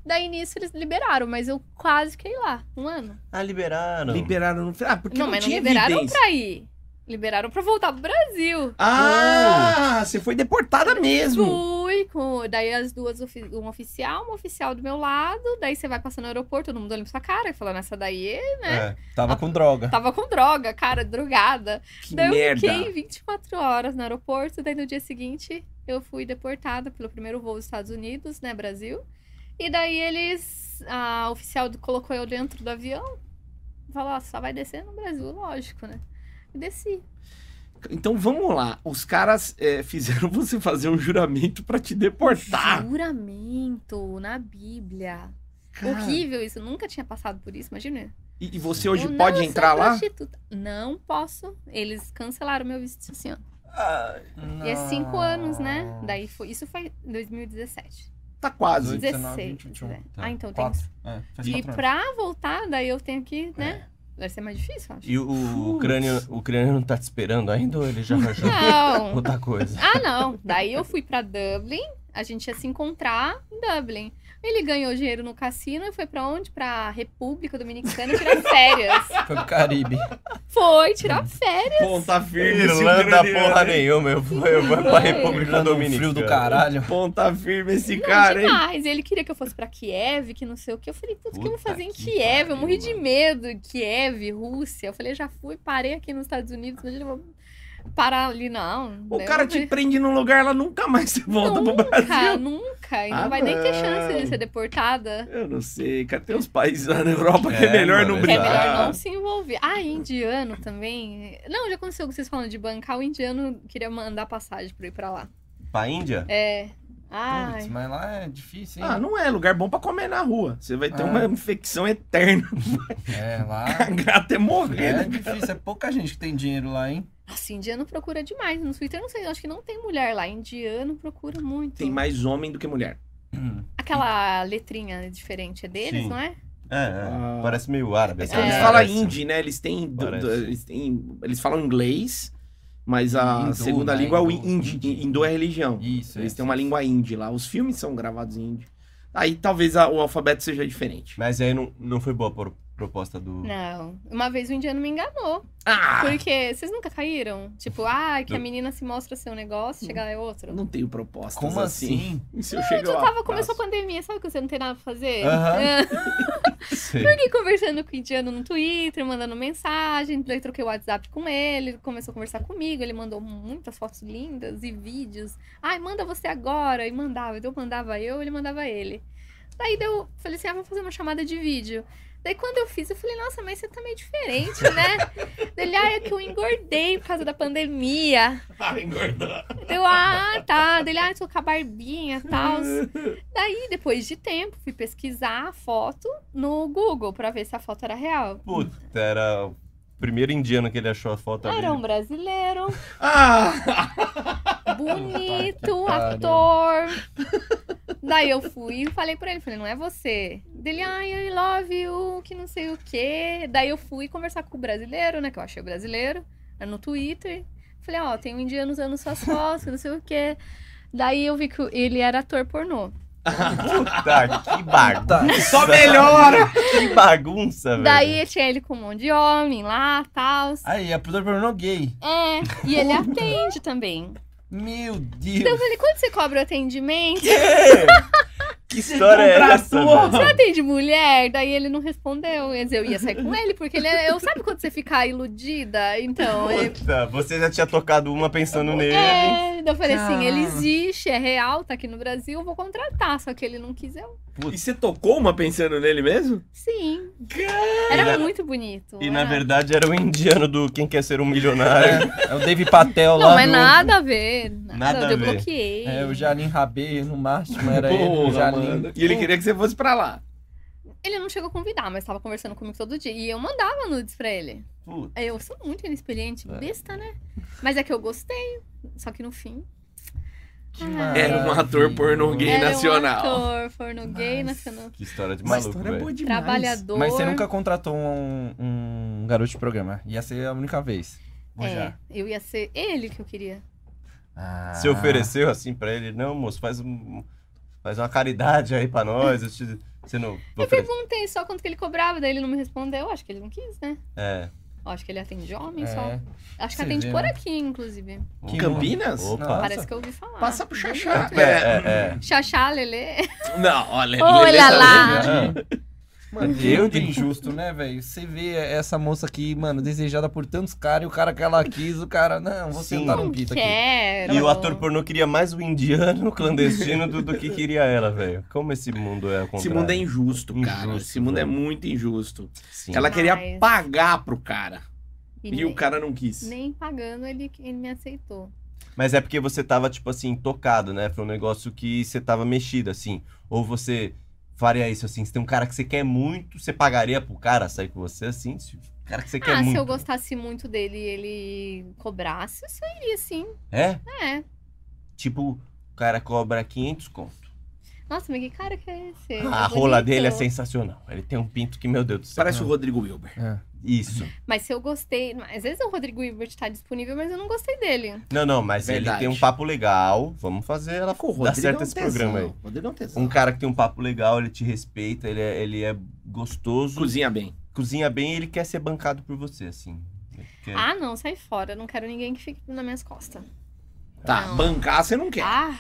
[SPEAKER 4] Daí nisso eles liberaram, mas eu quase fiquei lá, um ano.
[SPEAKER 2] Ah, liberaram.
[SPEAKER 1] Liberaram no... Ah, porque
[SPEAKER 4] não,
[SPEAKER 1] não,
[SPEAKER 4] mas não
[SPEAKER 1] tinha
[SPEAKER 4] liberaram
[SPEAKER 1] evidência.
[SPEAKER 4] pra ir. Liberaram pra voltar pro Brasil.
[SPEAKER 1] Ah, você foi deportada mesmo.
[SPEAKER 4] Fui, com, daí as duas, ofi- um oficial, uma oficial do meu lado, daí você vai passando no aeroporto, todo mundo olhando pra sua cara, falando, essa daí né?
[SPEAKER 2] É.
[SPEAKER 5] Tava com droga.
[SPEAKER 4] tava com droga, cara, drogada.
[SPEAKER 1] Que
[SPEAKER 4] daí eu
[SPEAKER 1] merda.
[SPEAKER 4] fiquei 24 horas no aeroporto, daí no dia seguinte eu fui deportada pelo primeiro voo dos Estados Unidos, né, Brasil. E daí eles, a oficial do- colocou eu dentro do avião, falou, ó, só vai descer no Brasil, lógico, né? E desci.
[SPEAKER 1] Então vamos lá. Os caras é, fizeram você fazer um juramento pra te deportar.
[SPEAKER 4] Juramento na Bíblia. Horrível isso, eu nunca tinha passado por isso, imagina.
[SPEAKER 1] E, e você hoje
[SPEAKER 4] Eu não
[SPEAKER 1] pode
[SPEAKER 4] sou
[SPEAKER 1] entrar lá?
[SPEAKER 4] prostituta. Não posso. Eles cancelaram meu visto assim, ó.
[SPEAKER 3] Não.
[SPEAKER 4] E é cinco anos, né? Daí foi. Isso foi em 2017.
[SPEAKER 1] Tá
[SPEAKER 3] Ah,
[SPEAKER 1] quase.
[SPEAKER 3] 19,
[SPEAKER 4] 16.
[SPEAKER 3] 21,
[SPEAKER 4] 17.
[SPEAKER 5] tá.
[SPEAKER 4] Ah, então tem.
[SPEAKER 3] Quatro. É, faz quatro
[SPEAKER 4] E
[SPEAKER 3] anos. É.
[SPEAKER 4] pra voltar, daí eu tenho que, né? Vai ser mais difícil, eu acho.
[SPEAKER 2] E o, o crânio, o crânio não tá te esperando ainda ou ele já arranjou
[SPEAKER 4] Não.
[SPEAKER 2] outra coisa?
[SPEAKER 4] Ah, não. Daí eu fui pra Dublin. A gente ia se encontrar em Dublin. Ele ganhou dinheiro no cassino e foi pra onde? Pra República Dominicana tirar férias.
[SPEAKER 5] Foi pro Caribe.
[SPEAKER 4] Foi tirar férias.
[SPEAKER 1] Ponta firme. esse
[SPEAKER 2] Irlanda
[SPEAKER 1] ucraniano,
[SPEAKER 2] porra
[SPEAKER 1] hein?
[SPEAKER 2] nenhuma, eu vou, eu vou pra
[SPEAKER 4] Vai.
[SPEAKER 2] República
[SPEAKER 5] Tá num
[SPEAKER 2] Dominicana.
[SPEAKER 5] frio do caralho.
[SPEAKER 1] Ponta firme esse
[SPEAKER 4] Não,
[SPEAKER 1] cara, hein?
[SPEAKER 4] demais. Ele queria que eu fosse pra Kiev, que não sei o que. Eu falei, tudo que eu vou
[SPEAKER 2] Puta
[SPEAKER 4] fazer em
[SPEAKER 2] que
[SPEAKER 4] Kiev? eu
[SPEAKER 2] pariu,
[SPEAKER 4] morri de
[SPEAKER 2] mano.
[SPEAKER 4] medo. Kiev, Rússia. Eu falei, já fui, parei aqui nos Estados Unidos, mas eu vou parar ali, não.
[SPEAKER 1] O
[SPEAKER 4] Eu
[SPEAKER 1] cara
[SPEAKER 4] né? não
[SPEAKER 1] te
[SPEAKER 4] vi.
[SPEAKER 1] prende num lugar, lá nunca mais você volta pro
[SPEAKER 4] Nunca,
[SPEAKER 1] Brasil.
[SPEAKER 4] nunca. E não
[SPEAKER 1] Ah,
[SPEAKER 4] vai nem ter
[SPEAKER 1] não.
[SPEAKER 4] chance de ser deportada.
[SPEAKER 1] Eu não sei, cara. Tem uns países lá na Europa que é
[SPEAKER 2] É,
[SPEAKER 1] melhor
[SPEAKER 2] mano,
[SPEAKER 1] não
[SPEAKER 4] É
[SPEAKER 1] brincar.
[SPEAKER 4] melhor não se envolver. Ah, e indiano também. Não, já aconteceu que vocês falando de bancar. O indiano queria mandar passagem pra ir pra lá.
[SPEAKER 2] Pra Índia?
[SPEAKER 4] É. Ai.
[SPEAKER 3] Putz, mas lá é difícil, hein?
[SPEAKER 1] Ah, não é lugar bom pra comer na rua. Você vai ter
[SPEAKER 2] É.
[SPEAKER 3] Ah.
[SPEAKER 1] uma infecção eterna,
[SPEAKER 3] É, lá.
[SPEAKER 1] cagar até morrer.
[SPEAKER 3] É
[SPEAKER 1] né?
[SPEAKER 3] difícil, é pouca gente que tem dinheiro lá, hein?
[SPEAKER 4] Nossa, indiano procura demais. No Twitter, não sei, eu acho que não tem mulher lá. Indiano procura muito.
[SPEAKER 1] Tem mais homem do que mulher.
[SPEAKER 5] Hum.
[SPEAKER 4] Aquela letrinha diferente é deles,
[SPEAKER 2] Sim.
[SPEAKER 4] não é?
[SPEAKER 2] É, é.
[SPEAKER 1] Ah.
[SPEAKER 2] parece meio árabe.
[SPEAKER 1] É que
[SPEAKER 2] sabe?
[SPEAKER 1] eles
[SPEAKER 4] É.
[SPEAKER 1] falam
[SPEAKER 2] Parece.
[SPEAKER 1] hindi, né? Eles têm, do- do-
[SPEAKER 2] Parece.
[SPEAKER 1] eles têm- Eles falam inglês, mas a
[SPEAKER 3] Hindu,
[SPEAKER 1] segunda
[SPEAKER 3] né?
[SPEAKER 1] língua é o
[SPEAKER 3] Hindu,
[SPEAKER 1] hindi.
[SPEAKER 3] hindi.
[SPEAKER 1] Hindu é religião.
[SPEAKER 3] Isso,
[SPEAKER 1] Eles
[SPEAKER 3] é,
[SPEAKER 1] têm uma
[SPEAKER 3] isso.
[SPEAKER 1] língua hindi lá. Os filmes são gravados em hindi. Aí talvez a- o alfabeto seja diferente.
[SPEAKER 2] Mas aí não, não foi boa a pro- proposta do.
[SPEAKER 4] Não. Uma vez o indiano me enganou.
[SPEAKER 1] Ah!
[SPEAKER 4] Porque vocês nunca caíram? Tipo, ah, que a
[SPEAKER 2] Não.
[SPEAKER 4] menina se mostra seu negócio, chega lá é outro.
[SPEAKER 1] Não tenho propostas
[SPEAKER 3] Como
[SPEAKER 1] assim.
[SPEAKER 3] assim?
[SPEAKER 1] E se eu chegar
[SPEAKER 4] Eu
[SPEAKER 1] lá?
[SPEAKER 4] tava, começou a pandemia, sabe que você não tem nada pra
[SPEAKER 5] É.
[SPEAKER 4] fazer?
[SPEAKER 2] Aham. Sei.
[SPEAKER 4] Fiquei conversando com o indiano no Twitter, mandando mensagem, daí troquei o WhatsApp com ele, ele começou a conversar comigo, ele mandou muitas fotos lindas e vídeos. Ai, manda você agora! E mandava, então eu mandava eu, ele mandava ele. Daí eu falei assim, ah, vou fazer uma chamada de vídeo. Daí quando eu fiz, eu falei, nossa, mas você tá meio diferente, né? Daí ele, ah, é que eu engordei por causa da pandemia.
[SPEAKER 1] Ah, engordar.
[SPEAKER 4] Deu, ah, tá. Daí ele, ah, tô com a barbinha e tal. Daí, depois de tempo, fui pesquisar a foto no Google pra ver se a foto era real.
[SPEAKER 2] Puta, era o primeiro indiano que ele achou a foto ali.
[SPEAKER 4] Era um brasileiro,
[SPEAKER 1] Ah!
[SPEAKER 4] bonito,
[SPEAKER 3] pariu.
[SPEAKER 4] ator. Daí eu fui e falei pra ele, falei, não é você. Dele, ai, I love you, que não sei o quê. Daí eu fui conversar com o brasileiro, né, que eu achei o brasileiro, era no Twitter. Falei, ó, tem um indiano usando suas fotos, não sei o quê. Daí eu vi que ele era ator pornô.
[SPEAKER 2] Puta, Ah, que bagunça.
[SPEAKER 5] Tá.
[SPEAKER 1] Só melhora!
[SPEAKER 2] Que bagunça, velho.
[SPEAKER 4] Daí tinha ele com um monte de homem lá, tal.
[SPEAKER 3] Aí, a produtora pornô gay.
[SPEAKER 4] É, e ele atende também.
[SPEAKER 3] Meu
[SPEAKER 4] Então eu
[SPEAKER 3] Deus.
[SPEAKER 4] falei, quando você cobra o atendimento,
[SPEAKER 2] Que história é essa?
[SPEAKER 1] Contratou.
[SPEAKER 2] velho?
[SPEAKER 4] você atende mulher? Daí ele não respondeu. Quer dizer, eu ia sair com ele, porque ele é. Eu, sabe quando você fica iludida? Então,
[SPEAKER 1] é
[SPEAKER 4] ele-
[SPEAKER 2] Puta, você já tinha tocado uma pensando nele.
[SPEAKER 4] é. Daí eu falei assim, ele
[SPEAKER 3] Caramba.
[SPEAKER 4] existe, é real, tá aqui no Brasil, eu vou contratar. Só que ele não quis eu.
[SPEAKER 1] E você tocou uma pensando nele mesmo?
[SPEAKER 4] Sim.
[SPEAKER 2] E
[SPEAKER 4] Era
[SPEAKER 2] na-
[SPEAKER 4] muito bonito.
[SPEAKER 2] E na
[SPEAKER 4] era-
[SPEAKER 2] verdade era o indiano do Quem Quer Ser Um Milionário.
[SPEAKER 5] É, é o Dave Patel lá.
[SPEAKER 4] Não, é
[SPEAKER 5] do-
[SPEAKER 4] nada a ver. Nada,
[SPEAKER 2] Nada a
[SPEAKER 4] eu
[SPEAKER 2] ver.
[SPEAKER 4] bloqueei.
[SPEAKER 5] É, o Jalim Rabê no máximo era
[SPEAKER 2] É,
[SPEAKER 5] ele. O
[SPEAKER 1] Porra,
[SPEAKER 5] Jalim.
[SPEAKER 1] mano. E ele queria que você fosse pra lá.
[SPEAKER 4] Ele não chegou a convidar, mas tava conversando comigo todo dia. E eu mandava nudes pra ele.
[SPEAKER 2] Puta,
[SPEAKER 4] Eu sou muito inexperiente,
[SPEAKER 2] É.
[SPEAKER 4] besta, né? Mas é que eu gostei. Só que no fim.
[SPEAKER 3] Que
[SPEAKER 4] Ah.
[SPEAKER 1] Era um ator pornô gay.
[SPEAKER 4] era
[SPEAKER 1] nacional.
[SPEAKER 4] Um ator, forno gay nacional.
[SPEAKER 2] que história de
[SPEAKER 1] Uma
[SPEAKER 2] maluco,
[SPEAKER 1] história é
[SPEAKER 2] velho.
[SPEAKER 1] boa demais.
[SPEAKER 4] Trabalhador.
[SPEAKER 5] Mas você nunca contratou um, um garoto de programa. Ia ser a única vez.
[SPEAKER 3] Vou já.
[SPEAKER 4] É, eu ia ser ele que eu queria.
[SPEAKER 3] Ah.
[SPEAKER 2] Você ofereceu assim pra ele, não, moço, faz um... Faz uma caridade aí pra nós. eu te- Você não.
[SPEAKER 4] Eu perguntei só quanto que ele cobrava, daí ele não me respondeu. Acho que ele não quis, né?
[SPEAKER 2] É.
[SPEAKER 4] Ó, acho que ele atende homem
[SPEAKER 3] É.
[SPEAKER 4] só. Acho que
[SPEAKER 3] Você
[SPEAKER 4] atende
[SPEAKER 3] vê,
[SPEAKER 4] por
[SPEAKER 3] né?
[SPEAKER 4] aqui, inclusive.
[SPEAKER 2] um
[SPEAKER 1] Em Campinas?
[SPEAKER 2] Opa.
[SPEAKER 4] Parece que eu ouvi falar.
[SPEAKER 1] Passa pro Xaxá. É.
[SPEAKER 2] É, é, é.
[SPEAKER 4] Xaxá, Lelê.
[SPEAKER 1] Não, olha. Lelê
[SPEAKER 4] Olha
[SPEAKER 1] tá-
[SPEAKER 4] lá.
[SPEAKER 3] Mano,
[SPEAKER 2] Eu
[SPEAKER 3] muito
[SPEAKER 2] digo.
[SPEAKER 3] É injusto, né, velho? Você vê essa moça aqui, mano, desejada por tantos caras e o cara que ela quis, o cara, não, vou
[SPEAKER 2] Sim.
[SPEAKER 3] sentar
[SPEAKER 4] Não
[SPEAKER 3] no pito um aqui.
[SPEAKER 4] quero.
[SPEAKER 2] E o ator pornô queria mais o indiano clandestino do, do que queria ela, velho. Como esse mundo é ao
[SPEAKER 1] Esse
[SPEAKER 2] contrário.
[SPEAKER 1] mundo é injusto, cara.
[SPEAKER 2] Injusto,
[SPEAKER 1] Esse mundo é
[SPEAKER 2] velho.
[SPEAKER 1] muito injusto.
[SPEAKER 2] Sim.
[SPEAKER 1] Ela queria
[SPEAKER 4] Mas-
[SPEAKER 1] pagar pro cara.
[SPEAKER 4] E,
[SPEAKER 1] E
[SPEAKER 4] nem,
[SPEAKER 1] o cara não quis.
[SPEAKER 4] nem pagando, ele, ele me aceitou.
[SPEAKER 2] Mas é porque você tava, tipo assim, tocado, né? Foi um negócio que você tava mexido, assim. Ou você faria isso, assim. Se tem um cara que você quer muito, você pagaria pro cara sair com você, assim? Se o cara que você quer
[SPEAKER 4] ah,
[SPEAKER 2] muito.
[SPEAKER 4] se eu gostasse muito dele e ele cobrasse, isso eu iria sim.
[SPEAKER 2] É?
[SPEAKER 4] É.
[SPEAKER 2] Tipo, o cara cobra 500 conto.
[SPEAKER 4] Nossa, mas que cara que é esse? Ele é
[SPEAKER 2] a rola
[SPEAKER 4] bonito.
[SPEAKER 2] dele é sensacional. Ele tem um pinto que, meu Deus do céu.
[SPEAKER 1] Parece o Rodrigo Wilber.
[SPEAKER 3] É.
[SPEAKER 2] Isso.
[SPEAKER 4] Mas se eu gostei. Às vezes o Rodrigo Hilbert tá disponível, mas eu não gostei dele.
[SPEAKER 2] Não, não, mas ele
[SPEAKER 1] Verdade.
[SPEAKER 2] tem um papo legal. Vamos fazer ela
[SPEAKER 1] Com o
[SPEAKER 2] dar
[SPEAKER 1] Rodrigo
[SPEAKER 2] certo
[SPEAKER 1] é um
[SPEAKER 2] esse programa aí.
[SPEAKER 1] tesão. Rodrigo é um tesão.
[SPEAKER 2] Um cara que tem um papo legal, ele te respeita, ele é, ele é gostoso,
[SPEAKER 1] Cozinha bem.
[SPEAKER 2] cozinha bem e ele quer ser bancado por você, assim. Ele quer-
[SPEAKER 4] Ah, não, sai fora. Não quero ninguém que fique nas minhas costas.
[SPEAKER 1] Tá,
[SPEAKER 4] Não.
[SPEAKER 1] bancar você não quer.
[SPEAKER 4] Ah,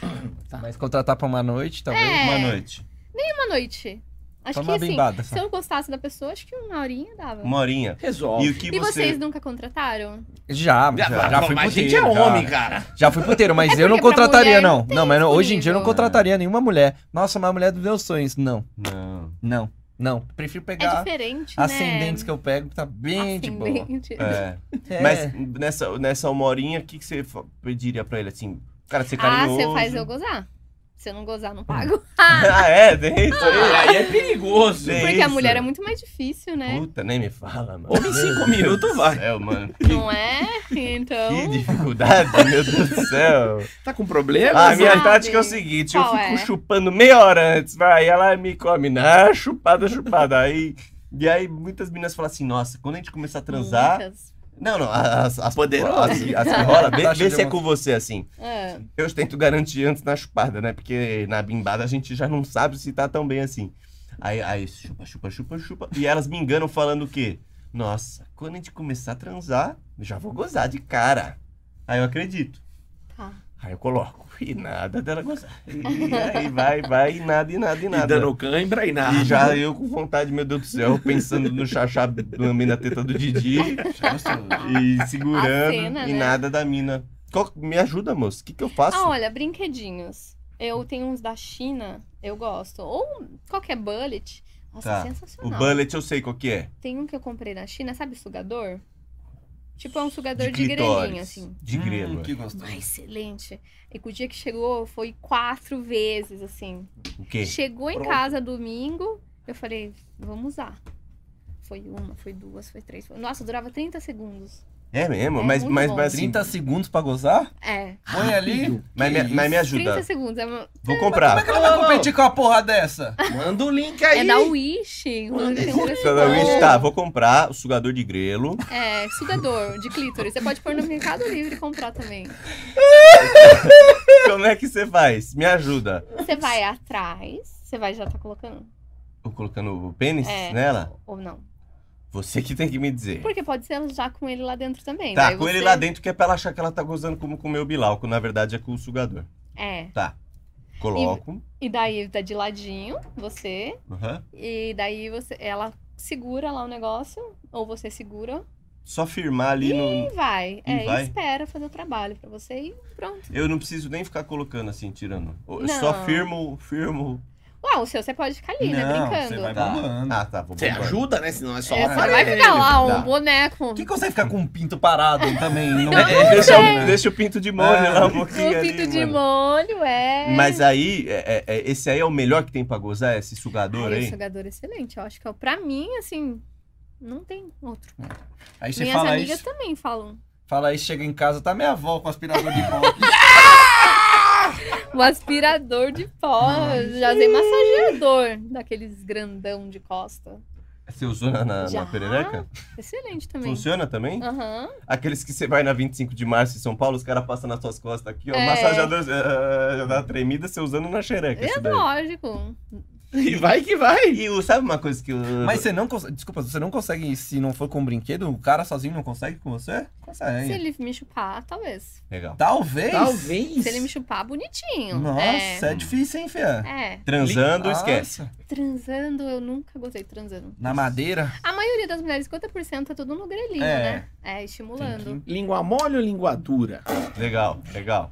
[SPEAKER 3] Mas contratar pra uma noite, talvez.
[SPEAKER 4] É.
[SPEAKER 2] Uma noite.
[SPEAKER 4] uma noite. Acho
[SPEAKER 3] Pra
[SPEAKER 4] que
[SPEAKER 3] uma
[SPEAKER 4] assim,
[SPEAKER 3] bimbada.
[SPEAKER 4] se eu gostasse da pessoa, acho que uma horinha dava.
[SPEAKER 2] Uma horinha.
[SPEAKER 1] Resolve.
[SPEAKER 2] E o que
[SPEAKER 4] E
[SPEAKER 2] você.
[SPEAKER 4] vocês nunca contrataram?
[SPEAKER 3] Já, já,
[SPEAKER 1] Já,
[SPEAKER 3] já,
[SPEAKER 1] já
[SPEAKER 3] fui
[SPEAKER 1] mas a
[SPEAKER 3] puteiro.
[SPEAKER 1] gente é homem,
[SPEAKER 3] já.
[SPEAKER 1] cara.
[SPEAKER 3] Já fui puteiro, mas
[SPEAKER 4] É né?
[SPEAKER 3] eu não
[SPEAKER 4] porque pra
[SPEAKER 3] contrataria,
[SPEAKER 4] mulher
[SPEAKER 3] não.
[SPEAKER 4] tem
[SPEAKER 3] Não, mas não- hoje em dia eu não
[SPEAKER 4] disponível.
[SPEAKER 3] contrataria nenhuma mulher. Nossa, uma mulher é dos meus sonhos. Não,
[SPEAKER 2] Não.
[SPEAKER 3] não, não. Prefiro
[SPEAKER 2] Tá.
[SPEAKER 4] É
[SPEAKER 3] pegar
[SPEAKER 4] diferente, né?
[SPEAKER 3] ascendentes que eu pego, que tá bem de boa.
[SPEAKER 4] Ascendente.
[SPEAKER 2] É.
[SPEAKER 3] É.
[SPEAKER 2] Mas nessa, nessa uma horinha, o que, que você fa- pediria pra ele, assim? Cara, ser
[SPEAKER 4] Ah,
[SPEAKER 2] carinhoso.
[SPEAKER 4] você faz eu gozar. Se eu não gozar, não pago.
[SPEAKER 2] ah, é? Tem isso aí?
[SPEAKER 1] Aí é perigoso.
[SPEAKER 2] É
[SPEAKER 4] Porque a
[SPEAKER 2] isso.
[SPEAKER 4] mulher é muito mais difícil, né?
[SPEAKER 2] Puta, nem me fala, mano.
[SPEAKER 1] Homem em cinco minutos vai.
[SPEAKER 2] Céu, mano.
[SPEAKER 4] Não é? Então.
[SPEAKER 2] Que dificuldade, meu Deus do céu.
[SPEAKER 1] Tá com problema?
[SPEAKER 2] Ah,
[SPEAKER 4] Sabe?
[SPEAKER 2] minha tática é o seguinte, eu
[SPEAKER 4] Qual
[SPEAKER 2] fico
[SPEAKER 4] é?
[SPEAKER 2] chupando meia hora antes, vai, ela me come, na chupada, chupada, aí... E aí muitas meninas falam assim, nossa, quando a gente começar a transar...
[SPEAKER 4] Muitas.
[SPEAKER 2] Não, não, as, as,
[SPEAKER 1] Poderosas.
[SPEAKER 2] as, as que rola, vê,
[SPEAKER 3] Taxa
[SPEAKER 2] vê
[SPEAKER 3] de
[SPEAKER 2] se é
[SPEAKER 3] uma-
[SPEAKER 2] com você, assim.
[SPEAKER 4] Ah,
[SPEAKER 2] Eu tento garantir antes na chupada, né, porque na bimbada a gente já não sabe se tá tão bem assim. Aí, aí chupa, chupa, chupa, chupa, e elas me enganam falando o quê? Nossa, quando a gente começar a transar, eu já vou gozar de cara. Aí eu acredito.
[SPEAKER 4] tá.
[SPEAKER 2] Aí eu coloco. E nada dela gozar. E aí vai, vai, e nada, e nada, e nada.
[SPEAKER 1] E dando cãibra e nada.
[SPEAKER 2] E já eu com vontade, meu Deus do céu, pensando no chachá lambendo a teta do Didi
[SPEAKER 4] Ah,
[SPEAKER 2] e segurando
[SPEAKER 4] A cena,
[SPEAKER 2] e
[SPEAKER 4] né?
[SPEAKER 2] nada da mina. Qual- me ajuda, moço. O que, que eu faço?
[SPEAKER 4] Ah, olha, brinquedinhos. Eu tenho uns da China, eu gosto. Ou qualquer bullet. Nossa,
[SPEAKER 2] Tá. o
[SPEAKER 4] sensacional.
[SPEAKER 2] bullet eu sei qual que é.
[SPEAKER 4] Tem um que eu comprei na China, sabe sugador? Tipo, é um sugador de,
[SPEAKER 2] clitóris,
[SPEAKER 4] grelinha, assim.
[SPEAKER 2] De é. grelo.
[SPEAKER 3] Ah, Hum, que gostoso.
[SPEAKER 4] Ai, excelente. E que o dia que chegou foi quatro vezes, assim.
[SPEAKER 2] é. O quê?
[SPEAKER 4] Chegou em
[SPEAKER 1] Pronto.
[SPEAKER 4] casa domingo, eu falei, vamos usar. Foi uma, foi duas, foi três. foi- Nossa, durava 30 segundos.
[SPEAKER 2] É mesmo?
[SPEAKER 4] É
[SPEAKER 2] mas,
[SPEAKER 4] muito
[SPEAKER 2] mas,
[SPEAKER 4] bom.
[SPEAKER 2] mas, assim,
[SPEAKER 3] 30 segundos pra gozar?
[SPEAKER 4] É,
[SPEAKER 3] Põe ali.
[SPEAKER 2] mas, me, mas me
[SPEAKER 4] 30
[SPEAKER 2] ajuda.
[SPEAKER 4] segundos. É, uma-
[SPEAKER 2] Vou comprar.
[SPEAKER 3] Como é que vai competir com uma porra dessa?
[SPEAKER 1] Manda o link aí.
[SPEAKER 4] é da Wish. inclusive, tem um grande
[SPEAKER 2] Tá,
[SPEAKER 4] bom.
[SPEAKER 2] tá, vou comprar o sugador de grelo.
[SPEAKER 4] É, sugador de clítoris. Você pode pôr no Mercado Livre e comprar também.
[SPEAKER 2] Como é que você faz? Me ajuda.
[SPEAKER 4] Você vai atrás, você vai já tá colocando.
[SPEAKER 2] Tô colocando o pênis
[SPEAKER 4] É.
[SPEAKER 2] nela?
[SPEAKER 4] Ou não.
[SPEAKER 2] Você que tem que me dizer.
[SPEAKER 4] Porque pode ser já com ele lá dentro também.
[SPEAKER 2] Tá,
[SPEAKER 4] daí
[SPEAKER 2] com ele
[SPEAKER 4] você-
[SPEAKER 2] lá dentro que é pra ela achar que ela tá gozando como com o meu bilauco. Na verdade é com o sugador.
[SPEAKER 4] É.
[SPEAKER 2] Tá. Coloco.
[SPEAKER 4] E daí tá de ladinho, você.
[SPEAKER 2] Aham.
[SPEAKER 4] E daí você, ela segura lá o negócio, ou você segura
[SPEAKER 2] Só firmar ali no.
[SPEAKER 4] e vai.
[SPEAKER 2] E
[SPEAKER 4] é, e
[SPEAKER 2] vai.
[SPEAKER 4] espera fazer o trabalho pra você e pronto.
[SPEAKER 2] Eu não preciso nem ficar colocando assim, tirando. Eu
[SPEAKER 4] Não.
[SPEAKER 2] só firmo, firmo.
[SPEAKER 4] Uau, o seu você pode ficar ali, né?
[SPEAKER 3] Não,
[SPEAKER 4] Brincando.
[SPEAKER 3] você vai-
[SPEAKER 2] Tá.
[SPEAKER 3] bombando.
[SPEAKER 2] Ah, tá. Vou
[SPEAKER 1] Você
[SPEAKER 2] bombando.
[SPEAKER 1] ajuda, né? Senão é só
[SPEAKER 4] É,
[SPEAKER 1] um
[SPEAKER 4] você não vai
[SPEAKER 1] aparelho.
[SPEAKER 4] ficar lá, um
[SPEAKER 2] Tá.
[SPEAKER 4] boneco.
[SPEAKER 3] Quem consegue ficar com um pinto parado também? Não,
[SPEAKER 2] É, deixa, o- deixa o pinto de molho
[SPEAKER 1] É.
[SPEAKER 3] Ah.
[SPEAKER 2] lá um
[SPEAKER 4] Um
[SPEAKER 2] pouquinho.
[SPEAKER 4] pinto
[SPEAKER 2] ali,
[SPEAKER 4] de
[SPEAKER 2] mano.
[SPEAKER 4] molho, é.
[SPEAKER 2] Mas aí, é- é- é- esse aí é o melhor que tem pra gozar, esse sugador
[SPEAKER 4] Ai, o
[SPEAKER 2] aí?
[SPEAKER 4] jogador é excelente. Eu acho que é, o- pra mim, assim, não tem outro.
[SPEAKER 3] Aí você
[SPEAKER 4] Minhas
[SPEAKER 3] fala
[SPEAKER 4] amigas
[SPEAKER 3] isso,
[SPEAKER 4] também falam.
[SPEAKER 3] fala isso, chega em casa, tá minha avó com aspirador de pó aqui.
[SPEAKER 4] O aspirador de pó, já usei massageador, daqueles grandão de costa.
[SPEAKER 2] Você usou na, na, na
[SPEAKER 4] Já?
[SPEAKER 2] perereca?
[SPEAKER 4] Excelente também. Ah.
[SPEAKER 2] Funciona também?
[SPEAKER 4] Aham.
[SPEAKER 2] Aqueles que você vai na 25 de março em São Paulo, os caras passam nas suas costas aqui, ó.
[SPEAKER 4] É.
[SPEAKER 2] Massajador eh, já dá tremida, você usando na xereca.
[SPEAKER 4] É
[SPEAKER 2] isso daí.
[SPEAKER 4] lógico.
[SPEAKER 1] E vai que vai.
[SPEAKER 2] E o- sabe uma coisa que eu.
[SPEAKER 3] Mas você não consegue. Desculpa, você não consegue, se não for com um brinquedo, o cara sozinho não consegue com você? Consegue.
[SPEAKER 4] Se ele me chupar, talvez.
[SPEAKER 2] Legal.
[SPEAKER 3] Talvez.
[SPEAKER 1] Talvez.
[SPEAKER 4] Se ele me chupar, bonitinho.
[SPEAKER 3] Nossa,
[SPEAKER 4] É.
[SPEAKER 3] é, difícil, hein, Fia?
[SPEAKER 4] É.
[SPEAKER 2] Transando,
[SPEAKER 3] Nossa.
[SPEAKER 2] esquece.
[SPEAKER 4] Transando, eu nunca gostei de transando.
[SPEAKER 3] Na madeira?
[SPEAKER 4] A maioria das mulheres, 50%, é tudo no grelhinho,
[SPEAKER 3] É.
[SPEAKER 4] né? É, estimulando.
[SPEAKER 1] Língua mole ou língua dura?
[SPEAKER 2] Legal, legal.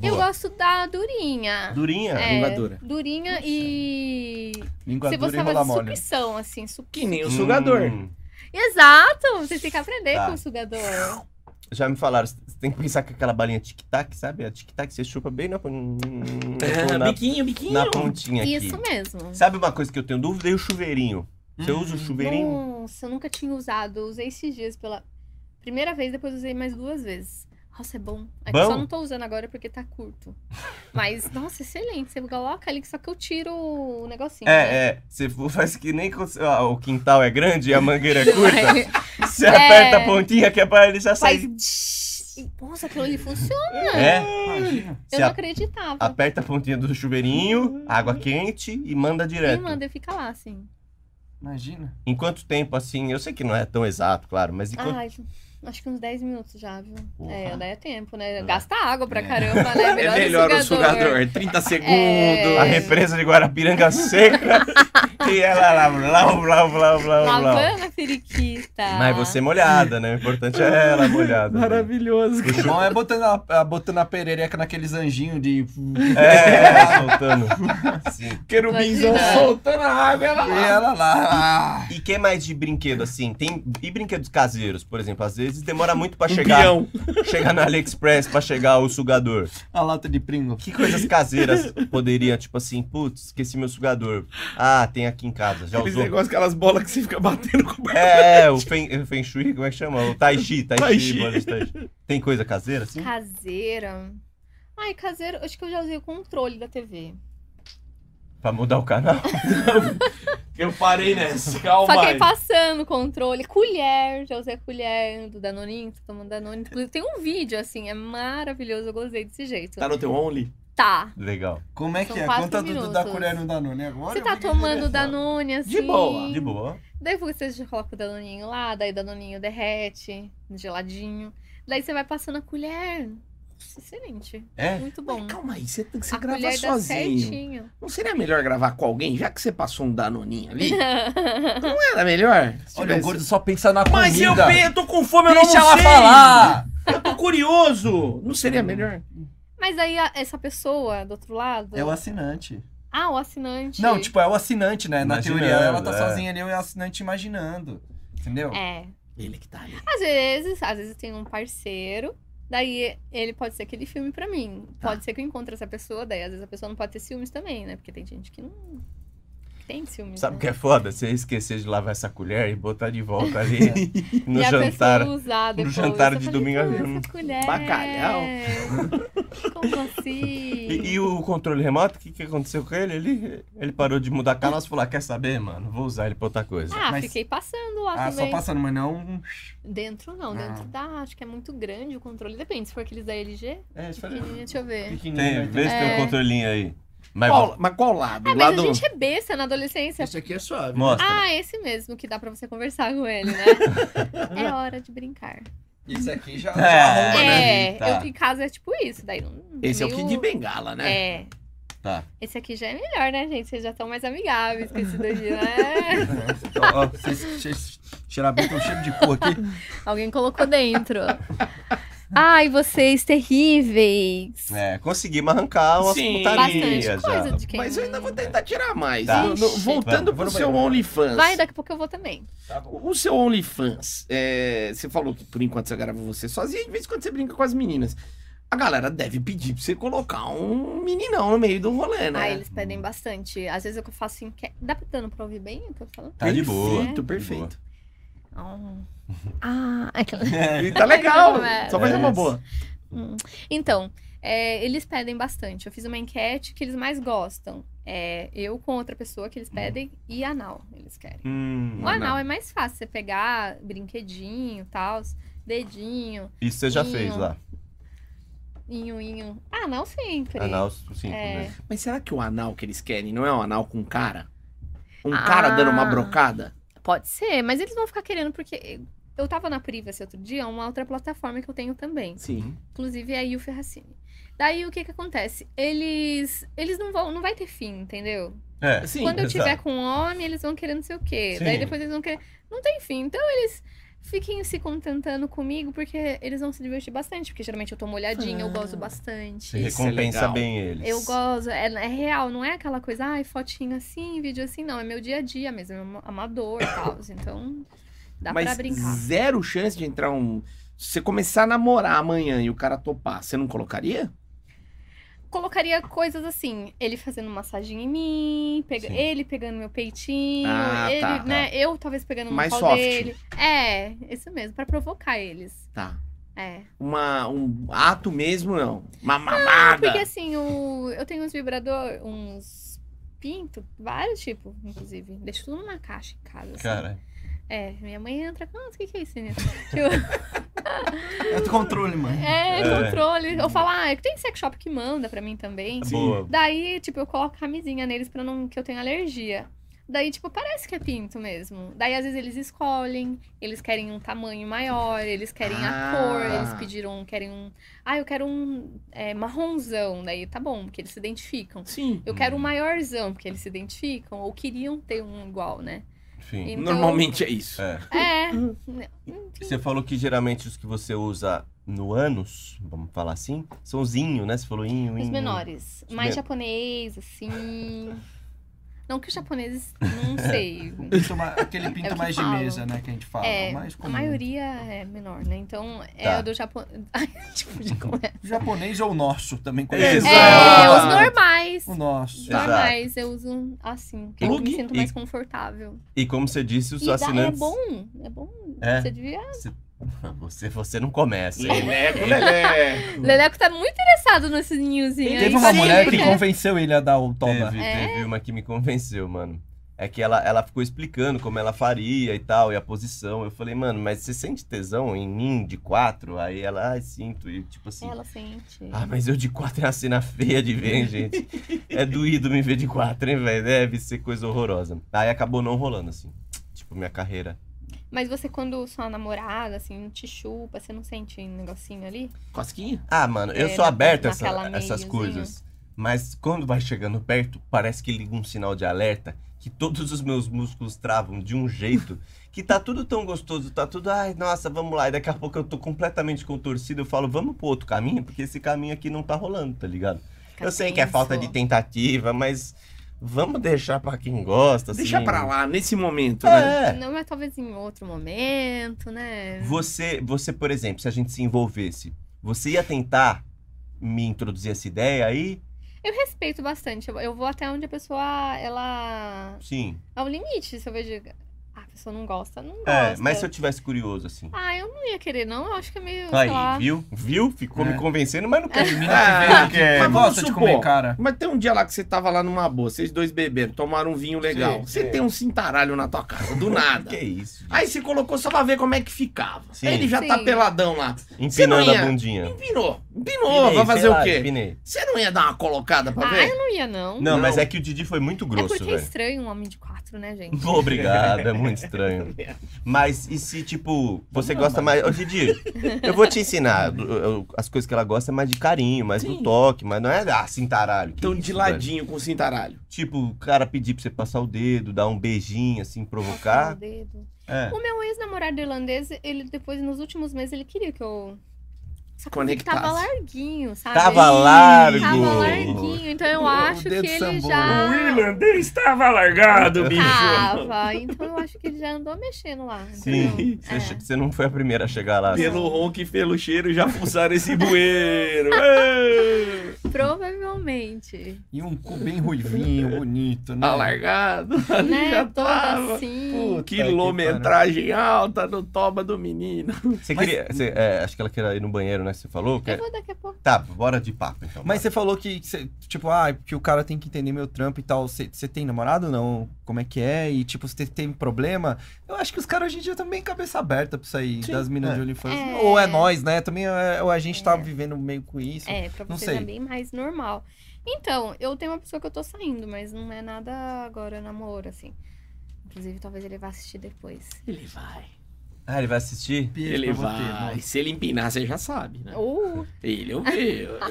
[SPEAKER 4] Eu
[SPEAKER 2] Boa.
[SPEAKER 4] gosto da durinha.
[SPEAKER 2] Durinha?
[SPEAKER 4] É,
[SPEAKER 1] língua dura.
[SPEAKER 4] Durinha e.
[SPEAKER 3] Língua
[SPEAKER 4] Se você
[SPEAKER 3] dura e
[SPEAKER 4] fala
[SPEAKER 3] rola
[SPEAKER 4] de
[SPEAKER 3] mole.
[SPEAKER 4] sucção, assim, sucção.
[SPEAKER 1] Que nem o sugador.
[SPEAKER 2] Hum,
[SPEAKER 4] Exato! Vocês têm que aprender
[SPEAKER 2] Tá.
[SPEAKER 4] com o sugador.
[SPEAKER 2] já me falaram, você tem que pensar com aquela balinha tic-tac, sabe? A tic-tac você chupa bem na, pon-
[SPEAKER 1] Ah,
[SPEAKER 2] na,
[SPEAKER 1] biquinho, biquinho.
[SPEAKER 2] na pontinha aqui.
[SPEAKER 4] Isso mesmo.
[SPEAKER 2] Sabe uma coisa que eu tenho dúvida? E o chuveirinho. Você
[SPEAKER 3] Hum.
[SPEAKER 2] usa o chuveirinho?
[SPEAKER 4] Nossa, eu nunca tinha usado. Eu Usei esses dias pela primeira vez, depois usei mais duas vezes. Nossa, é bom. É que eu
[SPEAKER 2] Bom?
[SPEAKER 4] só não tô usando agora porque tá curto. Mas, nossa, excelente. Você coloca ali, só que eu tiro o negocinho. né?
[SPEAKER 2] É, é. Você faz que nem quando- ah, o quintal é grande e a mangueira é curta.
[SPEAKER 4] Vai-
[SPEAKER 2] Você
[SPEAKER 4] É.
[SPEAKER 2] aperta a pontinha que é pra ele já
[SPEAKER 4] Faz.
[SPEAKER 2] sair.
[SPEAKER 4] E, Nossa, aquilo ali funciona.
[SPEAKER 2] É?
[SPEAKER 3] Imagina.
[SPEAKER 4] Eu
[SPEAKER 2] Você
[SPEAKER 4] não
[SPEAKER 2] a-
[SPEAKER 4] acreditava.
[SPEAKER 2] aperta a pontinha do chuveirinho, água quente e manda
[SPEAKER 4] Quem
[SPEAKER 2] direto.
[SPEAKER 4] manda eu ficar lá, assim.
[SPEAKER 3] Imagina.
[SPEAKER 2] Em quanto tempo, assim, eu sei que não é tão exato, claro, mas em quanto...
[SPEAKER 4] Ai, acho que uns 10 minutos já, viu?
[SPEAKER 2] Porra.
[SPEAKER 4] É, daí é tempo, né?
[SPEAKER 2] Hum.
[SPEAKER 4] Gasta água pra caramba, né?
[SPEAKER 1] É
[SPEAKER 4] Melhor,
[SPEAKER 1] melhor
[SPEAKER 4] o sugador.
[SPEAKER 1] 30 segundos. Ah,
[SPEAKER 2] A
[SPEAKER 4] É.
[SPEAKER 2] represa de Guarapiranga seca e ela lá, blá, blá, blá, blá, blá.
[SPEAKER 4] Lavando a periquita.
[SPEAKER 2] Mas você molhada, né? O importante é ela molhada. né?
[SPEAKER 1] Maravilhoso.
[SPEAKER 3] O bom é botando a, a- botando a perereca naqueles anjinhos de.
[SPEAKER 2] É, soltando. Sim.
[SPEAKER 1] Querubinzão
[SPEAKER 4] Imagina.
[SPEAKER 1] Tá soltando a água. Ela
[SPEAKER 3] Tá. E
[SPEAKER 1] lá.
[SPEAKER 3] ela lá. ah,
[SPEAKER 2] E que mais de brinquedo, assim? Tem... E brinquedos caseiros, por exemplo? Às vezes demora muito pra
[SPEAKER 1] Um
[SPEAKER 2] chegar,
[SPEAKER 1] peão.
[SPEAKER 2] chegar na AliExpress, pra chegar o sugador.
[SPEAKER 3] A lata de pringo.
[SPEAKER 2] Que coisas caseiras poderia, tipo assim, putz, esqueci meu sugador. Ah, tem aqui em casa, já
[SPEAKER 1] Aqueles
[SPEAKER 2] usou.
[SPEAKER 1] negócios, aquelas bolas que você fica batendo com o
[SPEAKER 2] É, o Feng, o feng Shui, como é que chama? O Tai Chi, Tai
[SPEAKER 1] Tai
[SPEAKER 2] Chi,
[SPEAKER 1] Chi.
[SPEAKER 2] bola de Tai Chi. Tem coisa caseira,
[SPEAKER 1] Hum?
[SPEAKER 2] assim?
[SPEAKER 4] Caseira. Ai, caseiro, acho que eu já usei o controle da TV.
[SPEAKER 2] Pra mudar o canal?
[SPEAKER 1] Eu parei nessa. Calma
[SPEAKER 4] Só que aí passando o controle. Colher, já usei a colher do Danoninho, tô tomando Danone. Inclusive, tem um vídeo, assim, é maravilhoso, eu gozei desse jeito.
[SPEAKER 1] Tá no teu only?
[SPEAKER 4] Tá.
[SPEAKER 2] Legal.
[SPEAKER 3] Como é
[SPEAKER 4] São
[SPEAKER 3] que é?
[SPEAKER 4] quatro
[SPEAKER 3] Conta tudo da
[SPEAKER 4] minutos.
[SPEAKER 3] colher no Danone agora.
[SPEAKER 4] Você
[SPEAKER 3] eu
[SPEAKER 4] tá
[SPEAKER 3] fiquei
[SPEAKER 4] tomando
[SPEAKER 3] interessado.
[SPEAKER 4] Danone, assim.
[SPEAKER 1] De boa,
[SPEAKER 2] De boa.
[SPEAKER 4] Daí você já coloca o danoninho lá, daí o danoninho derrete, geladinho. Daí você vai passando a colher. Nossa, excelente.
[SPEAKER 2] É?
[SPEAKER 4] Muito bom.
[SPEAKER 1] Calma aí, você, tem- você
[SPEAKER 4] a
[SPEAKER 1] grava
[SPEAKER 4] colher
[SPEAKER 1] sozinho.
[SPEAKER 4] dá certinho.
[SPEAKER 1] Não seria melhor gravar com alguém, já que você passou um danoninho ali? Não era melhor? Se
[SPEAKER 3] Olha, o
[SPEAKER 1] tivesse-
[SPEAKER 3] gordo só pensa na comida.
[SPEAKER 1] Mas eu, pe- eu tô com fome, eu não
[SPEAKER 3] Deixa ela
[SPEAKER 1] sei.
[SPEAKER 3] falar.
[SPEAKER 1] Eu tô curioso. Não seria melhor?
[SPEAKER 4] Mas aí a- essa pessoa do outro lado.
[SPEAKER 3] É o assinante.
[SPEAKER 4] Ah, o assinante.
[SPEAKER 3] Não, tipo, é o assinante, né? Na
[SPEAKER 2] Imaginando,
[SPEAKER 3] teoria, ela tá
[SPEAKER 2] é.
[SPEAKER 3] sozinha ali, é o assinante imaginando. Entendeu?
[SPEAKER 4] É.
[SPEAKER 1] Ele que tá ali.
[SPEAKER 4] Às vezes, às vezes tem um parceiro. Daí ele pode ser aquele filme pra mim.
[SPEAKER 1] Tá.
[SPEAKER 4] Pode ser que eu encontre essa pessoa, daí às vezes a pessoa não pode ter ciúmes também, né? Porque tem gente que não. que tem ciúmes.
[SPEAKER 2] Sabe o
[SPEAKER 4] né?
[SPEAKER 2] que é foda? Você esquecer de lavar essa colher e botar de volta ali né? no
[SPEAKER 4] e a
[SPEAKER 2] jantar.
[SPEAKER 4] pessoa usar depois.
[SPEAKER 2] jantar
[SPEAKER 4] Eu
[SPEAKER 2] de
[SPEAKER 4] falei,
[SPEAKER 2] domingo à
[SPEAKER 4] "Nossa,
[SPEAKER 2] noite."
[SPEAKER 4] colher.
[SPEAKER 1] Bacalhau.
[SPEAKER 4] Como assim?
[SPEAKER 2] E, e o controle remoto, o que, que aconteceu com ele? ele? Ele parou de mudar canal e falou: ah, quer saber, mano? Vou usar ele pra outra coisa.
[SPEAKER 4] Ah,
[SPEAKER 3] Mas-
[SPEAKER 4] fiquei passando lá
[SPEAKER 3] Ah, só
[SPEAKER 4] também.
[SPEAKER 3] passando, mas não.
[SPEAKER 4] Dentro não, dentro
[SPEAKER 3] Ah.
[SPEAKER 4] dá. Acho que é muito grande o controle. Depende, se for aqueles da LG.
[SPEAKER 2] É, isso
[SPEAKER 4] pequenininho, Deixa eu ver.
[SPEAKER 2] Tem, vê se tem um
[SPEAKER 4] É.
[SPEAKER 2] controlinho aí. Mas
[SPEAKER 1] Qual- mas qual lado?
[SPEAKER 4] Ah,
[SPEAKER 1] O
[SPEAKER 4] mas
[SPEAKER 2] um.
[SPEAKER 1] lado... um?
[SPEAKER 4] a gente é besta na adolescência.
[SPEAKER 5] Esse aqui é suave.
[SPEAKER 1] né?
[SPEAKER 2] mostra.
[SPEAKER 4] Ah, esse mesmo, que dá pra você conversar com ele, né? é hora de brincar.
[SPEAKER 3] Isso aqui já.
[SPEAKER 2] É.
[SPEAKER 3] já arruma, né?
[SPEAKER 4] é,
[SPEAKER 2] Tá.
[SPEAKER 4] eu, em casa é tipo isso. Daí não.
[SPEAKER 1] Esse é o
[SPEAKER 4] meio-
[SPEAKER 1] Kid Bengala, né?
[SPEAKER 4] É.
[SPEAKER 2] Tá.
[SPEAKER 4] Esse aqui já é melhor, né, gente? Vocês já estão mais amigáveis com esse daqui, né?
[SPEAKER 3] Ó, ó, vocês- vocês Cheirar bem com é um cheiro de cu aqui.
[SPEAKER 4] Alguém colocou dentro. Ai, vocês terríveis.
[SPEAKER 2] É, conseguimos arrancar umas
[SPEAKER 1] Sim.
[SPEAKER 2] putarias
[SPEAKER 4] Bastante
[SPEAKER 2] já.
[SPEAKER 4] coisa de quem.
[SPEAKER 1] Mas eu ainda vou tentar tirar mais.
[SPEAKER 2] Tá.
[SPEAKER 1] No- no-
[SPEAKER 4] Ixi.
[SPEAKER 1] voltando
[SPEAKER 2] Vai,
[SPEAKER 1] pro
[SPEAKER 3] vou no
[SPEAKER 1] seu
[SPEAKER 3] banheiro.
[SPEAKER 1] OnlyFans.
[SPEAKER 4] Vai, daqui a pouco eu vou também.
[SPEAKER 3] Tá bom.
[SPEAKER 1] O seu OnlyFans, é, você falou que por enquanto você grava você sozinha e de vez em quando você brinca com as meninas. A galera deve pedir pra você colocar um meninão no meio do rolê, né?
[SPEAKER 4] Ah, eles pedem bastante. Às vezes eu faço enquete. Dá pra- dando pra ouvir bem o que eu tô falando?
[SPEAKER 2] Tá de boa.
[SPEAKER 1] Perfeito,
[SPEAKER 4] Né?
[SPEAKER 2] boa.
[SPEAKER 1] perfeito.
[SPEAKER 4] Ah, Ah, aquela.
[SPEAKER 1] E tá legal,
[SPEAKER 4] É.
[SPEAKER 1] só fazer uma
[SPEAKER 2] É.
[SPEAKER 1] boa.
[SPEAKER 4] Hum. Então, é, eles pedem bastante. Eu fiz uma enquete que eles mais gostam. É, eu com outra pessoa que eles pedem e anal, eles querem.
[SPEAKER 2] Hum,
[SPEAKER 4] O anal é mais fácil, você pegar brinquedinho, tal, dedinho,
[SPEAKER 2] isso você já
[SPEAKER 4] Sim,
[SPEAKER 2] fez
[SPEAKER 4] ó.
[SPEAKER 2] lá.
[SPEAKER 4] inho, inho. Anal sempre.
[SPEAKER 2] Anal, sim.
[SPEAKER 4] É.
[SPEAKER 2] né?
[SPEAKER 1] Mas será que o anal que eles querem não é um anal com cara? Um cara
[SPEAKER 4] Ah.
[SPEAKER 1] dando uma brocada?
[SPEAKER 4] Pode ser, mas eles vão ficar querendo, porque eu tava na Privacy outro dia, uma outra plataforma que eu tenho também.
[SPEAKER 1] Sim.
[SPEAKER 2] Uhum.
[SPEAKER 4] Inclusive é a Yuffie Racine. Daí o que que acontece? Eles. Eles não vão. Não vai ter fim, entendeu?
[SPEAKER 2] É.
[SPEAKER 1] Sim.
[SPEAKER 4] Quando eu
[SPEAKER 2] exato.
[SPEAKER 4] tiver com homem, eles vão querer não sei o quê.
[SPEAKER 2] Sim.
[SPEAKER 4] Daí depois eles vão querer. Não tem fim. Então eles fiquem se contentando comigo, porque eles vão se divertir bastante. Porque geralmente eu tô molhadinha, eu
[SPEAKER 1] Ah,
[SPEAKER 4] gozo bastante.
[SPEAKER 2] Você
[SPEAKER 1] Isso é
[SPEAKER 2] recompensa
[SPEAKER 1] legal.
[SPEAKER 2] bem eles.
[SPEAKER 4] Eu gosto, é, é real, não é aquela coisa, ai, fotinho assim, vídeo assim, não. É meu dia a dia mesmo, é um amador e tal. Então, dá
[SPEAKER 1] Mas hum.
[SPEAKER 4] pra brincar.
[SPEAKER 1] zero chance de entrar um. Se você começar a namorar amanhã e o cara topar, você não colocaria?
[SPEAKER 4] Colocaria coisas assim, ele fazendo massagem em mim, pega-
[SPEAKER 2] Sim.
[SPEAKER 4] ele pegando meu peitinho,
[SPEAKER 1] Ah, tá,
[SPEAKER 4] ele,
[SPEAKER 1] tá.
[SPEAKER 4] né, eu talvez pegando
[SPEAKER 1] Mais
[SPEAKER 4] no pau
[SPEAKER 1] soft.
[SPEAKER 4] dele. É, isso mesmo, pra provocar eles.
[SPEAKER 1] Tá.
[SPEAKER 4] É.
[SPEAKER 1] Uma, um ato mesmo, não. Uma
[SPEAKER 4] Ah,
[SPEAKER 1] mamada.
[SPEAKER 4] porque assim, o- eu tenho uns vibrador, uns pinto, vários tipos, inclusive. Deixo tudo numa caixa em casa. assim.
[SPEAKER 2] Cara,
[SPEAKER 4] É, minha mãe entra, nossa, o que, que é isso, né?
[SPEAKER 3] É do controle, mano.
[SPEAKER 4] É,
[SPEAKER 2] É.
[SPEAKER 4] controle. Eu falo, ah, tem sex shop que manda pra mim
[SPEAKER 2] É
[SPEAKER 4] também.
[SPEAKER 1] Sim.
[SPEAKER 2] boa.
[SPEAKER 4] Daí, tipo, eu coloco camisinha neles pra não que eu tenho alergia. Daí, tipo, parece que é pinto mesmo. Daí, às vezes, eles escolhem, eles querem um tamanho maior, eles querem
[SPEAKER 1] Ah.
[SPEAKER 4] a cor, eles pediram, querem um. Ah, eu quero um é, marronzão. Daí, tá bom, porque eles se identificam.
[SPEAKER 1] Sim.
[SPEAKER 4] Eu quero um maiorzão, porque eles se identificam, ou queriam ter um igual, né?
[SPEAKER 2] Enfim.
[SPEAKER 4] Então-
[SPEAKER 1] Normalmente é isso.
[SPEAKER 2] É.
[SPEAKER 4] É.
[SPEAKER 2] Você falou que geralmente os que você usa no ânus, vamos falar assim, são os inho, né? Você falou inho, inho.
[SPEAKER 4] Os menores. Mais
[SPEAKER 2] men-
[SPEAKER 4] japonês, assim. Não que os japoneses, não sei.
[SPEAKER 3] Pinto ma- Aquele
[SPEAKER 4] É o
[SPEAKER 3] pinto
[SPEAKER 4] que
[SPEAKER 3] mais de
[SPEAKER 4] falam.
[SPEAKER 3] mesa, né? Que a gente fala.
[SPEAKER 4] É,
[SPEAKER 3] mais
[SPEAKER 4] A
[SPEAKER 3] comum.
[SPEAKER 4] maioria é menor, né? Então é
[SPEAKER 2] Tá.
[SPEAKER 4] o do japonês. tipo de conversa.
[SPEAKER 3] Japonês ou nosso também
[SPEAKER 1] É,
[SPEAKER 3] conhecido.
[SPEAKER 4] É,
[SPEAKER 1] Exato.
[SPEAKER 4] os É, normais.
[SPEAKER 3] O nosso.
[SPEAKER 4] Os
[SPEAKER 2] Exato.
[SPEAKER 4] normais eu uso assim, que eu
[SPEAKER 1] Plug
[SPEAKER 4] me sinto
[SPEAKER 2] e-
[SPEAKER 4] mais confortável.
[SPEAKER 2] E como você disse, os
[SPEAKER 4] E dá- é
[SPEAKER 2] assinantes.
[SPEAKER 4] bom, é bom.
[SPEAKER 2] É.
[SPEAKER 4] Você devia.
[SPEAKER 2] Você, você não começa. hein?
[SPEAKER 1] Leleco, leleco.
[SPEAKER 4] O Leleco tá muito interessado nesse newzinho. aí, né?
[SPEAKER 3] Teve uma
[SPEAKER 4] sim.
[SPEAKER 3] mulher que convenceu ele a dar o toba.
[SPEAKER 2] Teve,
[SPEAKER 4] É?
[SPEAKER 2] teve uma que me convenceu, mano. É que ela, ela ficou explicando como ela faria e tal, e a posição. Eu falei, mano, mas você sente tesão em mim de quatro? Aí ela, ai, sinto. E tipo assim,
[SPEAKER 4] Ela sente.
[SPEAKER 2] ah, mas eu de quatro é uma cena feia de ver, hein, gente. é doído me ver de quatro, hein, velho? Deve ser coisa horrorosa. Aí acabou não rolando, assim. Tipo, minha carreira.
[SPEAKER 4] Mas você, quando sua namorada, assim, te chupa, você não sente um negocinho ali?
[SPEAKER 1] Cosquinha?
[SPEAKER 2] Ah, mano, eu
[SPEAKER 4] É,
[SPEAKER 2] sou
[SPEAKER 4] na-
[SPEAKER 2] aberto a essa-
[SPEAKER 4] naquela
[SPEAKER 2] essas
[SPEAKER 4] meiozinha.
[SPEAKER 2] coisas. Mas quando vai chegando perto, parece que liga um sinal de alerta que todos os meus músculos travam de um jeito que tá tudo tão gostoso, tá tudo, ai, nossa, vamos lá. E daqui a pouco eu tô completamente contorcido, eu falo, vamos pro outro caminho, porque esse caminho aqui não tá rolando, tá ligado? eu sei que é falta de tentativa, mas vamos deixar pra quem gosta, assim.
[SPEAKER 1] Deixa pra lá, nesse momento, né?
[SPEAKER 2] É.
[SPEAKER 4] Não, mas talvez em outro momento, né?
[SPEAKER 2] Você, você, por exemplo, se a gente se envolvesse, você ia tentar me introduzir essa ideia aí?
[SPEAKER 4] Eu respeito bastante. Eu, eu vou até onde a pessoa, ela.
[SPEAKER 2] Sim.
[SPEAKER 4] É o limite. Se eu vejo. Ah, a pessoa não gosta, não gosta.
[SPEAKER 2] É, mas se eu tivesse curioso, assim.
[SPEAKER 4] Ah, eu não ia querer, não. Eu acho que é meio. sei
[SPEAKER 2] Aí,
[SPEAKER 4] lá.
[SPEAKER 2] viu? Viu? Ficou
[SPEAKER 3] É.
[SPEAKER 2] me convencendo, mas não quer.
[SPEAKER 1] Ah,
[SPEAKER 3] que vem,
[SPEAKER 1] mas
[SPEAKER 3] que gosta
[SPEAKER 1] vamos
[SPEAKER 3] de
[SPEAKER 1] supor.
[SPEAKER 3] comer, cara.
[SPEAKER 1] Mas tem um dia lá que você tava lá numa boa, vocês dois beberam, tomaram um vinho legal.
[SPEAKER 2] Sim, é.
[SPEAKER 1] você
[SPEAKER 2] sim.
[SPEAKER 1] tem um cintaralho na tua casa, do
[SPEAKER 2] Que
[SPEAKER 1] nada.
[SPEAKER 2] isso? gente?
[SPEAKER 1] Aí você colocou só pra ver como é que ficava.
[SPEAKER 2] Sim.
[SPEAKER 1] Aí ele já tá
[SPEAKER 4] Sim.
[SPEAKER 1] peladão lá.
[SPEAKER 2] Empinando
[SPEAKER 1] Sinoinha.
[SPEAKER 2] a bundinha.
[SPEAKER 1] Empinou, empinou, vai fazer
[SPEAKER 2] sei lá,
[SPEAKER 1] o quê?
[SPEAKER 2] empinei.
[SPEAKER 1] Você não ia dar uma colocada pra
[SPEAKER 4] Ah,
[SPEAKER 1] ver?
[SPEAKER 4] eu não ia, não.
[SPEAKER 2] Tá Não,
[SPEAKER 1] Não.
[SPEAKER 2] mas é que o Didi foi muito
[SPEAKER 4] é
[SPEAKER 2] grosso,
[SPEAKER 4] porque é
[SPEAKER 2] velho.
[SPEAKER 4] estranho um homem de quatro, né, gente?
[SPEAKER 2] Obrigado, é muito estranho. Mas e se, tipo, você
[SPEAKER 3] Não,
[SPEAKER 2] gosta
[SPEAKER 3] mas-
[SPEAKER 2] mais. Ô, Didi, eu vou te ensinar. Eu- eu- As coisas que ela gosta é mais de carinho, mais
[SPEAKER 1] Sim.
[SPEAKER 2] do toque, mas não é assim, taralho. que
[SPEAKER 1] Então
[SPEAKER 2] isso,
[SPEAKER 1] de
[SPEAKER 2] velho.
[SPEAKER 1] ladinho com o cintaralho.
[SPEAKER 2] Tipo, o cara pedir pra você passar o dedo, dar um beijinho, assim,
[SPEAKER 4] Passar o
[SPEAKER 2] provocar.
[SPEAKER 4] dedo.
[SPEAKER 2] É.
[SPEAKER 4] O meu ex-namorado irlandês, ele depois, nos últimos meses, ele queria que eu. Só que eu vi que
[SPEAKER 1] Conectasse.
[SPEAKER 4] tava larguinho, sabe?
[SPEAKER 2] Tava
[SPEAKER 4] Ele
[SPEAKER 2] largo.
[SPEAKER 4] Tava larguinho, então eu
[SPEAKER 3] O
[SPEAKER 4] acho que
[SPEAKER 3] dedo
[SPEAKER 4] ele
[SPEAKER 3] sambou.
[SPEAKER 4] já.
[SPEAKER 1] irlandês estava largado,
[SPEAKER 4] Tava, então eu acho que ele já andou mexendo lá.
[SPEAKER 2] Sim,
[SPEAKER 4] entendeu?
[SPEAKER 2] você
[SPEAKER 4] É.
[SPEAKER 2] che- você não foi a primeira a chegar lá.
[SPEAKER 1] Pelo
[SPEAKER 5] Assim.
[SPEAKER 1] ronco e pelo cheiro já pulsaram esse bueiro. Ê!
[SPEAKER 4] Provavelmente.
[SPEAKER 3] E um cu bem ruivinho, bonito, né?
[SPEAKER 1] Alargado, ali
[SPEAKER 4] né?
[SPEAKER 1] já
[SPEAKER 4] Todo
[SPEAKER 1] tava.
[SPEAKER 4] assim.
[SPEAKER 1] Pô,
[SPEAKER 3] que
[SPEAKER 1] quilometragem alta no toba do menino.
[SPEAKER 2] Você
[SPEAKER 3] Mas-
[SPEAKER 2] queria. você- é, acho que ela queria ir no banheiro, né? que Você falou?
[SPEAKER 4] Eu
[SPEAKER 2] Quer-
[SPEAKER 4] vou daqui a pouco.
[SPEAKER 2] Tá, bora de papo então.
[SPEAKER 5] Mas
[SPEAKER 2] Mas
[SPEAKER 5] você falou que, que você- tipo, ah, que o cara tem que entender meu trampo e tal. Você você tem namorado ou não? Como é que é? E, tipo, você tem problema? Eu acho que os caras hoje em dia estão bem cabeça aberta pra sair
[SPEAKER 2] Sim,
[SPEAKER 5] das minas
[SPEAKER 2] é.
[SPEAKER 5] de OnlyFans.
[SPEAKER 4] É.
[SPEAKER 5] Ou é nós, né? Também é- ou a gente tá vivendo meio com isso.
[SPEAKER 4] É, pra
[SPEAKER 5] Não
[SPEAKER 4] vocês é
[SPEAKER 5] sei.
[SPEAKER 4] bem mais normal. Então, eu tenho uma pessoa que eu tô saindo, mas não é nada agora namoro, assim. Inclusive, talvez ele vá assistir depois.
[SPEAKER 1] Ele vai.
[SPEAKER 2] Ah, ele vai assistir?
[SPEAKER 1] Ele vai. Se ele empinar, você já sabe, né?
[SPEAKER 4] Ou
[SPEAKER 1] Ele ouviu. Se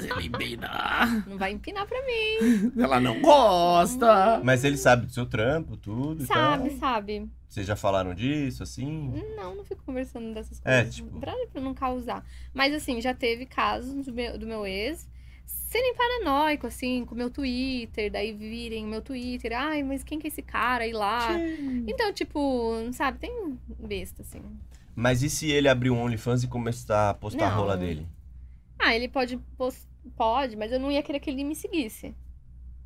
[SPEAKER 1] ele empinar.
[SPEAKER 4] não vai empinar pra mim.
[SPEAKER 1] Ela não gosta.
[SPEAKER 2] Mas ele sabe do seu trampo, tudo
[SPEAKER 4] Sabe,
[SPEAKER 2] e tal.
[SPEAKER 4] sabe?
[SPEAKER 2] Vocês já falaram disso, assim?
[SPEAKER 4] Não, não fico conversando dessas
[SPEAKER 2] É,
[SPEAKER 4] coisas.
[SPEAKER 2] tipo-
[SPEAKER 4] pra, pra não causar. Mas assim, já teve casos do meu, do meu ex serem paranoico, assim, com o meu Twitter, daí virem o meu Twitter. Ai, mas quem que é esse cara? E lá. Então, tipo, sabe, tem besta, assim.
[SPEAKER 2] Mas e se ele abrir um OnlyFans e começar a postar a
[SPEAKER 4] Não.
[SPEAKER 2] rola dele?
[SPEAKER 4] Ah, ele pode. pos- Pode, mas eu não ia querer que ele me seguisse.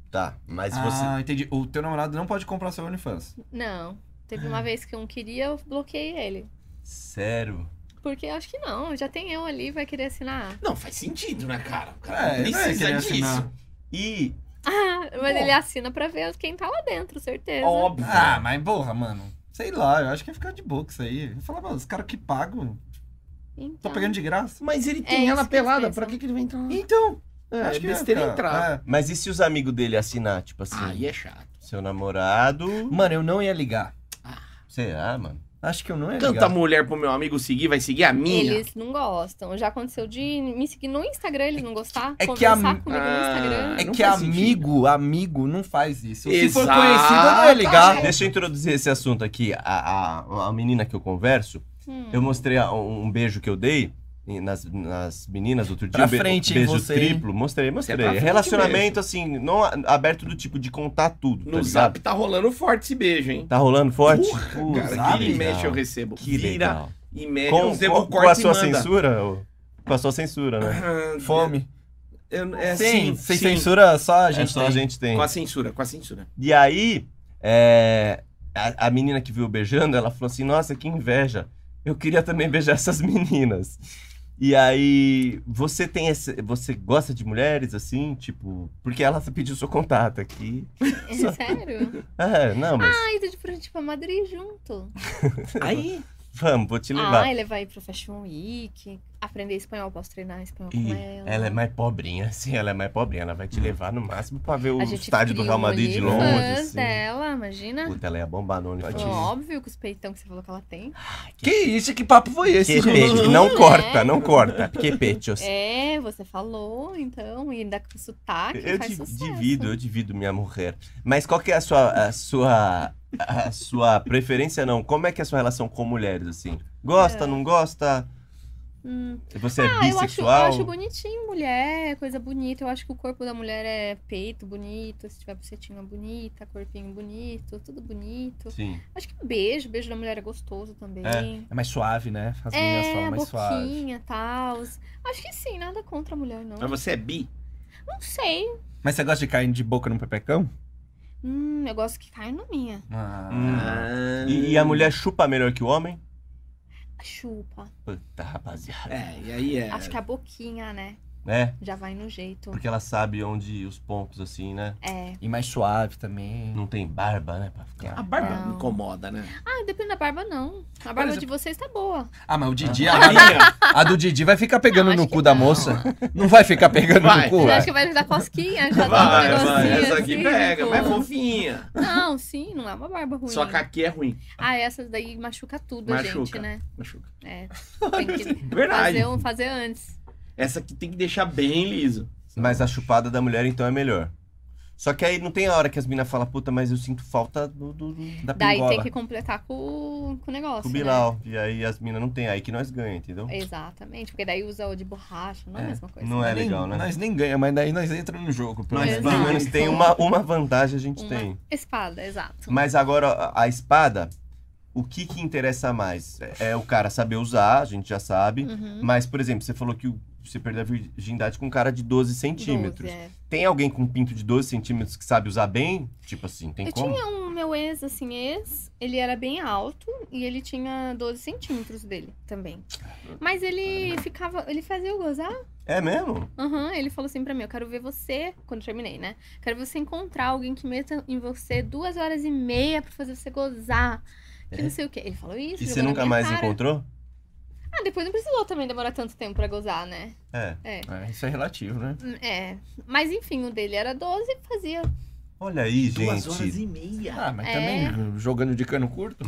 [SPEAKER 2] Tá, mas você.
[SPEAKER 5] Ah, entendi. O teu namorado não pode comprar seu OnlyFans.
[SPEAKER 4] Não. Teve
[SPEAKER 2] É.
[SPEAKER 4] uma vez que um queria, eu bloqueei ele.
[SPEAKER 2] Sério?
[SPEAKER 4] Porque eu acho que não, já tem eu ali, vai querer assinar.
[SPEAKER 1] Não, faz sentido, né, cara? O cara
[SPEAKER 5] É,
[SPEAKER 1] não
[SPEAKER 5] não é
[SPEAKER 1] precisa
[SPEAKER 5] querer
[SPEAKER 1] disso.
[SPEAKER 5] assinar.
[SPEAKER 2] E,
[SPEAKER 4] Ah, mas
[SPEAKER 1] Bom.
[SPEAKER 4] ele assina pra ver quem tá lá dentro, certeza.
[SPEAKER 1] Óbvio.
[SPEAKER 5] Ah, mas porra, mano. Sei lá, eu acho que ia ficar de boa com isso aí. Eu ia falar, mano, os caras que pagam, tô
[SPEAKER 4] Então,
[SPEAKER 5] pegando de graça.
[SPEAKER 1] Mas ele
[SPEAKER 4] É
[SPEAKER 1] tem
[SPEAKER 4] isso
[SPEAKER 1] ela
[SPEAKER 4] que eles
[SPEAKER 1] pelada,
[SPEAKER 4] pensam.
[SPEAKER 1] pra que, que ele vai entrar? lá?
[SPEAKER 5] Então,
[SPEAKER 1] É,
[SPEAKER 5] acho que ia
[SPEAKER 1] besteira
[SPEAKER 5] ficar-
[SPEAKER 1] entrar.
[SPEAKER 5] é.
[SPEAKER 2] mas e se os amigos dele assinar, tipo assim,
[SPEAKER 5] Ah,
[SPEAKER 1] Aí é chato.
[SPEAKER 2] seu namorado.
[SPEAKER 5] Mano, eu não ia ligar.
[SPEAKER 2] Será, mano?
[SPEAKER 5] Acho que eu não é ia
[SPEAKER 1] Tanta
[SPEAKER 5] ligar.
[SPEAKER 1] mulher pro meu amigo seguir, vai seguir a minha?
[SPEAKER 4] Eles não gostam. Já aconteceu de me seguir no Instagram, eles não gostar.
[SPEAKER 5] é que
[SPEAKER 4] conversar
[SPEAKER 5] a-
[SPEAKER 4] comigo no Instagram.
[SPEAKER 2] Ah,
[SPEAKER 5] É
[SPEAKER 1] Não
[SPEAKER 5] que
[SPEAKER 1] faz
[SPEAKER 5] amigo, amigo não faz isso. Se for
[SPEAKER 1] Exato.
[SPEAKER 5] conhecido, eu não é ia ligar.
[SPEAKER 2] Deixa eu introduzir esse assunto aqui. A, a, a menina que eu converso,
[SPEAKER 4] Hum.
[SPEAKER 2] eu mostrei a- um beijo que eu dei. em- Nas, nas meninas outro dia,
[SPEAKER 5] Pra
[SPEAKER 2] um be-
[SPEAKER 5] frente, hein,
[SPEAKER 2] beijo
[SPEAKER 5] você, é hein?
[SPEAKER 2] triplo, mostrei, mostrei.
[SPEAKER 1] pra frente
[SPEAKER 2] Relacionamento, assim, não a- aberto do tipo de contar tudo,
[SPEAKER 1] No
[SPEAKER 2] tá ligado?
[SPEAKER 1] zap tá rolando forte esse beijo, hein?
[SPEAKER 2] Tá rolando forte? Putz,
[SPEAKER 1] Cara,
[SPEAKER 5] que
[SPEAKER 1] vira e mexe eu
[SPEAKER 2] legal.
[SPEAKER 1] recebo.
[SPEAKER 2] Que
[SPEAKER 1] Vira
[SPEAKER 2] legal.
[SPEAKER 1] e mexe.
[SPEAKER 2] Com,
[SPEAKER 1] É, eu recebo um
[SPEAKER 2] com, com a sua
[SPEAKER 1] e manda.
[SPEAKER 2] censura? ô? Com a sua censura, né?
[SPEAKER 1] Ah,
[SPEAKER 5] Fome.
[SPEAKER 1] eu- é,
[SPEAKER 5] sim,
[SPEAKER 1] sim,
[SPEAKER 5] sem
[SPEAKER 1] sim.
[SPEAKER 5] censura, só a
[SPEAKER 2] A gente
[SPEAKER 5] gente.
[SPEAKER 2] só a
[SPEAKER 5] tem.
[SPEAKER 2] gente tem.
[SPEAKER 1] Com a censura, com a censura.
[SPEAKER 2] E aí, é, a, a menina que viu eu beijando, ela falou assim: Nossa, que inveja. Eu queria também beijar essas meninas. E aí, você tem esse, você gosta de mulheres assim, tipo, porque ela pediu seu contato aqui.
[SPEAKER 4] É sério? Ah, então, tipo,
[SPEAKER 2] É, não, mas
[SPEAKER 4] Ai, tô de frente pra Madrid junto.
[SPEAKER 1] Aí,
[SPEAKER 2] vamos, vou te levar.
[SPEAKER 4] Ah, ele vai pro Fashion Week, aprender espanhol, posso treinar espanhol
[SPEAKER 2] E
[SPEAKER 4] com ela.
[SPEAKER 2] ela é mais pobrinha, assim, ela é mais pobrinha, ela vai te levar no máximo pra ver o
[SPEAKER 4] A gente
[SPEAKER 2] estádio do
[SPEAKER 4] cria
[SPEAKER 2] Real
[SPEAKER 4] um né?
[SPEAKER 2] Madrid de
[SPEAKER 4] OnlyFans
[SPEAKER 2] longe. Assim.
[SPEAKER 4] dela, imagina.
[SPEAKER 2] Puta, ela ia bombar no OnlyFans.
[SPEAKER 4] Óbvio que os peitão que você falou que ela tem.
[SPEAKER 5] Que isso, que papo foi esse?
[SPEAKER 2] Que pecho, não corta, não corta. Que pechos.
[SPEAKER 4] É, você falou, então, e ainda com sotaque,
[SPEAKER 2] Eu
[SPEAKER 4] faz
[SPEAKER 2] di-
[SPEAKER 4] sucesso.
[SPEAKER 2] divido, eu divido minha mulher. Mas qual que é a sua, a sua, a sua preferência não? Como é que é a sua relação com mulheres assim? Gosta,
[SPEAKER 4] É.
[SPEAKER 2] não gosta?
[SPEAKER 4] Hum.
[SPEAKER 2] Você é
[SPEAKER 4] Ah, eu acho, eu
[SPEAKER 2] bissexual?
[SPEAKER 4] acho bonitinho mulher, coisa bonita. Eu acho que o corpo da mulher é peito bonito, se tiver bucetinha bonita, corpinho bonito, tudo bonito.
[SPEAKER 2] Sim.
[SPEAKER 4] Acho que um beijo, beijo da mulher é gostoso também.
[SPEAKER 5] É mais suave, né? As meninas
[SPEAKER 4] É,
[SPEAKER 5] falam
[SPEAKER 4] a
[SPEAKER 5] mais suave.
[SPEAKER 4] boquinha, tal. Acho que sim, nada contra a mulher, não.
[SPEAKER 1] mas você é bi?
[SPEAKER 4] Não sei.
[SPEAKER 5] Mas você gosta de cair de boca no pepecão?
[SPEAKER 4] Hum, eu gosto que caia na minha.
[SPEAKER 2] Hum.
[SPEAKER 1] Ah.
[SPEAKER 2] E, e a mulher chupa melhor que o homem?
[SPEAKER 4] Chupa.
[SPEAKER 2] Puta, rapaziada.
[SPEAKER 1] É, e aí é.
[SPEAKER 4] Acho que a boquinha, né?
[SPEAKER 2] É,
[SPEAKER 4] Já vai no jeito.
[SPEAKER 2] porque ela sabe onde os pontos assim, né?
[SPEAKER 4] É.
[SPEAKER 5] E mais suave também.
[SPEAKER 2] Não tem barba, né, pra ficar.
[SPEAKER 1] A barba
[SPEAKER 4] Não.
[SPEAKER 1] incomoda, né?
[SPEAKER 4] Ah, depende da barba, não. A barba
[SPEAKER 1] exemplo-
[SPEAKER 4] de vocês tá boa.
[SPEAKER 5] Ah, mas o Didi,
[SPEAKER 1] A
[SPEAKER 5] a,
[SPEAKER 1] minha,
[SPEAKER 5] a do Didi vai ficar pegando
[SPEAKER 4] Não, acho
[SPEAKER 5] no
[SPEAKER 4] que
[SPEAKER 5] cu da
[SPEAKER 4] não.
[SPEAKER 5] moça. Não vai ficar pegando
[SPEAKER 1] Vai.
[SPEAKER 5] no cu,
[SPEAKER 4] Eu
[SPEAKER 5] vai.
[SPEAKER 4] acho que vai dar cosquinha, já dá um
[SPEAKER 1] vai, vai.
[SPEAKER 4] negocinho.
[SPEAKER 1] Essa aqui
[SPEAKER 4] assim,
[SPEAKER 1] pega,
[SPEAKER 4] tipo-
[SPEAKER 1] mas é fofinha.
[SPEAKER 4] Não, sim, não é uma barba ruim.
[SPEAKER 1] Só que aqui é ruim.
[SPEAKER 4] Ah, essas daí machuca tudo a gente,
[SPEAKER 1] Machuca.
[SPEAKER 4] né?
[SPEAKER 1] Machuca.
[SPEAKER 4] É. Tem que
[SPEAKER 1] Verdade.
[SPEAKER 4] fazer, um- fazer antes.
[SPEAKER 1] Essa aqui tem que deixar bem liso.
[SPEAKER 2] Mas a chupada da mulher então é melhor. Só que aí não tem a hora que as minas falam, puta, mas eu sinto falta do- do- do,
[SPEAKER 5] Da
[SPEAKER 4] Daí
[SPEAKER 5] pingola.
[SPEAKER 4] tem que completar com, com o negócio.
[SPEAKER 2] com o
[SPEAKER 4] né?
[SPEAKER 2] Bilal. E aí as minas não tem, aí que nós ganhamos, entendeu?
[SPEAKER 4] Exatamente, porque daí usa o de borracha, não é, a mesma coisa.
[SPEAKER 2] não é
[SPEAKER 5] Nem-
[SPEAKER 2] legal, né?
[SPEAKER 5] Nós nem ganha, mas daí nós entramos no jogo. pelo
[SPEAKER 2] Mas
[SPEAKER 5] menos.
[SPEAKER 4] Exato.
[SPEAKER 2] pelo menos tem uma, uma vantagem a gente
[SPEAKER 4] Uma
[SPEAKER 2] tem.
[SPEAKER 4] Espada, exato.
[SPEAKER 2] Mas agora a, a espada, o que que interessa mais? É, é o cara saber usar, a gente já sabe.
[SPEAKER 4] Uhum.
[SPEAKER 2] Mas, por exemplo, você falou que o- você perdeu a virgindade com um cara de 12 centímetros.
[SPEAKER 4] Doze, é.
[SPEAKER 2] Tem alguém com um pinto de 12 centímetros que sabe usar bem? Tipo assim, tem
[SPEAKER 4] Eu
[SPEAKER 2] como?
[SPEAKER 4] tinha um meu ex, assim, ex, ele era bem alto e ele tinha 12 centímetros dele também. Mas ele ficava, ele fazia eu gozar
[SPEAKER 2] É mesmo?
[SPEAKER 4] Aham, ele falou assim pra mim, eu quero ver você, quando eu terminei, né? Quero você encontrar alguém que meta em você duas horas e meia pra fazer você gozar. Que
[SPEAKER 2] É?
[SPEAKER 4] não sei o quê. Ele falou isso.
[SPEAKER 2] E
[SPEAKER 4] jogou
[SPEAKER 2] você
[SPEAKER 4] na
[SPEAKER 2] nunca
[SPEAKER 4] minha
[SPEAKER 2] mais
[SPEAKER 4] cara.
[SPEAKER 2] encontrou?
[SPEAKER 4] Ah, depois não precisou também demorar tanto tempo pra gozar, né?
[SPEAKER 2] É.
[SPEAKER 4] É.
[SPEAKER 3] É, isso é relativo, né?
[SPEAKER 4] Hum, É. Mas enfim, o dele era 12 e fazia.
[SPEAKER 2] Olha aí,
[SPEAKER 1] Duas horas
[SPEAKER 2] gente.
[SPEAKER 1] e meia.
[SPEAKER 3] Ah, mas
[SPEAKER 4] É.
[SPEAKER 3] também jogando de cano curto.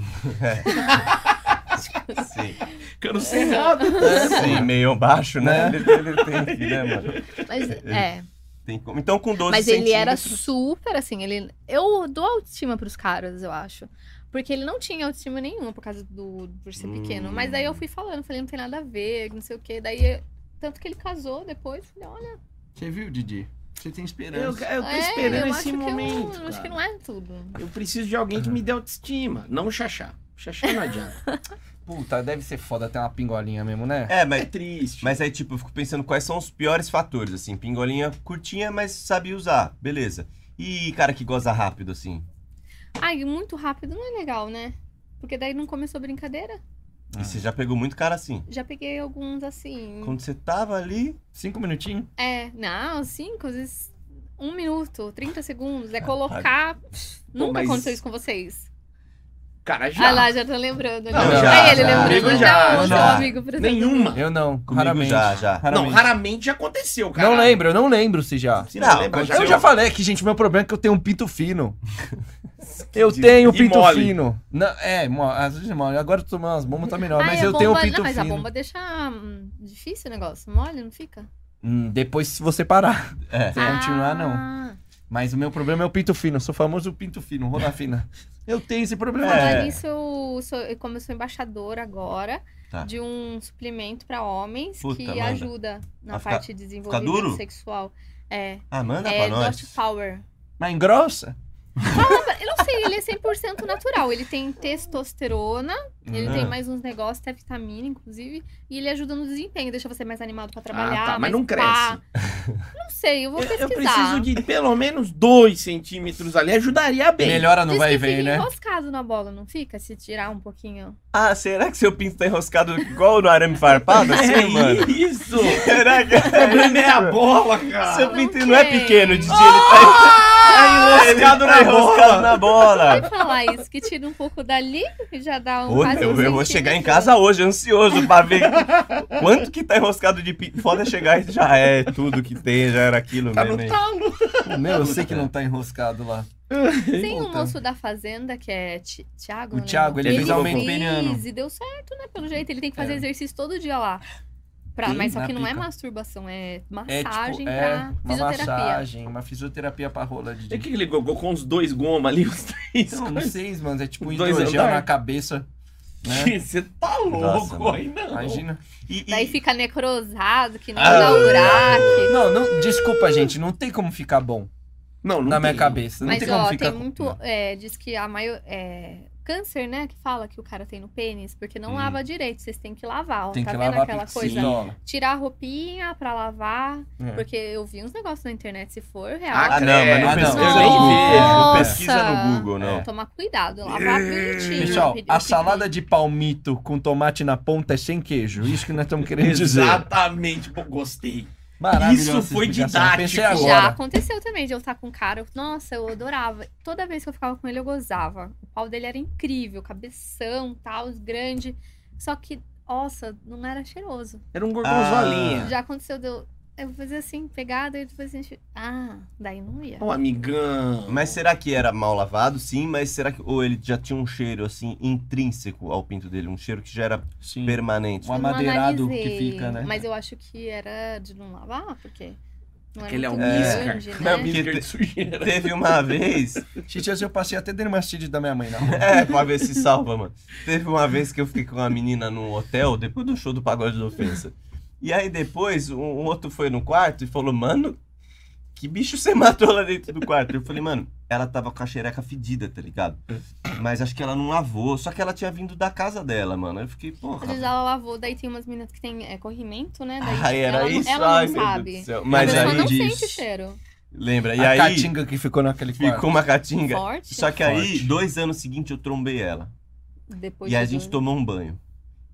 [SPEAKER 2] Sim.
[SPEAKER 4] Ah.
[SPEAKER 1] Cano cerrado.
[SPEAKER 4] É.
[SPEAKER 2] Sim, tá meio baixo, né? Ele, ele tem que, né, mano?
[SPEAKER 4] Mas é.
[SPEAKER 2] Tem como. Então, com 12
[SPEAKER 4] Mas ele era
[SPEAKER 2] centímetros-
[SPEAKER 4] super assim, ele. Eu dou autoestima pros caras, eu acho. Porque ele não tinha autoestima nenhuma por causa do por ser
[SPEAKER 2] Hum.
[SPEAKER 4] pequeno. Mas daí eu fui falando, falei, não tem nada a ver, não sei o quê. Daí, tanto que ele casou depois, falei, olha.
[SPEAKER 3] Você viu, Didi? Você tem esperança.
[SPEAKER 1] Eu, eu tô
[SPEAKER 4] é,
[SPEAKER 1] esperando
[SPEAKER 4] eu acho
[SPEAKER 1] esse
[SPEAKER 4] que eu não-
[SPEAKER 1] momento.
[SPEAKER 4] acho
[SPEAKER 1] cara.
[SPEAKER 4] que não é tudo.
[SPEAKER 1] Eu preciso de alguém que me dê autoestima, não o Xaxá. Xaxá não adianta.
[SPEAKER 3] Puta, deve ser foda ter uma pingolinha mesmo, né?
[SPEAKER 2] É,
[SPEAKER 1] É
[SPEAKER 2] mas,
[SPEAKER 1] triste.
[SPEAKER 2] mas aí, tipo, eu fico pensando quais são os piores fatores, assim. Pingolinha curtinha, mas sabe usar. Beleza. E cara que goza rápido, assim.
[SPEAKER 4] Ai, muito rápido não é legal, né? Porque daí não começou a brincadeira.
[SPEAKER 3] Ah.
[SPEAKER 2] E você já pegou muito cara assim.
[SPEAKER 4] Já peguei alguns assim.
[SPEAKER 2] Quando você tava ali.
[SPEAKER 3] Cinco minutinhos?
[SPEAKER 4] É, não, cinco, às vezes um minuto, 30 segundos. É colocar. Nunca
[SPEAKER 1] mas-
[SPEAKER 4] aconteceu isso com vocês.
[SPEAKER 1] Cara,
[SPEAKER 4] Ah
[SPEAKER 1] já.
[SPEAKER 4] lá, já tô lembrando.
[SPEAKER 2] Não,
[SPEAKER 4] né?
[SPEAKER 2] já,
[SPEAKER 4] Aí ele
[SPEAKER 3] já.
[SPEAKER 4] lembrou.
[SPEAKER 1] Comigo já,
[SPEAKER 4] Não,
[SPEAKER 2] já.
[SPEAKER 4] não, amigo, por exemplo.
[SPEAKER 1] Nenhuma.
[SPEAKER 3] Eu não,
[SPEAKER 2] Comigo
[SPEAKER 3] raramente.
[SPEAKER 2] já, já.
[SPEAKER 1] Não,
[SPEAKER 3] Raramente.
[SPEAKER 1] raramente já aconteceu, cara.
[SPEAKER 3] Não lembro, eu não lembro se já.
[SPEAKER 1] Se não,
[SPEAKER 2] Não,
[SPEAKER 1] lembra,
[SPEAKER 3] Eu
[SPEAKER 1] aconteceu.
[SPEAKER 3] já falei que, gente, meu problema é que eu tenho um pinto fino. Eu tenho um
[SPEAKER 1] E
[SPEAKER 3] pinto
[SPEAKER 1] mole.
[SPEAKER 3] fino. Não, é, mo- às vezes mole. Agora eu tô tomando umas bombas, tá melhor.
[SPEAKER 4] Ai,
[SPEAKER 3] mas
[SPEAKER 4] a
[SPEAKER 3] eu
[SPEAKER 4] Ah, é bomba...
[SPEAKER 3] tenho um pinto
[SPEAKER 4] não, mas
[SPEAKER 3] fino.
[SPEAKER 4] a bomba deixa hum, difícil o negócio. Mole, não fica?
[SPEAKER 3] Hum, depois, se você parar.
[SPEAKER 2] É.
[SPEAKER 3] Se continuar, não.
[SPEAKER 4] Ah,
[SPEAKER 3] Mas o meu problema é o pinto fino. Eu sou famoso pinto fino, roda fina. Eu tenho esse problema.
[SPEAKER 4] Falar
[SPEAKER 2] É.
[SPEAKER 4] nisso, eu sou- como eu sou embaixadora agora
[SPEAKER 2] Tá.
[SPEAKER 4] de um suplemento pra homens
[SPEAKER 2] Puta,
[SPEAKER 4] que
[SPEAKER 2] manda.
[SPEAKER 4] ajuda na
[SPEAKER 2] Vai ficar-
[SPEAKER 4] parte de
[SPEAKER 2] duro?
[SPEAKER 4] desenvolvimento sexual. É,
[SPEAKER 2] Ah, manda
[SPEAKER 4] é
[SPEAKER 2] pra nós.
[SPEAKER 4] Dust Power.
[SPEAKER 3] Mas engrossa?
[SPEAKER 4] Eu não sei, ele é 100% natural. Ele tem testosterona, ele
[SPEAKER 2] Ah.
[SPEAKER 4] tem mais uns negócios, até vitamina, inclusive. E ele ajuda no desempenho, deixa você mais animado pra trabalhar.
[SPEAKER 1] Ah, tá, mas
[SPEAKER 4] mais
[SPEAKER 1] não cresce.
[SPEAKER 4] pá. Não sei, eu vou
[SPEAKER 1] Eu,
[SPEAKER 4] pesquisar.
[SPEAKER 1] eu preciso de pelo menos dois centímetros ali. Ajudaria bem.
[SPEAKER 3] Melhora não
[SPEAKER 4] Diz
[SPEAKER 3] vai
[SPEAKER 4] que
[SPEAKER 3] ver,
[SPEAKER 4] fica
[SPEAKER 3] né?
[SPEAKER 4] enroscado na bola, não fica? Se tirar um pouquinho.
[SPEAKER 2] Ah, será que seu pinto tá enroscado igual no arame farpado, assim, mano?
[SPEAKER 1] É isso.
[SPEAKER 2] Será que.
[SPEAKER 1] O problema é a bola,
[SPEAKER 2] Seu
[SPEAKER 1] cara.
[SPEAKER 4] Não
[SPEAKER 2] pinto não é
[SPEAKER 4] tem.
[SPEAKER 2] pequeno, Didi. Ele tá,
[SPEAKER 1] Tá enroscado
[SPEAKER 2] ele
[SPEAKER 1] na
[SPEAKER 2] tá enroscado
[SPEAKER 1] bola.
[SPEAKER 2] na bola.
[SPEAKER 4] Vai falar isso, que tira um pouco dali e já dá um
[SPEAKER 2] Ô,
[SPEAKER 4] quase
[SPEAKER 2] meu,
[SPEAKER 1] assim,
[SPEAKER 4] um
[SPEAKER 2] eu vou chegar em
[SPEAKER 4] centímetro.
[SPEAKER 2] casa hoje, ansioso pra ver quanto que tá enroscado de pinto. Foda chegar e já é tudo que tem, já era aquilo
[SPEAKER 1] Tá
[SPEAKER 2] mesmo.
[SPEAKER 1] no
[SPEAKER 2] hein?
[SPEAKER 1] talo.
[SPEAKER 3] Meu, eu sei que não tá enroscado lá.
[SPEAKER 4] Tem um
[SPEAKER 3] Puta.
[SPEAKER 4] moço da fazenda que é Ti- Thiago.
[SPEAKER 3] O
[SPEAKER 4] né?
[SPEAKER 3] Thiago, ele É.
[SPEAKER 2] fez aumento
[SPEAKER 3] peniano.
[SPEAKER 4] E deu certo, né? Pelo jeito. Ele tem que fazer exercício todo dia lá. Pra,
[SPEAKER 3] Sim,
[SPEAKER 4] mas só
[SPEAKER 3] na
[SPEAKER 4] que não é
[SPEAKER 3] pica.
[SPEAKER 4] masturbação, é
[SPEAKER 3] É
[SPEAKER 4] massagem
[SPEAKER 3] tipo, é
[SPEAKER 4] pra
[SPEAKER 3] uma
[SPEAKER 4] fisioterapia.
[SPEAKER 3] massagem, uma fisioterapia pra rola
[SPEAKER 1] E
[SPEAKER 3] de.
[SPEAKER 1] o É que ele colocou com os dois goma ali, os três?
[SPEAKER 3] Não, não sei, mano. É tipo um
[SPEAKER 1] Dois
[SPEAKER 3] hidrogel
[SPEAKER 1] andar.
[SPEAKER 3] na cabeça. Né?
[SPEAKER 1] Você tá
[SPEAKER 2] Nossa,
[SPEAKER 1] louco
[SPEAKER 2] mano.
[SPEAKER 1] aí, não.
[SPEAKER 3] Imagina.
[SPEAKER 2] E- e-
[SPEAKER 4] Daí fica necrosado, que nem
[SPEAKER 2] Ah.
[SPEAKER 4] dá
[SPEAKER 3] é.
[SPEAKER 4] buraco.
[SPEAKER 3] Não, não, desculpa, gente. Não tem como ficar bom
[SPEAKER 1] Não, não
[SPEAKER 3] na minha
[SPEAKER 1] tem.
[SPEAKER 3] cabeça. Não
[SPEAKER 4] Mas
[SPEAKER 3] tem como
[SPEAKER 4] ó,
[SPEAKER 3] ficar.
[SPEAKER 4] tem muito. é, diz que a maior. É, câncer, né? Que fala que o cara tem no pênis, porque não
[SPEAKER 2] Hum.
[SPEAKER 4] lava direito. Vocês têm que lavar, ó.
[SPEAKER 3] Tem
[SPEAKER 4] tá
[SPEAKER 3] que
[SPEAKER 4] vendo
[SPEAKER 3] lavar
[SPEAKER 4] aquela
[SPEAKER 3] sim.
[SPEAKER 4] coisa?
[SPEAKER 3] Toma.
[SPEAKER 4] Tirar a roupinha pra lavar.
[SPEAKER 3] É.
[SPEAKER 4] Porque eu vi uns negócios na internet, se for real.
[SPEAKER 1] Ah,
[SPEAKER 2] Ah, não, mas não
[SPEAKER 3] Ah, não.
[SPEAKER 2] pesquisa
[SPEAKER 3] Eu
[SPEAKER 2] no
[SPEAKER 3] nem
[SPEAKER 2] Google.
[SPEAKER 3] vejo.
[SPEAKER 2] Não
[SPEAKER 4] Nossa.
[SPEAKER 2] pesquisa no Google, né? não.
[SPEAKER 4] Tomar É, cuidado, lavar bonitinho.
[SPEAKER 3] Pessoal,
[SPEAKER 4] pedi-
[SPEAKER 3] a
[SPEAKER 4] pedi-
[SPEAKER 3] salada de palmito com tomate na ponta é sem queijo. Isso que nós estamos querendo dizer.
[SPEAKER 1] Exatamente, pô, gostei.
[SPEAKER 3] Maravilhosa
[SPEAKER 1] Isso
[SPEAKER 3] essa
[SPEAKER 1] foi
[SPEAKER 3] explicação.
[SPEAKER 1] didático.
[SPEAKER 3] Pensei
[SPEAKER 4] Já
[SPEAKER 3] agora.
[SPEAKER 4] aconteceu também de eu estar com um cara. eu- Nossa, eu adorava. Toda vez que eu ficava com ele, eu gozava. O pau dele era incrível, cabeção, tal, grande. Só que, nossa, não era cheiroso.
[SPEAKER 1] Era um
[SPEAKER 3] É.
[SPEAKER 1] gorgonzolinha.
[SPEAKER 4] Já aconteceu de eu, eu fazer assim, pegada e depois assim. Ah, daí não ia.
[SPEAKER 1] Um amigão.
[SPEAKER 2] Mas será que era mal lavado? Sim, mas será que. Ou ele já tinha um cheiro, assim, intrínseco ao pinto dele? Um cheiro que já era
[SPEAKER 3] Sim.
[SPEAKER 2] permanente.
[SPEAKER 3] Uma-
[SPEAKER 4] Eu não
[SPEAKER 3] amadeirado que
[SPEAKER 4] analisei,
[SPEAKER 3] fica, né?
[SPEAKER 4] Mas eu acho que era de não lavar, porque. Não
[SPEAKER 1] Aquele é
[SPEAKER 4] era
[SPEAKER 1] um
[SPEAKER 4] muito
[SPEAKER 1] Whisker.
[SPEAKER 4] grande, né?
[SPEAKER 1] É um Whisker de sujeira.
[SPEAKER 2] Teve uma vez.
[SPEAKER 3] Titias, eu passei até dermastite da minha mãe na rua.
[SPEAKER 2] É, pra ver se salva, mano. Teve uma vez que eu fiquei com uma menina num hotel, depois do show do Pagode da Ofensa. E aí depois, um, um outro foi no quarto e falou, mano, que bicho você matou lá dentro do quarto? Eu falei, mano, ela tava com a xereca fedida, tá ligado? Mas acho que ela não lavou, só que ela tinha vindo da casa dela, mano. Aí Eu fiquei, porra.
[SPEAKER 4] Às vezes ela lavou, daí tem umas meninas que tem é, corrimento, né? Daí
[SPEAKER 2] Ai, era
[SPEAKER 4] ela, não-
[SPEAKER 2] isso?
[SPEAKER 4] ela não
[SPEAKER 2] Ai, meu Deus
[SPEAKER 4] sabe.
[SPEAKER 2] do céu.
[SPEAKER 4] Mas
[SPEAKER 2] Mas
[SPEAKER 4] a pessoa
[SPEAKER 3] aí
[SPEAKER 4] não
[SPEAKER 2] aí,
[SPEAKER 3] diz-
[SPEAKER 4] sente o cheiro.
[SPEAKER 2] lembra, e
[SPEAKER 3] a
[SPEAKER 2] aí
[SPEAKER 3] caatinga que ficou naquele quarto.
[SPEAKER 2] ficou uma catinga.
[SPEAKER 4] Forte.
[SPEAKER 2] Só que aí,
[SPEAKER 3] Forte.
[SPEAKER 2] dois anos seguintes, eu trombei ela.
[SPEAKER 4] Depois
[SPEAKER 2] E a
[SPEAKER 4] de
[SPEAKER 2] gente
[SPEAKER 4] dois-
[SPEAKER 2] tomou um banho.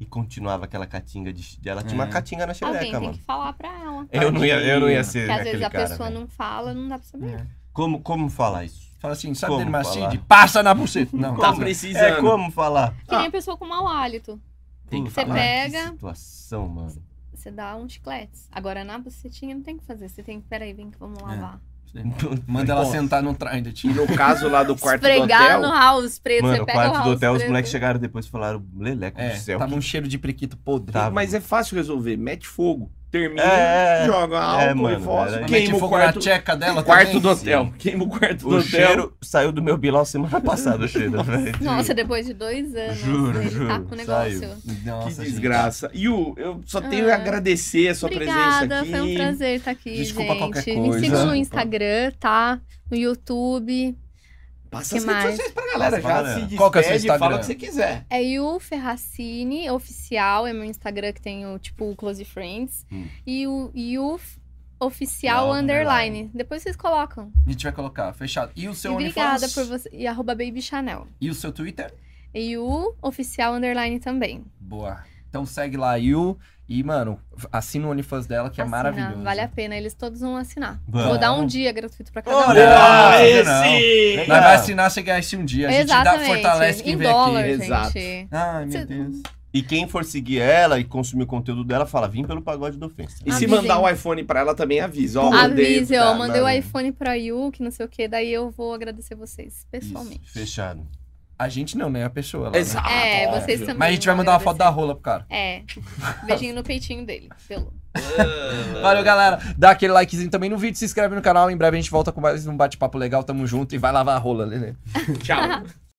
[SPEAKER 2] E continuava aquela catinga de. de- Ela tinha uma
[SPEAKER 3] É.
[SPEAKER 2] catinga na
[SPEAKER 4] Alguém
[SPEAKER 2] xereca,
[SPEAKER 4] tem
[SPEAKER 2] mano.
[SPEAKER 4] que falar pra ela.
[SPEAKER 2] Eu não, ia, eu não ia ser
[SPEAKER 4] Porque às vezes
[SPEAKER 2] aquele
[SPEAKER 4] a
[SPEAKER 2] cara. né? É.
[SPEAKER 4] pessoa
[SPEAKER 2] velho.
[SPEAKER 4] não fala, não dá pra saber.
[SPEAKER 2] como, como falar isso?
[SPEAKER 3] É. Fala assim, sabe
[SPEAKER 2] Como
[SPEAKER 3] dermastite?
[SPEAKER 2] falar?
[SPEAKER 3] Passa na buceta. Não,
[SPEAKER 1] Tá
[SPEAKER 3] não.
[SPEAKER 1] precisando.
[SPEAKER 2] É como falar.
[SPEAKER 4] Que nem a pessoa com mau hálito.
[SPEAKER 2] Tem que
[SPEAKER 4] Você
[SPEAKER 2] falar
[SPEAKER 4] pega-
[SPEAKER 2] que situação, mano.
[SPEAKER 4] Você dá uns chicletes. Agora na bucetinha não tem o que fazer. Você tem que. Peraí, vem que
[SPEAKER 2] É.
[SPEAKER 4] vamos lavar.
[SPEAKER 3] Manda ela
[SPEAKER 2] Pô,
[SPEAKER 3] sentar no tra... ainda,
[SPEAKER 1] E
[SPEAKER 3] tinha.
[SPEAKER 1] no caso lá do quarto do
[SPEAKER 4] Esfregar
[SPEAKER 1] hotel,
[SPEAKER 4] no house preto.
[SPEAKER 2] Mano,
[SPEAKER 4] você
[SPEAKER 2] o
[SPEAKER 4] pega o
[SPEAKER 2] quarto
[SPEAKER 4] house
[SPEAKER 2] do hotel, os
[SPEAKER 4] preto.
[SPEAKER 2] moleques chegaram depois e falaram, leleco
[SPEAKER 3] É,
[SPEAKER 2] do céu.
[SPEAKER 5] Tava um cheiro de prequito podre.
[SPEAKER 2] Tá.
[SPEAKER 1] mas é fácil resolver. Mete fogo, termina,
[SPEAKER 2] É, é.
[SPEAKER 1] joga
[SPEAKER 2] É,
[SPEAKER 1] álcool e
[SPEAKER 2] mano,
[SPEAKER 1] fósforo,
[SPEAKER 2] era-
[SPEAKER 1] queima o
[SPEAKER 3] fogo
[SPEAKER 1] quarto,
[SPEAKER 3] na tcheca dela
[SPEAKER 1] quarto
[SPEAKER 3] também.
[SPEAKER 1] do hotel. Queima o quarto do
[SPEAKER 2] O
[SPEAKER 1] hotel.
[SPEAKER 2] cheiro saiu do meu biló semana passada, o cheiro, velho.
[SPEAKER 4] Nossa, depois de dois anos.
[SPEAKER 2] Juro,
[SPEAKER 4] ele tá
[SPEAKER 2] juro,
[SPEAKER 4] com o
[SPEAKER 2] saiu.
[SPEAKER 4] negócio.
[SPEAKER 1] Que
[SPEAKER 3] Nossa, gente.
[SPEAKER 1] desgraça. E o, eu só tenho
[SPEAKER 4] Ah.
[SPEAKER 1] a agradecer a sua presença
[SPEAKER 4] Obrigada,
[SPEAKER 1] aqui.
[SPEAKER 4] foi um prazer estar aqui,
[SPEAKER 3] Desculpa
[SPEAKER 4] gente.
[SPEAKER 3] qualquer
[SPEAKER 4] Me
[SPEAKER 3] coisa.
[SPEAKER 4] sigam no Instagram, tá? No YouTube.
[SPEAKER 1] Passa
[SPEAKER 4] Que
[SPEAKER 1] as redes
[SPEAKER 4] mais?
[SPEAKER 1] sociais pra galera
[SPEAKER 2] Passa
[SPEAKER 1] já.
[SPEAKER 2] pra galera.
[SPEAKER 1] Se
[SPEAKER 3] Qual que é o seu
[SPEAKER 1] despede, fala
[SPEAKER 3] Instagram?
[SPEAKER 1] o que você quiser.
[SPEAKER 4] É Yu Ferracini, oficial. É meu Instagram que tem o, tipo, o Close Friends.
[SPEAKER 2] Hum.
[SPEAKER 4] E o Yu Oficial
[SPEAKER 2] Lá,
[SPEAKER 4] underline. Depois vocês colocam.
[SPEAKER 3] A gente vai colocar, fechado. E o
[SPEAKER 4] E
[SPEAKER 3] seu
[SPEAKER 4] obrigada
[SPEAKER 3] OnlyFans?
[SPEAKER 4] por você. E arroba Baby Chanel.
[SPEAKER 3] E o seu Twitter?
[SPEAKER 4] E o Oficial Underline também.
[SPEAKER 3] Boa. Então segue
[SPEAKER 5] Segue
[SPEAKER 3] lá.
[SPEAKER 5] lá, Yu. E, mano, assina o OnlyFans dela, que é
[SPEAKER 4] Assina,
[SPEAKER 5] maravilhoso.
[SPEAKER 4] Vale a pena, eles todos vão assinar.
[SPEAKER 2] Vamos.
[SPEAKER 4] Vou dar um dia gratuito pra cada
[SPEAKER 2] Olha!
[SPEAKER 4] um.
[SPEAKER 2] Ah,
[SPEAKER 1] Ah,
[SPEAKER 2] não.
[SPEAKER 1] esse!
[SPEAKER 3] Nós
[SPEAKER 2] É.
[SPEAKER 3] vai assinar, você ganha esse um dia. A gente dá, fortalece quem
[SPEAKER 4] em
[SPEAKER 3] vem
[SPEAKER 4] dólar,
[SPEAKER 3] aqui.
[SPEAKER 4] gente.
[SPEAKER 1] Exato.
[SPEAKER 3] Ai,
[SPEAKER 4] Cê-
[SPEAKER 3] meu Deus.
[SPEAKER 2] E quem for seguir ela e consumir o conteúdo dela, fala, vim pelo pagode da ofensa.
[SPEAKER 1] E se
[SPEAKER 4] Avisem.
[SPEAKER 1] mandar o iPhone pra ela também avisa. Ó, mandei pra-
[SPEAKER 4] Avisa, eu
[SPEAKER 3] tá
[SPEAKER 4] mandei o
[SPEAKER 1] mano.
[SPEAKER 4] iPhone pra Yu, que não sei o que, daí eu vou agradecer vocês pessoalmente.
[SPEAKER 2] Isso, fechado.
[SPEAKER 5] A gente não, né? A pessoa. Ela, né?
[SPEAKER 1] Exato.
[SPEAKER 4] É,
[SPEAKER 1] óbvio.
[SPEAKER 4] vocês também.
[SPEAKER 5] Mas a gente vai
[SPEAKER 4] vão
[SPEAKER 5] mandar uma foto da
[SPEAKER 4] agradecer.
[SPEAKER 5] rola pro cara.
[SPEAKER 4] É. Beijinho no peitinho dele. Pelo.
[SPEAKER 5] Valeu, galera. Dá aquele likezinho também no vídeo, se inscreve no canal. Em breve a gente volta com mais um bate-papo legal. Tamo junto e vai lavar a rola, Lelê.
[SPEAKER 1] Tchau.